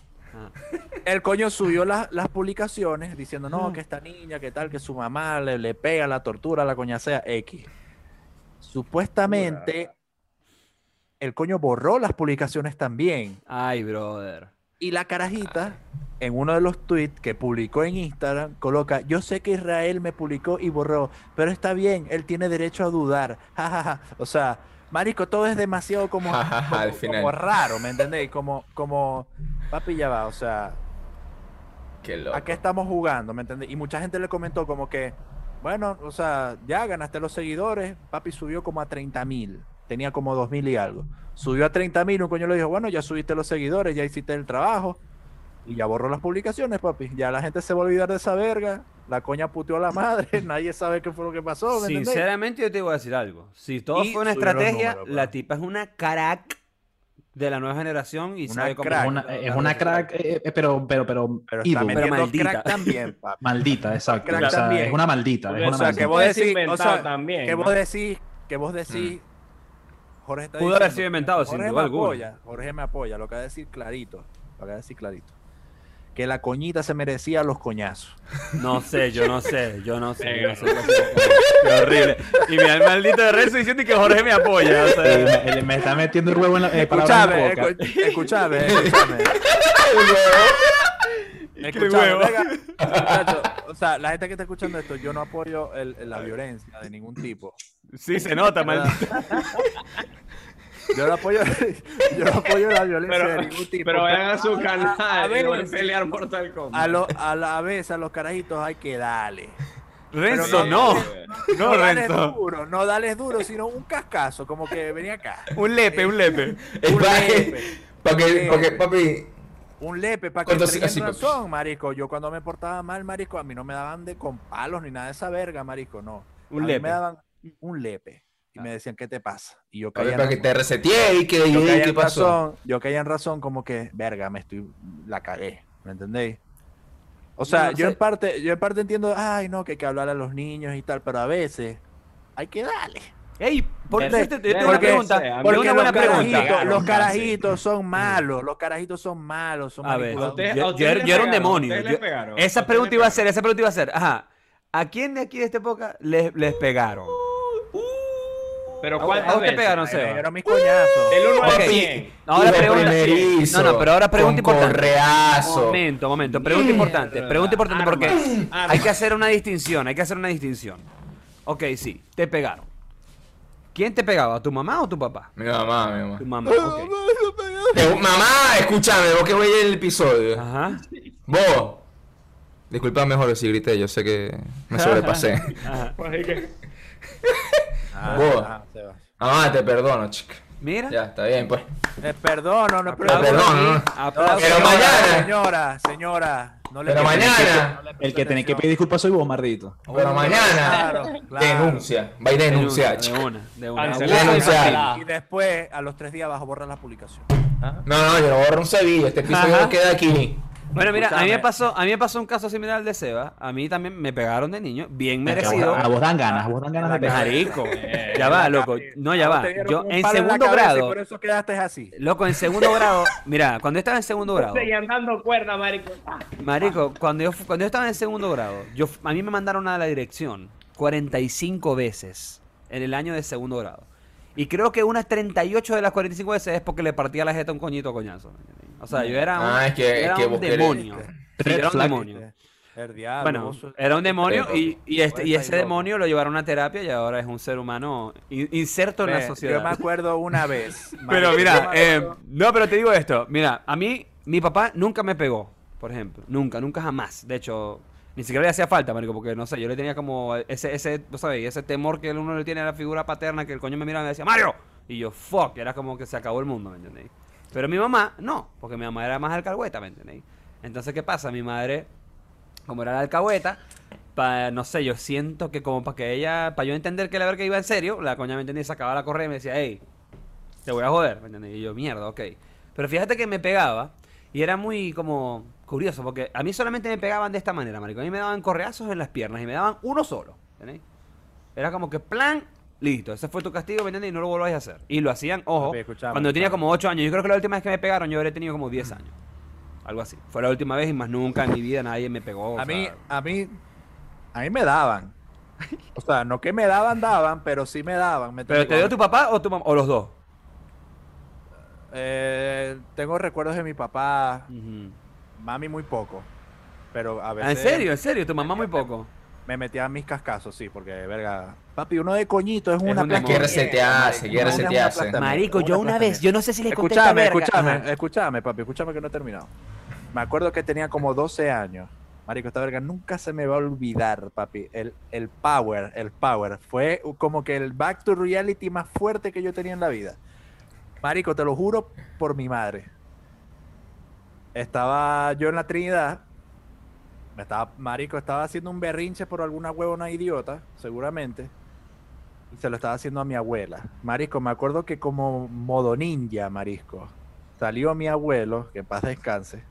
Speaker 5: el coño subió las, las publicaciones diciendo,
Speaker 4: Mm.
Speaker 5: no, que esta niña, que tal, que su mamá le, le pega, la tortura, la coña sea X. Supuestamente, el coño borró las publicaciones también.
Speaker 2: Ay, brother.
Speaker 5: Y la carajita, en uno de los tweets que publicó en Instagram, coloca, yo sé que Israel me publicó y borró, pero está bien, él tiene derecho a dudar. Ja, ja, ja". O sea, marico, todo es demasiado como,
Speaker 4: Ja, ja, ja,
Speaker 5: como-
Speaker 4: al final.
Speaker 5: como raro, ¿me entendéis? Como, como, papi, ya va, o sea,
Speaker 4: Qué
Speaker 5: ¿A
Speaker 4: loco.
Speaker 5: qué estamos jugando? ¿Me entiendes? Y mucha gente le comentó como que, bueno, o sea, ya ganaste los seguidores, papi subió como a 30 mil, tenía como 2 mil y algo. Subió a 30 mil, un coño le dijo, bueno, ya subiste los seguidores, ya hiciste el trabajo y ya borró las publicaciones, papi. Ya la gente se va a olvidar de esa verga, la coña puteó a la madre, nadie sabe qué fue lo que pasó, ¿me entendéis?
Speaker 2: Sinceramente, yo te voy a decir algo. Si todo
Speaker 5: Y
Speaker 2: fue una
Speaker 5: subieron los
Speaker 2: estrategia,
Speaker 5: números,
Speaker 2: la
Speaker 5: bro.
Speaker 2: tipa es una crack de la nueva generación y
Speaker 5: Una
Speaker 2: sabe cómo.
Speaker 5: crack.
Speaker 3: Es una, es una crack, eh, eh, pero, pero, pero,
Speaker 5: Pero está
Speaker 3: ídolo.
Speaker 5: metiendo
Speaker 2: maldita.
Speaker 5: crack también, papi.
Speaker 3: Maldita, exacto.
Speaker 5: Crack
Speaker 3: O sea,
Speaker 5: también.
Speaker 3: es una maldita.
Speaker 1: Porque
Speaker 3: Es una
Speaker 5: O sea, que
Speaker 3: maldita.
Speaker 5: vos
Speaker 1: Es
Speaker 5: decís, o
Speaker 1: inventado
Speaker 5: sea,
Speaker 1: también,
Speaker 5: que
Speaker 1: ¿no?
Speaker 5: vos decís, que vos decís, Jorge está
Speaker 2: Mm. Pudo haber
Speaker 5: diciendo,
Speaker 2: sido inventado, sin
Speaker 5: Jorge
Speaker 2: duda
Speaker 5: me
Speaker 2: alguna.
Speaker 5: apoya, Jorge me apoya, lo que va a decir clarito, lo que va a decir clarito. Que la coñita se merecía los coñazos.
Speaker 2: No sé, yo no sé, yo no sé. yo no sé.
Speaker 7: Qué horrible. Y mira el maldito de Renzo diciendo que Jorge me apoya. O
Speaker 3: Eh,
Speaker 7: sea,
Speaker 3: me- eh, me está metiendo el huevo en la. eh, palabras en la
Speaker 5: Escuchame,
Speaker 3: boca.
Speaker 5: escu- escuchame, escuchame. Escuchame,
Speaker 7: huevo.
Speaker 5: venga, muchacho, o sea, la gente que está escuchando esto, yo no apoyo el- la violencia de ningún tipo.
Speaker 7: sí, se nota, maldito.
Speaker 5: Yo no apoyo, yo no apoyo la violencia
Speaker 1: Pero,
Speaker 5: de ningún tipo.
Speaker 1: pero vayan a su canal
Speaker 5: a
Speaker 1: y van a
Speaker 5: ver,
Speaker 1: pelear por tal cosa.
Speaker 5: A, lo- a la vez, a los carajitos hay que darle.
Speaker 7: Renzo,
Speaker 5: Pero
Speaker 7: no.
Speaker 5: no,
Speaker 7: No,
Speaker 5: dales
Speaker 7: Renzo.
Speaker 5: duro, no dales duro, sino un cascazo, como que venía acá.
Speaker 7: Un lepe, un lepe.
Speaker 4: Es
Speaker 5: Un
Speaker 4: para
Speaker 5: lepe,
Speaker 4: que, para que, pa' que- papi,
Speaker 5: un lepe para que
Speaker 4: Cuando sí-
Speaker 5: tengan
Speaker 4: así, papi.
Speaker 5: razón, marico. Yo cuando me portaba mal, marico, a mí no me daban de con palos ni nada de esa verga, marico, no.
Speaker 2: Un
Speaker 5: a mí
Speaker 2: lepe. Ah.
Speaker 5: me daban un lepe y me decían, "¿Qué te pasa?" Y yo
Speaker 4: papi,
Speaker 5: caía en
Speaker 4: para que
Speaker 5: razón.
Speaker 4: te reseteé y que,
Speaker 5: yo
Speaker 4: y-
Speaker 5: caía
Speaker 4: ¿qué
Speaker 5: en
Speaker 4: pasó?
Speaker 5: razón, yo caía en razón como que, verga, me estoy, la cagué, ¿me entendéis? O sea,
Speaker 2: No,
Speaker 5: yo
Speaker 2: sí.
Speaker 5: en parte, yo en parte entiendo, ay, no, que hay que hablar a los niños y tal, pero a veces hay que darle.
Speaker 2: Ey, ¿por qué
Speaker 1: Porque-
Speaker 2: te- te- te-
Speaker 1: porque-
Speaker 2: una pregunta?
Speaker 1: porque
Speaker 2: Tengo una buena
Speaker 5: los
Speaker 2: pregunta.
Speaker 5: carajitos, los
Speaker 1: Llegaron,
Speaker 5: carajitos son malos, los carajitos son malos, son
Speaker 2: Mm. A ver,
Speaker 1: ¿A
Speaker 5: manipuladores.
Speaker 1: usted-
Speaker 2: yo,
Speaker 1: a
Speaker 2: yo
Speaker 1: usted
Speaker 2: era
Speaker 1: le
Speaker 2: yo era un
Speaker 1: pegaron?
Speaker 2: demonio.
Speaker 1: ¿Ustedes le
Speaker 2: yo-
Speaker 1: pegaron? ¿A
Speaker 2: esa
Speaker 1: usted
Speaker 2: pregunta
Speaker 1: le
Speaker 2: iba a
Speaker 1: pegaron?
Speaker 2: ser, esa pregunta iba a ser. Ajá, ¿a quién de aquí de esta época les, les pegaron?
Speaker 1: Pero
Speaker 8: ¿A
Speaker 1: ¿cuántas
Speaker 8: vos te
Speaker 1: veces?
Speaker 8: pega, no
Speaker 5: Ay, me
Speaker 8: sé?
Speaker 5: dieron mis coñazos.
Speaker 1: Del 1
Speaker 4: Ok.
Speaker 1: al 100.
Speaker 2: Ahora
Speaker 4: Hijo
Speaker 2: pregunta.
Speaker 4: primerizo,
Speaker 2: No, no, pero ahora pregunta
Speaker 4: con
Speaker 2: importante.
Speaker 4: Correazo.
Speaker 2: Momento, momento. Pregunta importante. Pregunta importante porque
Speaker 1: Armas.
Speaker 2: hay que hacer una distinción. Hay que hacer una distinción. Ok, sí, te pegaron. ¿Quién te pegaba? ¿Tu mamá o tu papá?
Speaker 4: Mi mamá, mi mamá.
Speaker 2: Tu mamá. ok.
Speaker 4: Eh, mamá, escúchame, vos que voy el episodio.
Speaker 2: Ajá.
Speaker 4: Vos. Disculpa mejor si grité, yo sé que me sobrepasé.
Speaker 1: Marica.
Speaker 5: Ah,
Speaker 4: Vos.
Speaker 5: ajá, se va.
Speaker 4: Mamá, te perdono, chica.
Speaker 2: Mira.
Speaker 4: Ya, está bien, pues.
Speaker 5: Eh, perdono,
Speaker 2: Ah,
Speaker 5: no, pero...
Speaker 4: Te perdono.
Speaker 2: Aplausos.
Speaker 4: Pero
Speaker 5: señora,
Speaker 4: mañana.
Speaker 5: Señora, señora. No le
Speaker 4: Pero
Speaker 5: preste
Speaker 4: mañana.
Speaker 5: atención.
Speaker 3: El que tenés que pedir disculpas soy vos, mardito.
Speaker 4: Pero mañana.
Speaker 5: Claro, claro.
Speaker 4: Denuncia. Va a denunciar,
Speaker 2: De
Speaker 4: chica.
Speaker 2: una, de una.
Speaker 1: Cancel.
Speaker 2: Abuso
Speaker 4: Denunciar.
Speaker 2: infantil.
Speaker 5: Y después, a los tres días, vas a borrar la publicación.
Speaker 4: No, no, yo no borro un Sevilla. Este
Speaker 2: Ajá.
Speaker 4: episodio queda aquí.
Speaker 2: Bueno, mira, a mí, me
Speaker 5: Escúchame.
Speaker 2: pasó, a mí me pasó un caso similar al de Seba. A mí también me pegaron de niño, bien merecido.
Speaker 3: A vos dan ganas, a vos dan ganas de pegar.
Speaker 2: Marico, ya va, Ah, loco. No, ya
Speaker 5: Eh, A vos
Speaker 2: va.
Speaker 5: te dieron
Speaker 2: Yo
Speaker 5: un
Speaker 2: en
Speaker 5: palo la
Speaker 2: segundo
Speaker 5: cabeza y
Speaker 2: grado,
Speaker 5: Por eso quedaste así.
Speaker 2: loco, en segundo grado, mira, cuando yo estaba en segundo grado,
Speaker 1: Seguían dando cuerda, marico.
Speaker 2: marico, cuando yo, fu- cuando yo estaba en segundo grado, yo, a mí me mandaron a la dirección 45 veces en el año de segundo grado. Y creo que unas 38 de las 45 veces es porque le partía la jeta a un coñito coñazo. ¿me entiendes? O sea, yo era un,
Speaker 4: Ah, es que-
Speaker 2: era
Speaker 4: es que
Speaker 2: un
Speaker 4: vos querés-
Speaker 2: demonio. Sí, yo era un
Speaker 3: flag.
Speaker 2: demonio.
Speaker 5: El diablo.
Speaker 2: Bueno,
Speaker 5: vos sos-
Speaker 2: era un demonio y, y este, y ese
Speaker 5: 42.
Speaker 2: demonio lo llevaron a terapia y ahora es un ser humano in- inserto en
Speaker 5: Ve,
Speaker 2: la sociedad.
Speaker 5: Yo me acuerdo una vez.
Speaker 2: Pero
Speaker 5: marico, yo
Speaker 2: mira,
Speaker 5: me
Speaker 2: eh,
Speaker 5: acuerdo-
Speaker 2: no, pero te digo esto. Mira, a mí, mi papá nunca me pegó, por ejemplo. Nunca, nunca jamás. De hecho, ni siquiera le hacía falta, marico, porque no sé, yo le tenía como ese, ese, ¿vos sabéis? Ese temor que uno le tiene a la figura paterna que el coño me miraba y me decía, ¡Mario! Y yo, fuck, era como que se acabó el mundo, ¿me entendéis? Pero mi mamá, no, porque mi mamá era más alcahueta, ¿me entendéis? Entonces, ¿qué pasa? Mi madre, como era la alcahueta, pa- no sé, yo siento que como para que ella, para yo entender que la verga iba en serio, la coña me entendía, sacaba la correa y me decía, hey, te voy a joder, ¿me entiendes? Y yo, mierda, ok. Pero fíjate que me pegaba y era muy como curioso, porque a mí solamente me pegaban de esta manera, marico. A mí me daban correazos en las piernas y me daban uno solo, ¿entendéis? Era como que plan, listo, ese fue tu castigo, ¿me entiendes? Y no lo volváis a hacer. Y lo hacían, ojo,
Speaker 5: Papi, escuchame,
Speaker 2: cuando tenía
Speaker 5: escuchame.
Speaker 2: como 8 años. Yo creo que la última vez que me pegaron yo habré tenido como 10 años. Algo así. Fue la última vez y más nunca en mi vida nadie me pegó. o
Speaker 5: A mí,
Speaker 2: sea,
Speaker 5: a mí, a mí me daban. O sea, no que me daban, daban, pero sí me daban. ¿me
Speaker 2: ¿Pero te dio
Speaker 5: entendés?
Speaker 2: tu papá o tu mamá? O los dos.
Speaker 5: Eh, tengo recuerdos de mi papá,
Speaker 2: Ujú.
Speaker 5: mami muy poco. Pero a
Speaker 2: Ah,
Speaker 5: veces.
Speaker 2: ¿En serio? ¿En serio? ¿Tu mamá muy poco?
Speaker 5: Me metía a mis cascazos, sí, porque, verga. Papi, uno de coñito es una
Speaker 2: un
Speaker 5: plasta-
Speaker 2: demonio.
Speaker 4: Quiere setearse, quiere
Speaker 5: Uno es una
Speaker 4: setearse.
Speaker 5: plasta-
Speaker 2: Marico, yo una vez, yo no sé si le conté esta
Speaker 5: Escúchame,
Speaker 2: verga.
Speaker 5: escúchame,
Speaker 2: Ajá.
Speaker 5: escúchame, papi, escúchame que no he terminado. Me acuerdo que tenía como 12 años. Marico, esta verga nunca se me va a olvidar, papi. El, el power, el power. Fue como que el back to reality más fuerte que yo tenía en la vida. Marico, te lo juro por mi madre. Estaba yo en la Trinidad. Me estaba, marico, estaba haciendo un berrinche por alguna huevona idiota, seguramente. Y se lo estaba haciendo a mi abuela. Marisco, me acuerdo que como modo ninja, Marisco, salió mi abuelo, que en paz descanse,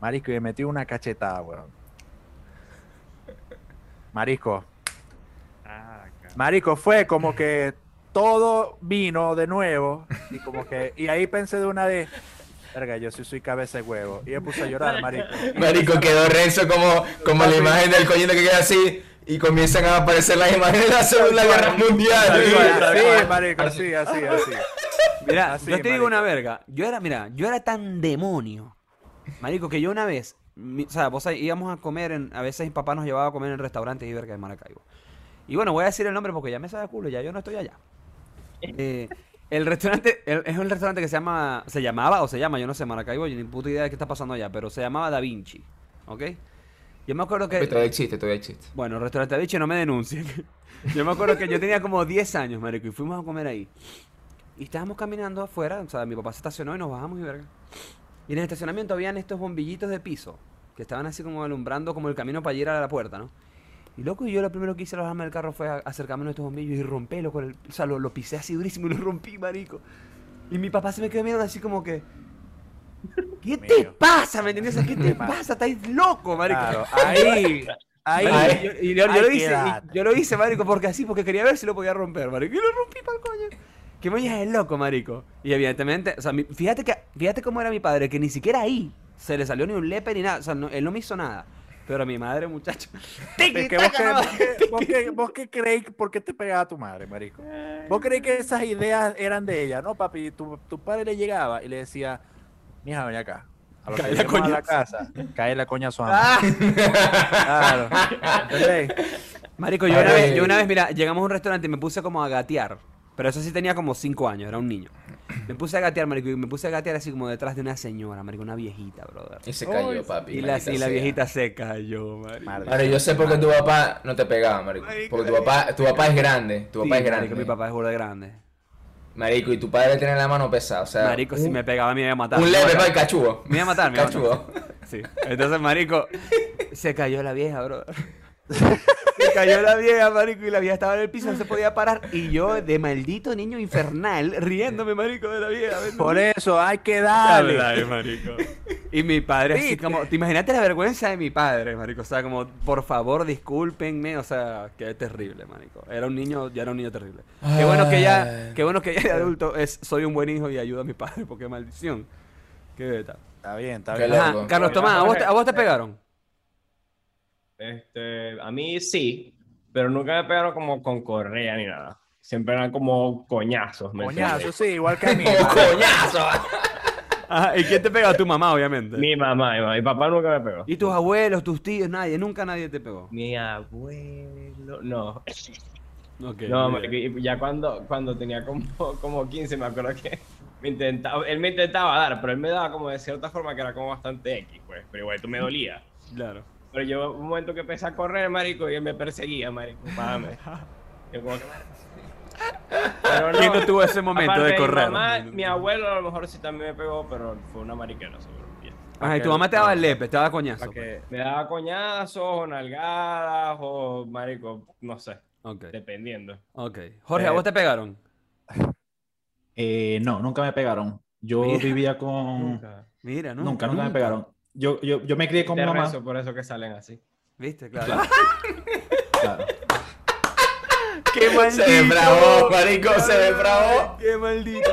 Speaker 5: Marisco, y me metió una cachetada, weón. Marisco. Marisco, fue como que todo vino de nuevo. Y como que, y ahí pensé de una vez, verga, yo sí soy cabeza de huevo. Y me puse a llorar, Marisco.
Speaker 4: Marico, quedó Renzo como, como la imagen del coñito que queda así y comienzan a aparecer las imágenes de la Segunda Guerra
Speaker 5: Así,
Speaker 4: Mundial.
Speaker 5: así, Marico, así, así, así.
Speaker 2: Mira,
Speaker 5: Así,
Speaker 2: yo te digo
Speaker 5: marico.
Speaker 2: una verga. Yo era, mira, yo era tan demonio. Marico, que yo una vez, mi- o sea, vos sabés, íbamos a comer, en- a veces mi papá nos llevaba a comer en restaurantes y verga de Maracaibo. Y bueno, voy a decir el nombre porque ya me sabe a culo, ya yo no estoy allá. Eh, el restaurante, el- es un restaurante que se llama, se llamaba o se llama, yo no sé, Maracaibo, yo ni puta idea de qué está pasando allá, pero se llamaba Da Vinci, ¿ok? Yo me acuerdo que...
Speaker 4: Todavía existe, todavía existe.
Speaker 2: Bueno, restaurante bicho, no me denuncien. Yo me acuerdo que yo tenía como 10 años, marico, y fuimos a comer ahí. Y estábamos caminando afuera, o sea, mi papá se estacionó y nos bajamos y verga. Y en el estacionamiento habían estos bombillitos de piso, que estaban así como alumbrando como el camino para ir a la puerta, ¿no? Y loco, y yo lo primero que hice al bajarme del carro fue a- acercarme a uno de estos bombillos y romperlo con el... O sea, lo, lo pisé así durísimo y lo rompí, marico. Y mi papá se me quedó mirando así como que... ¿Qué te
Speaker 5: Mío.
Speaker 2: pasa? ¿Me entiendes? ¿Qué te pasa? Estás loco, marico.
Speaker 5: Claro, ahí, ahí.
Speaker 2: Ay, yo- y yo, yo
Speaker 5: hay
Speaker 2: lo
Speaker 5: que
Speaker 2: hice,
Speaker 5: dar.
Speaker 2: y yo lo hice, marico, porque así, porque quería ver si lo podía romper, marico. Y lo rompí pa'l coño. Que me es loco, marico. Y evidentemente, o sea, mi- fíjate que, fíjate cómo era mi padre, que ni siquiera ahí se le salió ni un lepe ni nada. O sea, no- él no me hizo nada. Pero mi madre, muchacho.
Speaker 5: Es que vos, que, vos, que, vos que creéis, ¿por qué te pegaba a tu madre, marico? Vos creéis que esas ideas eran de ella, ¿no, papi? Tu, tu padre le llegaba y le decía, mija, ven acá. A lo que
Speaker 2: Cae la
Speaker 5: lleguemos a la casa, cae la coña a su ama".
Speaker 2: Ah.
Speaker 5: Claro. ¿Entendéis?
Speaker 2: Marico, yo una,
Speaker 4: Ay.
Speaker 2: vez, yo una vez, mira, llegamos a un restaurante y me puse como a gatear. Pero eso sí tenía como 5 años, era un niño. Me puse a gatear, marico, y me puse a gatear así como detrás de una señora, marico, una viejita, brother.
Speaker 4: Y se cayó, papi.
Speaker 2: Y la,
Speaker 4: maldita
Speaker 2: y la
Speaker 4: sea.
Speaker 2: viejita se cayó, marico.
Speaker 5: Madre.
Speaker 4: Ahora, yo sé por qué tu papá no te pegaba, marico. Porque tu papá, tu papá es grande. Tu
Speaker 2: Sí,
Speaker 4: papá es
Speaker 2: Marico, mi
Speaker 4: grande.
Speaker 2: papá es burda de grande.
Speaker 4: Marico, y tu padre tiene la mano pesada. O sea,
Speaker 2: marico, si me pegaba me iba a matar.
Speaker 4: un
Speaker 2: Me iba a
Speaker 4: leve para el
Speaker 2: matar.
Speaker 4: cachugo.
Speaker 2: Me iba a matar, me iba a matar.
Speaker 4: Cachugo.
Speaker 2: Sí. Entonces, marico, se cayó la vieja, bro. Se cayó la vieja, marico, y la vieja estaba en el piso, no se podía parar. Y yo, de maldito niño infernal, riéndome, marico, de la vieja. ¿ves?
Speaker 5: Por eso hay que darle.
Speaker 2: eh,
Speaker 9: marico.
Speaker 2: Y mi padre, así
Speaker 5: ¿Viste?
Speaker 2: como, te imaginaste la vergüenza de mi padre, marico. O sea, como, por favor, discúlpenme. O sea, qué terrible, marico. Era un niño, ya era un niño terrible. Qué bueno que ya,
Speaker 4: Ay.
Speaker 2: qué bueno que ya de adulto es, soy un buen hijo y ayudo a mi padre, porque maldición. Qué beta.
Speaker 5: Está bien, está
Speaker 4: Qué
Speaker 5: bien.
Speaker 4: loco.
Speaker 2: Ajá, Carlos Tomás, ¿a vos te, a vos te pegaron?
Speaker 1: Este, a mí sí, pero nunca me pegaron como con correa ni nada. Siempre eran como coñazos. ¿me
Speaker 5: Coñazo,
Speaker 1: entiendes?
Speaker 5: sí, igual que a mí.
Speaker 4: ¡Oh, coñazo!
Speaker 2: Ajá, ¿y quién te pegó? Tu mamá, obviamente.
Speaker 1: Mi mamá, mi mamá, mi papá nunca me pegó.
Speaker 2: Y tus abuelos, tus tíos, nadie, nunca nadie te pegó.
Speaker 1: Mi abuelo, no.
Speaker 2: Ok,
Speaker 1: No,
Speaker 2: muy bien.
Speaker 1: marico, y ya cuando, cuando tenía como, como 15, me acuerdo que me intentaba, él me intentaba dar, pero él me daba como de cierta forma que era como bastante X, pues, pero igual tú me dolía.
Speaker 2: Claro.
Speaker 1: Pero yo un momento que empecé a correr, marico, y él me perseguía, marico, págame. Yo como que... Pero
Speaker 2: ¿Quién no tuvo ese momento
Speaker 1: Aparte,
Speaker 2: de correr?
Speaker 1: Mi, mamá, mi abuelo a lo mejor sí también me pegó, pero fue una mariquera, seguro. ya.
Speaker 2: Ajá, y tu mamá te daba el lepe, te daba coñazo. pues.
Speaker 1: Me daba coñazos, o nalgadas, o marico, no sé,
Speaker 2: Ok,
Speaker 1: dependiendo.
Speaker 2: ok. Jorge, ¿a vos te pegaron?
Speaker 3: Eh, no, nunca me pegaron. Yo
Speaker 2: Mira.
Speaker 3: vivía con... Nunca,
Speaker 2: Mira, ¿no?
Speaker 3: nunca, me pegaron. Yo, yo, yo me crié con mi
Speaker 1: Te
Speaker 3: mamá.
Speaker 1: rezo por eso que salen así.
Speaker 2: ¿Viste? Claro.
Speaker 3: Claro.
Speaker 2: ¡Qué maldito!
Speaker 4: Se desbravó, marico, se desbravó.
Speaker 2: ¡Qué maldito!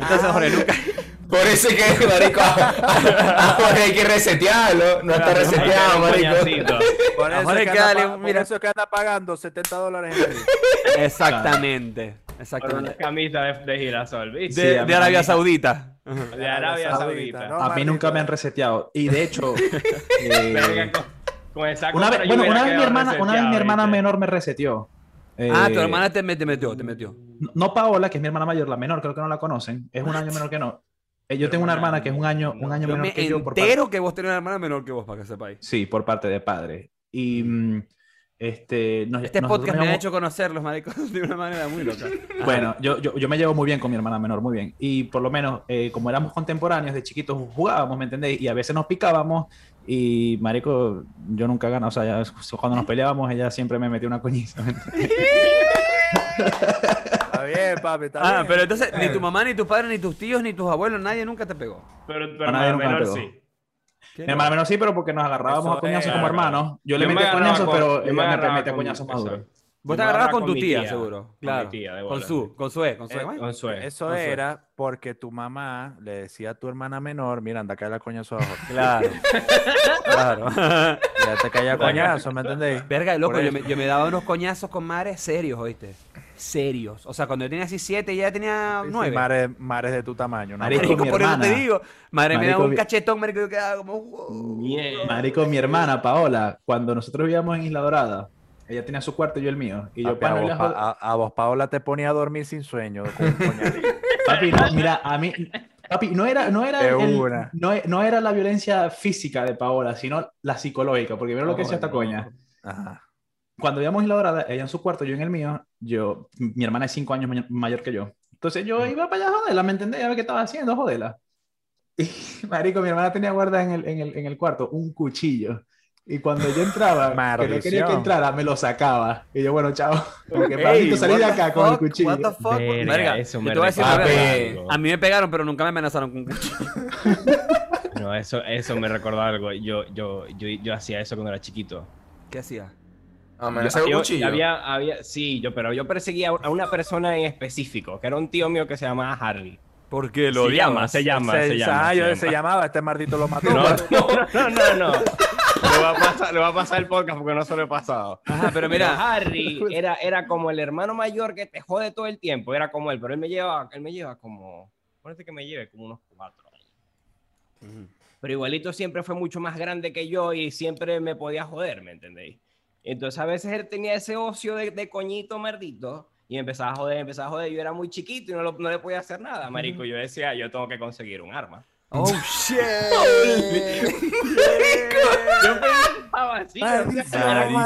Speaker 2: Entonces, Jorge, nunca...
Speaker 4: Por eso es que, marico, a- a- ahora hay que resetearlo. No está reseteado, marico.
Speaker 1: Coñacito.
Speaker 5: Por
Speaker 2: Ahora
Speaker 5: eso, es
Speaker 2: hay
Speaker 5: que
Speaker 2: que
Speaker 5: anda
Speaker 2: darle
Speaker 5: pa-
Speaker 2: un-
Speaker 5: por
Speaker 2: mira.
Speaker 5: eso es que anda pagando 70 dólares en el
Speaker 2: Exactamente.
Speaker 1: Por una
Speaker 2: Exactamente.
Speaker 1: camisa de, de girasol,
Speaker 2: De,
Speaker 1: ¿viste?
Speaker 3: Sí, a mí
Speaker 2: de Arabia
Speaker 3: también.
Speaker 2: Saudita.
Speaker 1: De, Arabia Saudita.
Speaker 5: ¿no?
Speaker 3: A mí
Speaker 5: Maldito.
Speaker 3: nunca me han reseteado. Y de hecho, eh,
Speaker 1: Verga, con, con esa
Speaker 3: una
Speaker 1: contra
Speaker 3: vez,
Speaker 1: yo
Speaker 3: bueno,
Speaker 1: hubiera
Speaker 3: una vez mi
Speaker 1: quedado
Speaker 3: hermana, una vez mi
Speaker 1: reseteado,
Speaker 3: hermana
Speaker 1: ¿viste?
Speaker 3: menor me reseteó.
Speaker 2: Ah, tu
Speaker 3: Eh,
Speaker 2: hermana te, met- te metió, te metió.
Speaker 3: No Paola, que es mi hermana mayor, la menor, creo que no la conocen. Es un año menor que no. Eh, yo tengo una hermana que es un año, un año
Speaker 2: Yo
Speaker 3: menor
Speaker 2: me
Speaker 3: que yo por parte.
Speaker 2: entero que vos tenés una hermana menor que vos, para que sepáis.
Speaker 3: Sí, por parte de padre. Y mm, este, nos-
Speaker 2: Este
Speaker 3: nosotros
Speaker 2: podcast
Speaker 3: nos
Speaker 2: me ha
Speaker 3: llamamos-
Speaker 2: hecho conocerlos, maricos, de una manera muy loca.
Speaker 3: Bueno, yo, yo, yo me llevo muy bien con mi hermana menor, muy bien. Y por lo menos, eh, como éramos contemporáneos de chiquitos, jugábamos, ¿me entendéis? Y a veces nos picábamos. Y marico, yo nunca ganaba. O sea, ya- cuando nos peleábamos, ella siempre me metía una coñiza. ¿me entendéis?
Speaker 5: Está bien, papi, está
Speaker 2: Ah,
Speaker 5: bien.
Speaker 2: pero entonces ni tu mamá, ni tus padres, ni tus tíos, ni tus abuelos, nadie nunca te pegó.
Speaker 1: Pero tu
Speaker 3: A nadie
Speaker 1: hermana
Speaker 3: nunca me
Speaker 1: menor
Speaker 3: pegó.
Speaker 1: sí.
Speaker 3: Mi hermana menor sí, pero porque nos agarrábamos
Speaker 5: Eso
Speaker 3: a coñazos
Speaker 5: es,
Speaker 3: como
Speaker 1: claro.
Speaker 3: hermanos. Yo le
Speaker 1: me
Speaker 3: metía
Speaker 1: agarraba
Speaker 3: coñazos,
Speaker 1: con-
Speaker 3: pero
Speaker 1: yo me
Speaker 3: ella me
Speaker 1: agarraba
Speaker 3: metía
Speaker 1: con-
Speaker 3: coñazos más duros.
Speaker 1: exacto. Yo
Speaker 2: Vos te
Speaker 1: me
Speaker 2: agarrabas
Speaker 1: agarraba
Speaker 2: con tu
Speaker 1: mi
Speaker 2: tía, seguro.
Speaker 1: Con
Speaker 2: Claro.
Speaker 1: mi tía, de
Speaker 2: Con
Speaker 1: bola.
Speaker 2: su, con su E, con su E.
Speaker 1: Eh,
Speaker 2: ¿cómo
Speaker 1: Con
Speaker 2: es?
Speaker 1: su E.
Speaker 5: Eso
Speaker 2: No sé.
Speaker 5: era porque tu mamá le decía a tu hermana menor, mira, anda, cae la coñazo abajo.
Speaker 2: Claro. claro.
Speaker 5: Ya te caía coñazo, ¿me entendéis?
Speaker 2: Verga, loco,
Speaker 5: Por
Speaker 2: yo
Speaker 5: eso.
Speaker 2: me, yo me daba unos coñazos con mares serios, ¿oíste? Serios. O sea, cuando yo tenía así siete, ella tenía
Speaker 5: Sí,
Speaker 2: nueve.
Speaker 5: Mares, mares de tu tamaño, ¿no?
Speaker 3: Marico,
Speaker 2: Marico,
Speaker 3: mi
Speaker 2: por eso te
Speaker 3: hermana.
Speaker 2: digo. Madre, me
Speaker 3: Marico,
Speaker 2: daba un
Speaker 3: mi-
Speaker 2: cachetón, marico, yo quedaba como... "Wow".
Speaker 1: Mierda.
Speaker 3: Marico, mi hermana Paola, cuando nosotros vivíamos en Isla Dorada, ella tenía su cuarto y yo el mío. Y yo,
Speaker 5: Papi, a,
Speaker 3: para no
Speaker 5: vos,
Speaker 3: irla a joder-
Speaker 5: Pa- a- a vos, Paola, te ponía a dormir sin sueño. con un coñazo.
Speaker 3: Papi, no, mira, a mí, papi, no era, no era,
Speaker 5: De
Speaker 3: el-
Speaker 5: una.
Speaker 3: no, e- no era la violencia física de Paola, sino la psicológica, porque vieron lo que hacía esta coña.
Speaker 5: Ajá.
Speaker 3: Cuando íbamos a la dorada, ella en su cuarto, yo en el mío, yo, mi hermana es cinco años ma- mayor que yo. Entonces yo iba para allá a joderla, ¿me entendés? A ver qué estaba haciendo, joderla. Y, marico, mi hermana tenía guardada en el, en el, en el cuarto un cuchillo. Y cuando yo entraba, que no quería
Speaker 5: Maldición.
Speaker 3: que entrara, me lo sacaba. Y yo, bueno, chao. Porque
Speaker 2: Ey,
Speaker 3: papito, salí
Speaker 2: what
Speaker 3: de
Speaker 2: the
Speaker 3: acá con el
Speaker 2: fuck,
Speaker 3: cuchillo.
Speaker 2: What the fuck?
Speaker 1: Verga,
Speaker 2: Verga,
Speaker 1: eso
Speaker 2: yo
Speaker 1: me
Speaker 2: te voy a decir la
Speaker 1: recuerda
Speaker 2: verdad.
Speaker 1: algo.
Speaker 2: A mí me pegaron, pero nunca me amenazaron con cuchillo.
Speaker 1: No, eso, eso me recordaba algo. Yo, yo, yo, yo hacía eso cuando era chiquito.
Speaker 2: ¿Qué hacía?
Speaker 4: Amenaza
Speaker 1: Yo-
Speaker 4: con
Speaker 1: yo-
Speaker 4: cuchillo.
Speaker 1: Había, había, sí, yo, pero yo perseguía a una persona en específico, que era un tío mío que se llamaba Harry.
Speaker 2: Porque
Speaker 1: Se llama, se llama, se,
Speaker 5: Se-
Speaker 1: llama.
Speaker 5: ah,
Speaker 1: se
Speaker 5: yo-
Speaker 1: llama.
Speaker 5: pues. se llamaba, este martito lo mató.
Speaker 1: No, no, no, no, no. Lo va, a pasar, lo va a pasar el podcast porque no se lo he pasado.
Speaker 2: Ajá, pero mira.
Speaker 1: Mira, Harry era, era como el hermano mayor que te jode todo el tiempo, era como él, pero él me lleva, él me lleva como, parece que me lleve como unos cuatro años. Pero igualito siempre fue mucho más grande que yo y siempre me podía joder, ¿me entendéis? Entonces a veces él tenía ese ocio de, de coñito merdito y empezaba a joder, empezaba a joder. Yo era muy chiquito y no, lo- no le podía hacer nada, marico. Yo decía, yo tengo que conseguir un arma.
Speaker 2: Oh shit.
Speaker 1: Yo pensaba así.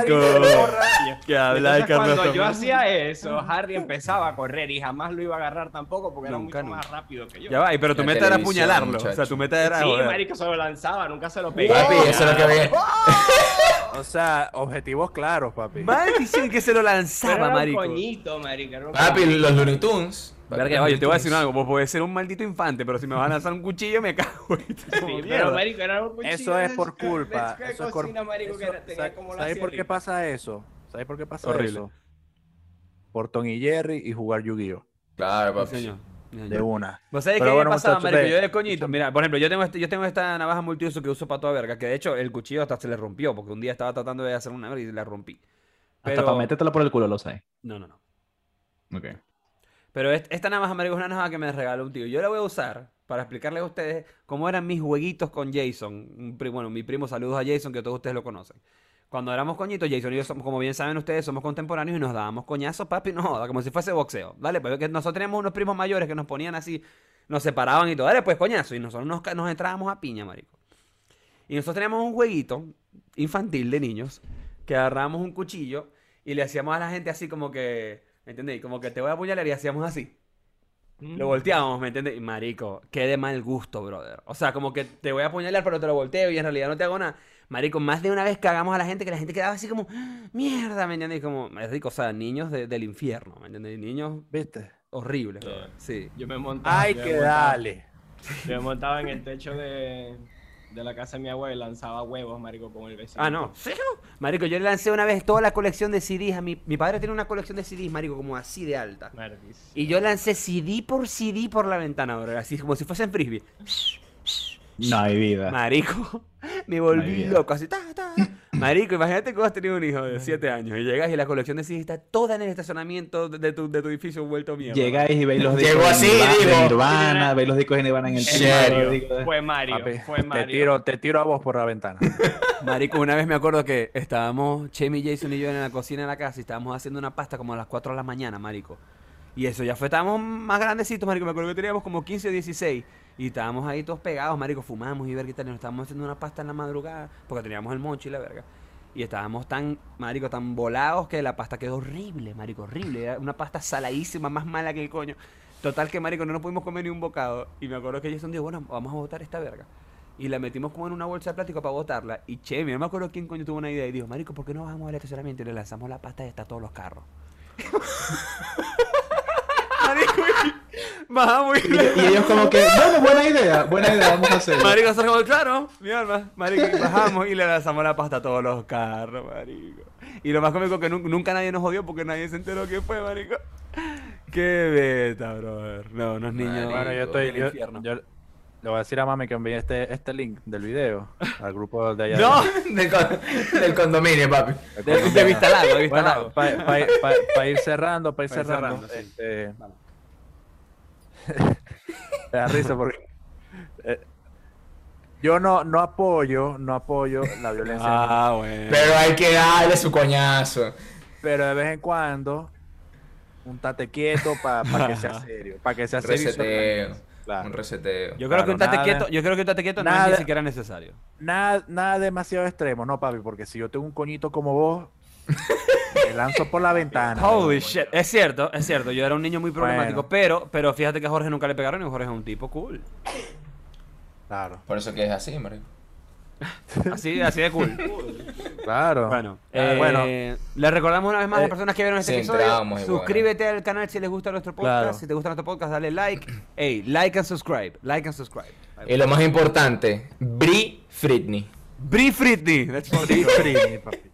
Speaker 1: yo decía,
Speaker 10: Que habla de
Speaker 1: Entonces,
Speaker 10: Carlos
Speaker 1: cuando yo
Speaker 10: Tomás.
Speaker 1: hacía eso, Harry empezaba a correr y jamás lo iba a agarrar tampoco porque
Speaker 2: Nunca,
Speaker 1: era mucho
Speaker 2: nunca.
Speaker 1: más rápido que yo.
Speaker 10: Ya va, y pero tu
Speaker 4: La
Speaker 10: meta era
Speaker 4: televisión,
Speaker 10: apuñalarlo. O sea,
Speaker 4: muchacho.
Speaker 10: tu meta era.
Speaker 1: sí,
Speaker 10: joder.
Speaker 1: marico, se lo lanzaba, nunca se lo pegaba.
Speaker 4: Papi, eso es lo que ve.
Speaker 5: O sea, objetivos claros, papi.
Speaker 2: Maldición que se lo
Speaker 1: Pero era
Speaker 2: lanzaba,
Speaker 1: un
Speaker 2: marico.
Speaker 1: coñito, marico. era un
Speaker 4: Papi,
Speaker 1: coñito.
Speaker 4: los Looney Tunes.
Speaker 2: Verga, oye, te voy a decir algo. Vos podés ser un maldito infante, pero si me van a lanzar un cuchillo, me cago.
Speaker 1: Sí, pero, marico, era un cuchillo
Speaker 5: Eso es
Speaker 1: de-
Speaker 5: por culpa.
Speaker 1: de- de
Speaker 5: Eso es por-
Speaker 1: cocina, marico, que
Speaker 5: eso-
Speaker 1: era- tenía
Speaker 5: ¿sabe-
Speaker 1: como la
Speaker 5: ¿Sabes por qué
Speaker 1: sierra.
Speaker 5: pasa eso? ¿Sabes por qué pasa
Speaker 10: Horrible.
Speaker 5: eso? Por Tom y Jerry y jugar Yu-Gi-Oh!
Speaker 4: Claro,
Speaker 2: Sí,
Speaker 4: papi.
Speaker 2: señor. Sí, señor.
Speaker 5: De una.
Speaker 2: ¿Vos sabés
Speaker 5: Pero
Speaker 2: qué
Speaker 5: bueno,
Speaker 2: pasaba,
Speaker 5: muchachos,
Speaker 2: marico?
Speaker 5: ve,
Speaker 2: Yo de coñito. Mira, por ejemplo, yo tengo, este- yo tengo esta navaja multiuso que uso para toda verga, que de hecho el cuchillo hasta se le rompió, porque un día estaba tratando de hacer una verga y la rompí. Pero...
Speaker 3: Hasta para métetelo por el culo, lo sabes.
Speaker 2: No, no, no.
Speaker 3: Ok.
Speaker 2: Pero est- esta navaja, marico, es una navaja que me regaló un tío. Yo la voy a usar para explicarles a ustedes cómo eran mis jueguitos con Jason. Un pri- bueno, mi primo, saludos a Jason, que todos ustedes lo conocen. Cuando éramos coñitos, Jason y yo, somos- como bien saben ustedes, somos contemporáneos y nos dábamos coñazos, papi, no joda, como si fuese boxeo. Dale, pues que nosotros teníamos unos primos mayores que nos ponían así, nos separaban y todo. Dale, pues coñazo. Y nosotros nos, ca- nos entrábamos a piña, marico. Y nosotros teníamos un jueguito infantil de niños que agarrábamos un cuchillo y le hacíamos a la gente así como que, ¿me entendéis? Como que te voy a apuñalar y hacíamos así. Lo volteábamos, ¿me entiendes? Y marico, qué de mal gusto, brother. O sea, como que te voy a apuñalar, pero te lo volteo y en realidad no te hago nada. Marico, más de una vez cagamos a la gente que la gente quedaba así como, "Ah, mierda, ¿me entiendes? Y como, es rico, o sea, niños de- del infierno, ¿me entiendes? Niños
Speaker 5: ¿Viste?
Speaker 2: horribles, brother. Sí.
Speaker 1: Yo me
Speaker 2: Ah,
Speaker 1: montaba.
Speaker 5: Ay,
Speaker 1: yo
Speaker 5: que
Speaker 1: me montaba-
Speaker 5: dale.
Speaker 1: Yo me montaba en el techo de, de la casa de mi abuela y lanzaba huevos, marico, con el vecino.
Speaker 2: Ah, no. ¿Sí? Marico, yo le lancé una vez toda la colección de CDs a mi... Mi padre tiene una colección de CDs, marico, como así de alta.
Speaker 1: Merdis.
Speaker 2: Y yo lancé CD por CD por la ventana, brother. Así como si fuesen frisbee.
Speaker 3: No hay vida.
Speaker 2: Marico, me volví
Speaker 3: vida.
Speaker 2: loco, así, ta, ta, ta. Marico, imagínate que has tenido un hijo de 7 años y llegas y la colección de CD está toda en el estacionamiento de tu, de tu edificio vuelto mierda.
Speaker 3: Llegáis y veis los
Speaker 4: Llegó
Speaker 3: discos de
Speaker 4: así,
Speaker 3: Nirva-
Speaker 4: digo.
Speaker 3: de Nirvana, veis los discos de Nirvana en el
Speaker 4: ¿En
Speaker 3: techo,
Speaker 4: serio?
Speaker 3: los discos de-
Speaker 1: Fue Mario,
Speaker 5: Papi,
Speaker 1: fue Mario.
Speaker 5: te tiro, te tiro a vos por la ventana.
Speaker 2: Marico, una vez me acuerdo que estábamos Chemi, Jason y yo en la cocina de la casa y estábamos haciendo una pasta como a las 4 de la mañana, marico. Y eso, ya fue, estábamos más grandecitos, marico. Me acuerdo que teníamos como 15 o 16 y estábamos ahí todos pegados, marico. Fumamos y ver qué tal. y Nos estábamos haciendo una pasta en la madrugada porque teníamos el moncho y la verga. Y estábamos tan, marico, tan volados que la pasta quedó horrible, marico, horrible. Era una pasta saladísima, más mala que el coño. Total que, marico, no nos pudimos comer ni un bocado. Y me acuerdo que Jason dijo, bueno, vamos a botar esta verga. Y la metimos como en una bolsa de plástico para botarla. Y che, no me acuerdo quién coño tuvo una idea. Y dijo, marico, ¿por qué no bajamos al estacionamiento y le lanzamos la pasta y está a todos los carros? marico, y- bajamos y...
Speaker 3: Y ellos como que, bueno, buena idea, buena idea, vamos a hacerlo.
Speaker 2: Marico, nosotros como, claro, mi alma. Marico, y bajamos y le lanzamos la pasta a todos los carros, marico. Y lo más cómico es que nun- nunca nadie nos jodió porque nadie se enteró que fue, marico. Qué beta, brother. No, unos niños.
Speaker 4: Marico.
Speaker 5: Bueno, yo estoy.
Speaker 2: del
Speaker 5: Yo,
Speaker 2: infierno.
Speaker 5: yo le voy a decir a mami que envíe este, este link del video al grupo de allá. de-
Speaker 2: No,
Speaker 4: Del, con- del condominio, papi.
Speaker 2: de, de vista largo, de vista largo.
Speaker 5: Bueno, para ir cerrando, para ir
Speaker 2: Pa' ir cerrando,
Speaker 5: cerrando.
Speaker 2: sí.
Speaker 5: este,
Speaker 2: Vale.
Speaker 5: me da risa porque. eh, yo no, no apoyo, no apoyo la violencia.
Speaker 2: Ah, bueno.
Speaker 4: Pero hay que darle su coñazo.
Speaker 5: Pero de vez en cuando, un tate quieto para que sea serio. Para que sea serio. y se
Speaker 4: Reseteo.
Speaker 5: organice. Claro.
Speaker 4: Un reseteo.
Speaker 2: Yo creo
Speaker 5: Claro,
Speaker 2: que un tate
Speaker 5: nada.
Speaker 2: quieto, yo creo que un tate quieto no es
Speaker 5: Nada.
Speaker 2: ni siquiera necesario.
Speaker 5: Nada, nada demasiado extremo, no, papi, porque si yo tengo un coñito como vos, me lanzo por la ventana.
Speaker 2: Holy shit, es cierto, es cierto, yo era un niño muy problemático,
Speaker 5: Bueno.
Speaker 2: pero pero fíjate que a Jorge nunca le pegaron y Jorge es un tipo cool.
Speaker 5: Claro,
Speaker 4: Por eso que es así, marico.
Speaker 2: Así, así de cool.
Speaker 5: claro.
Speaker 2: Bueno,
Speaker 5: Ah, bueno.
Speaker 2: eh, le recordamos una vez más a las
Speaker 5: Eh,
Speaker 2: personas que vieron este
Speaker 4: sí,
Speaker 2: episodio.
Speaker 4: entramos y bueno.
Speaker 2: Suscríbete al canal si les gusta nuestro podcast.
Speaker 5: Claro.
Speaker 2: Si te gusta nuestro podcast, dale like. Ey, like and subscribe. Like and subscribe.
Speaker 4: Y lo más importante, Bri Fritney.
Speaker 2: Brie Fritney. That's what they call it.
Speaker 5: Sí, papi.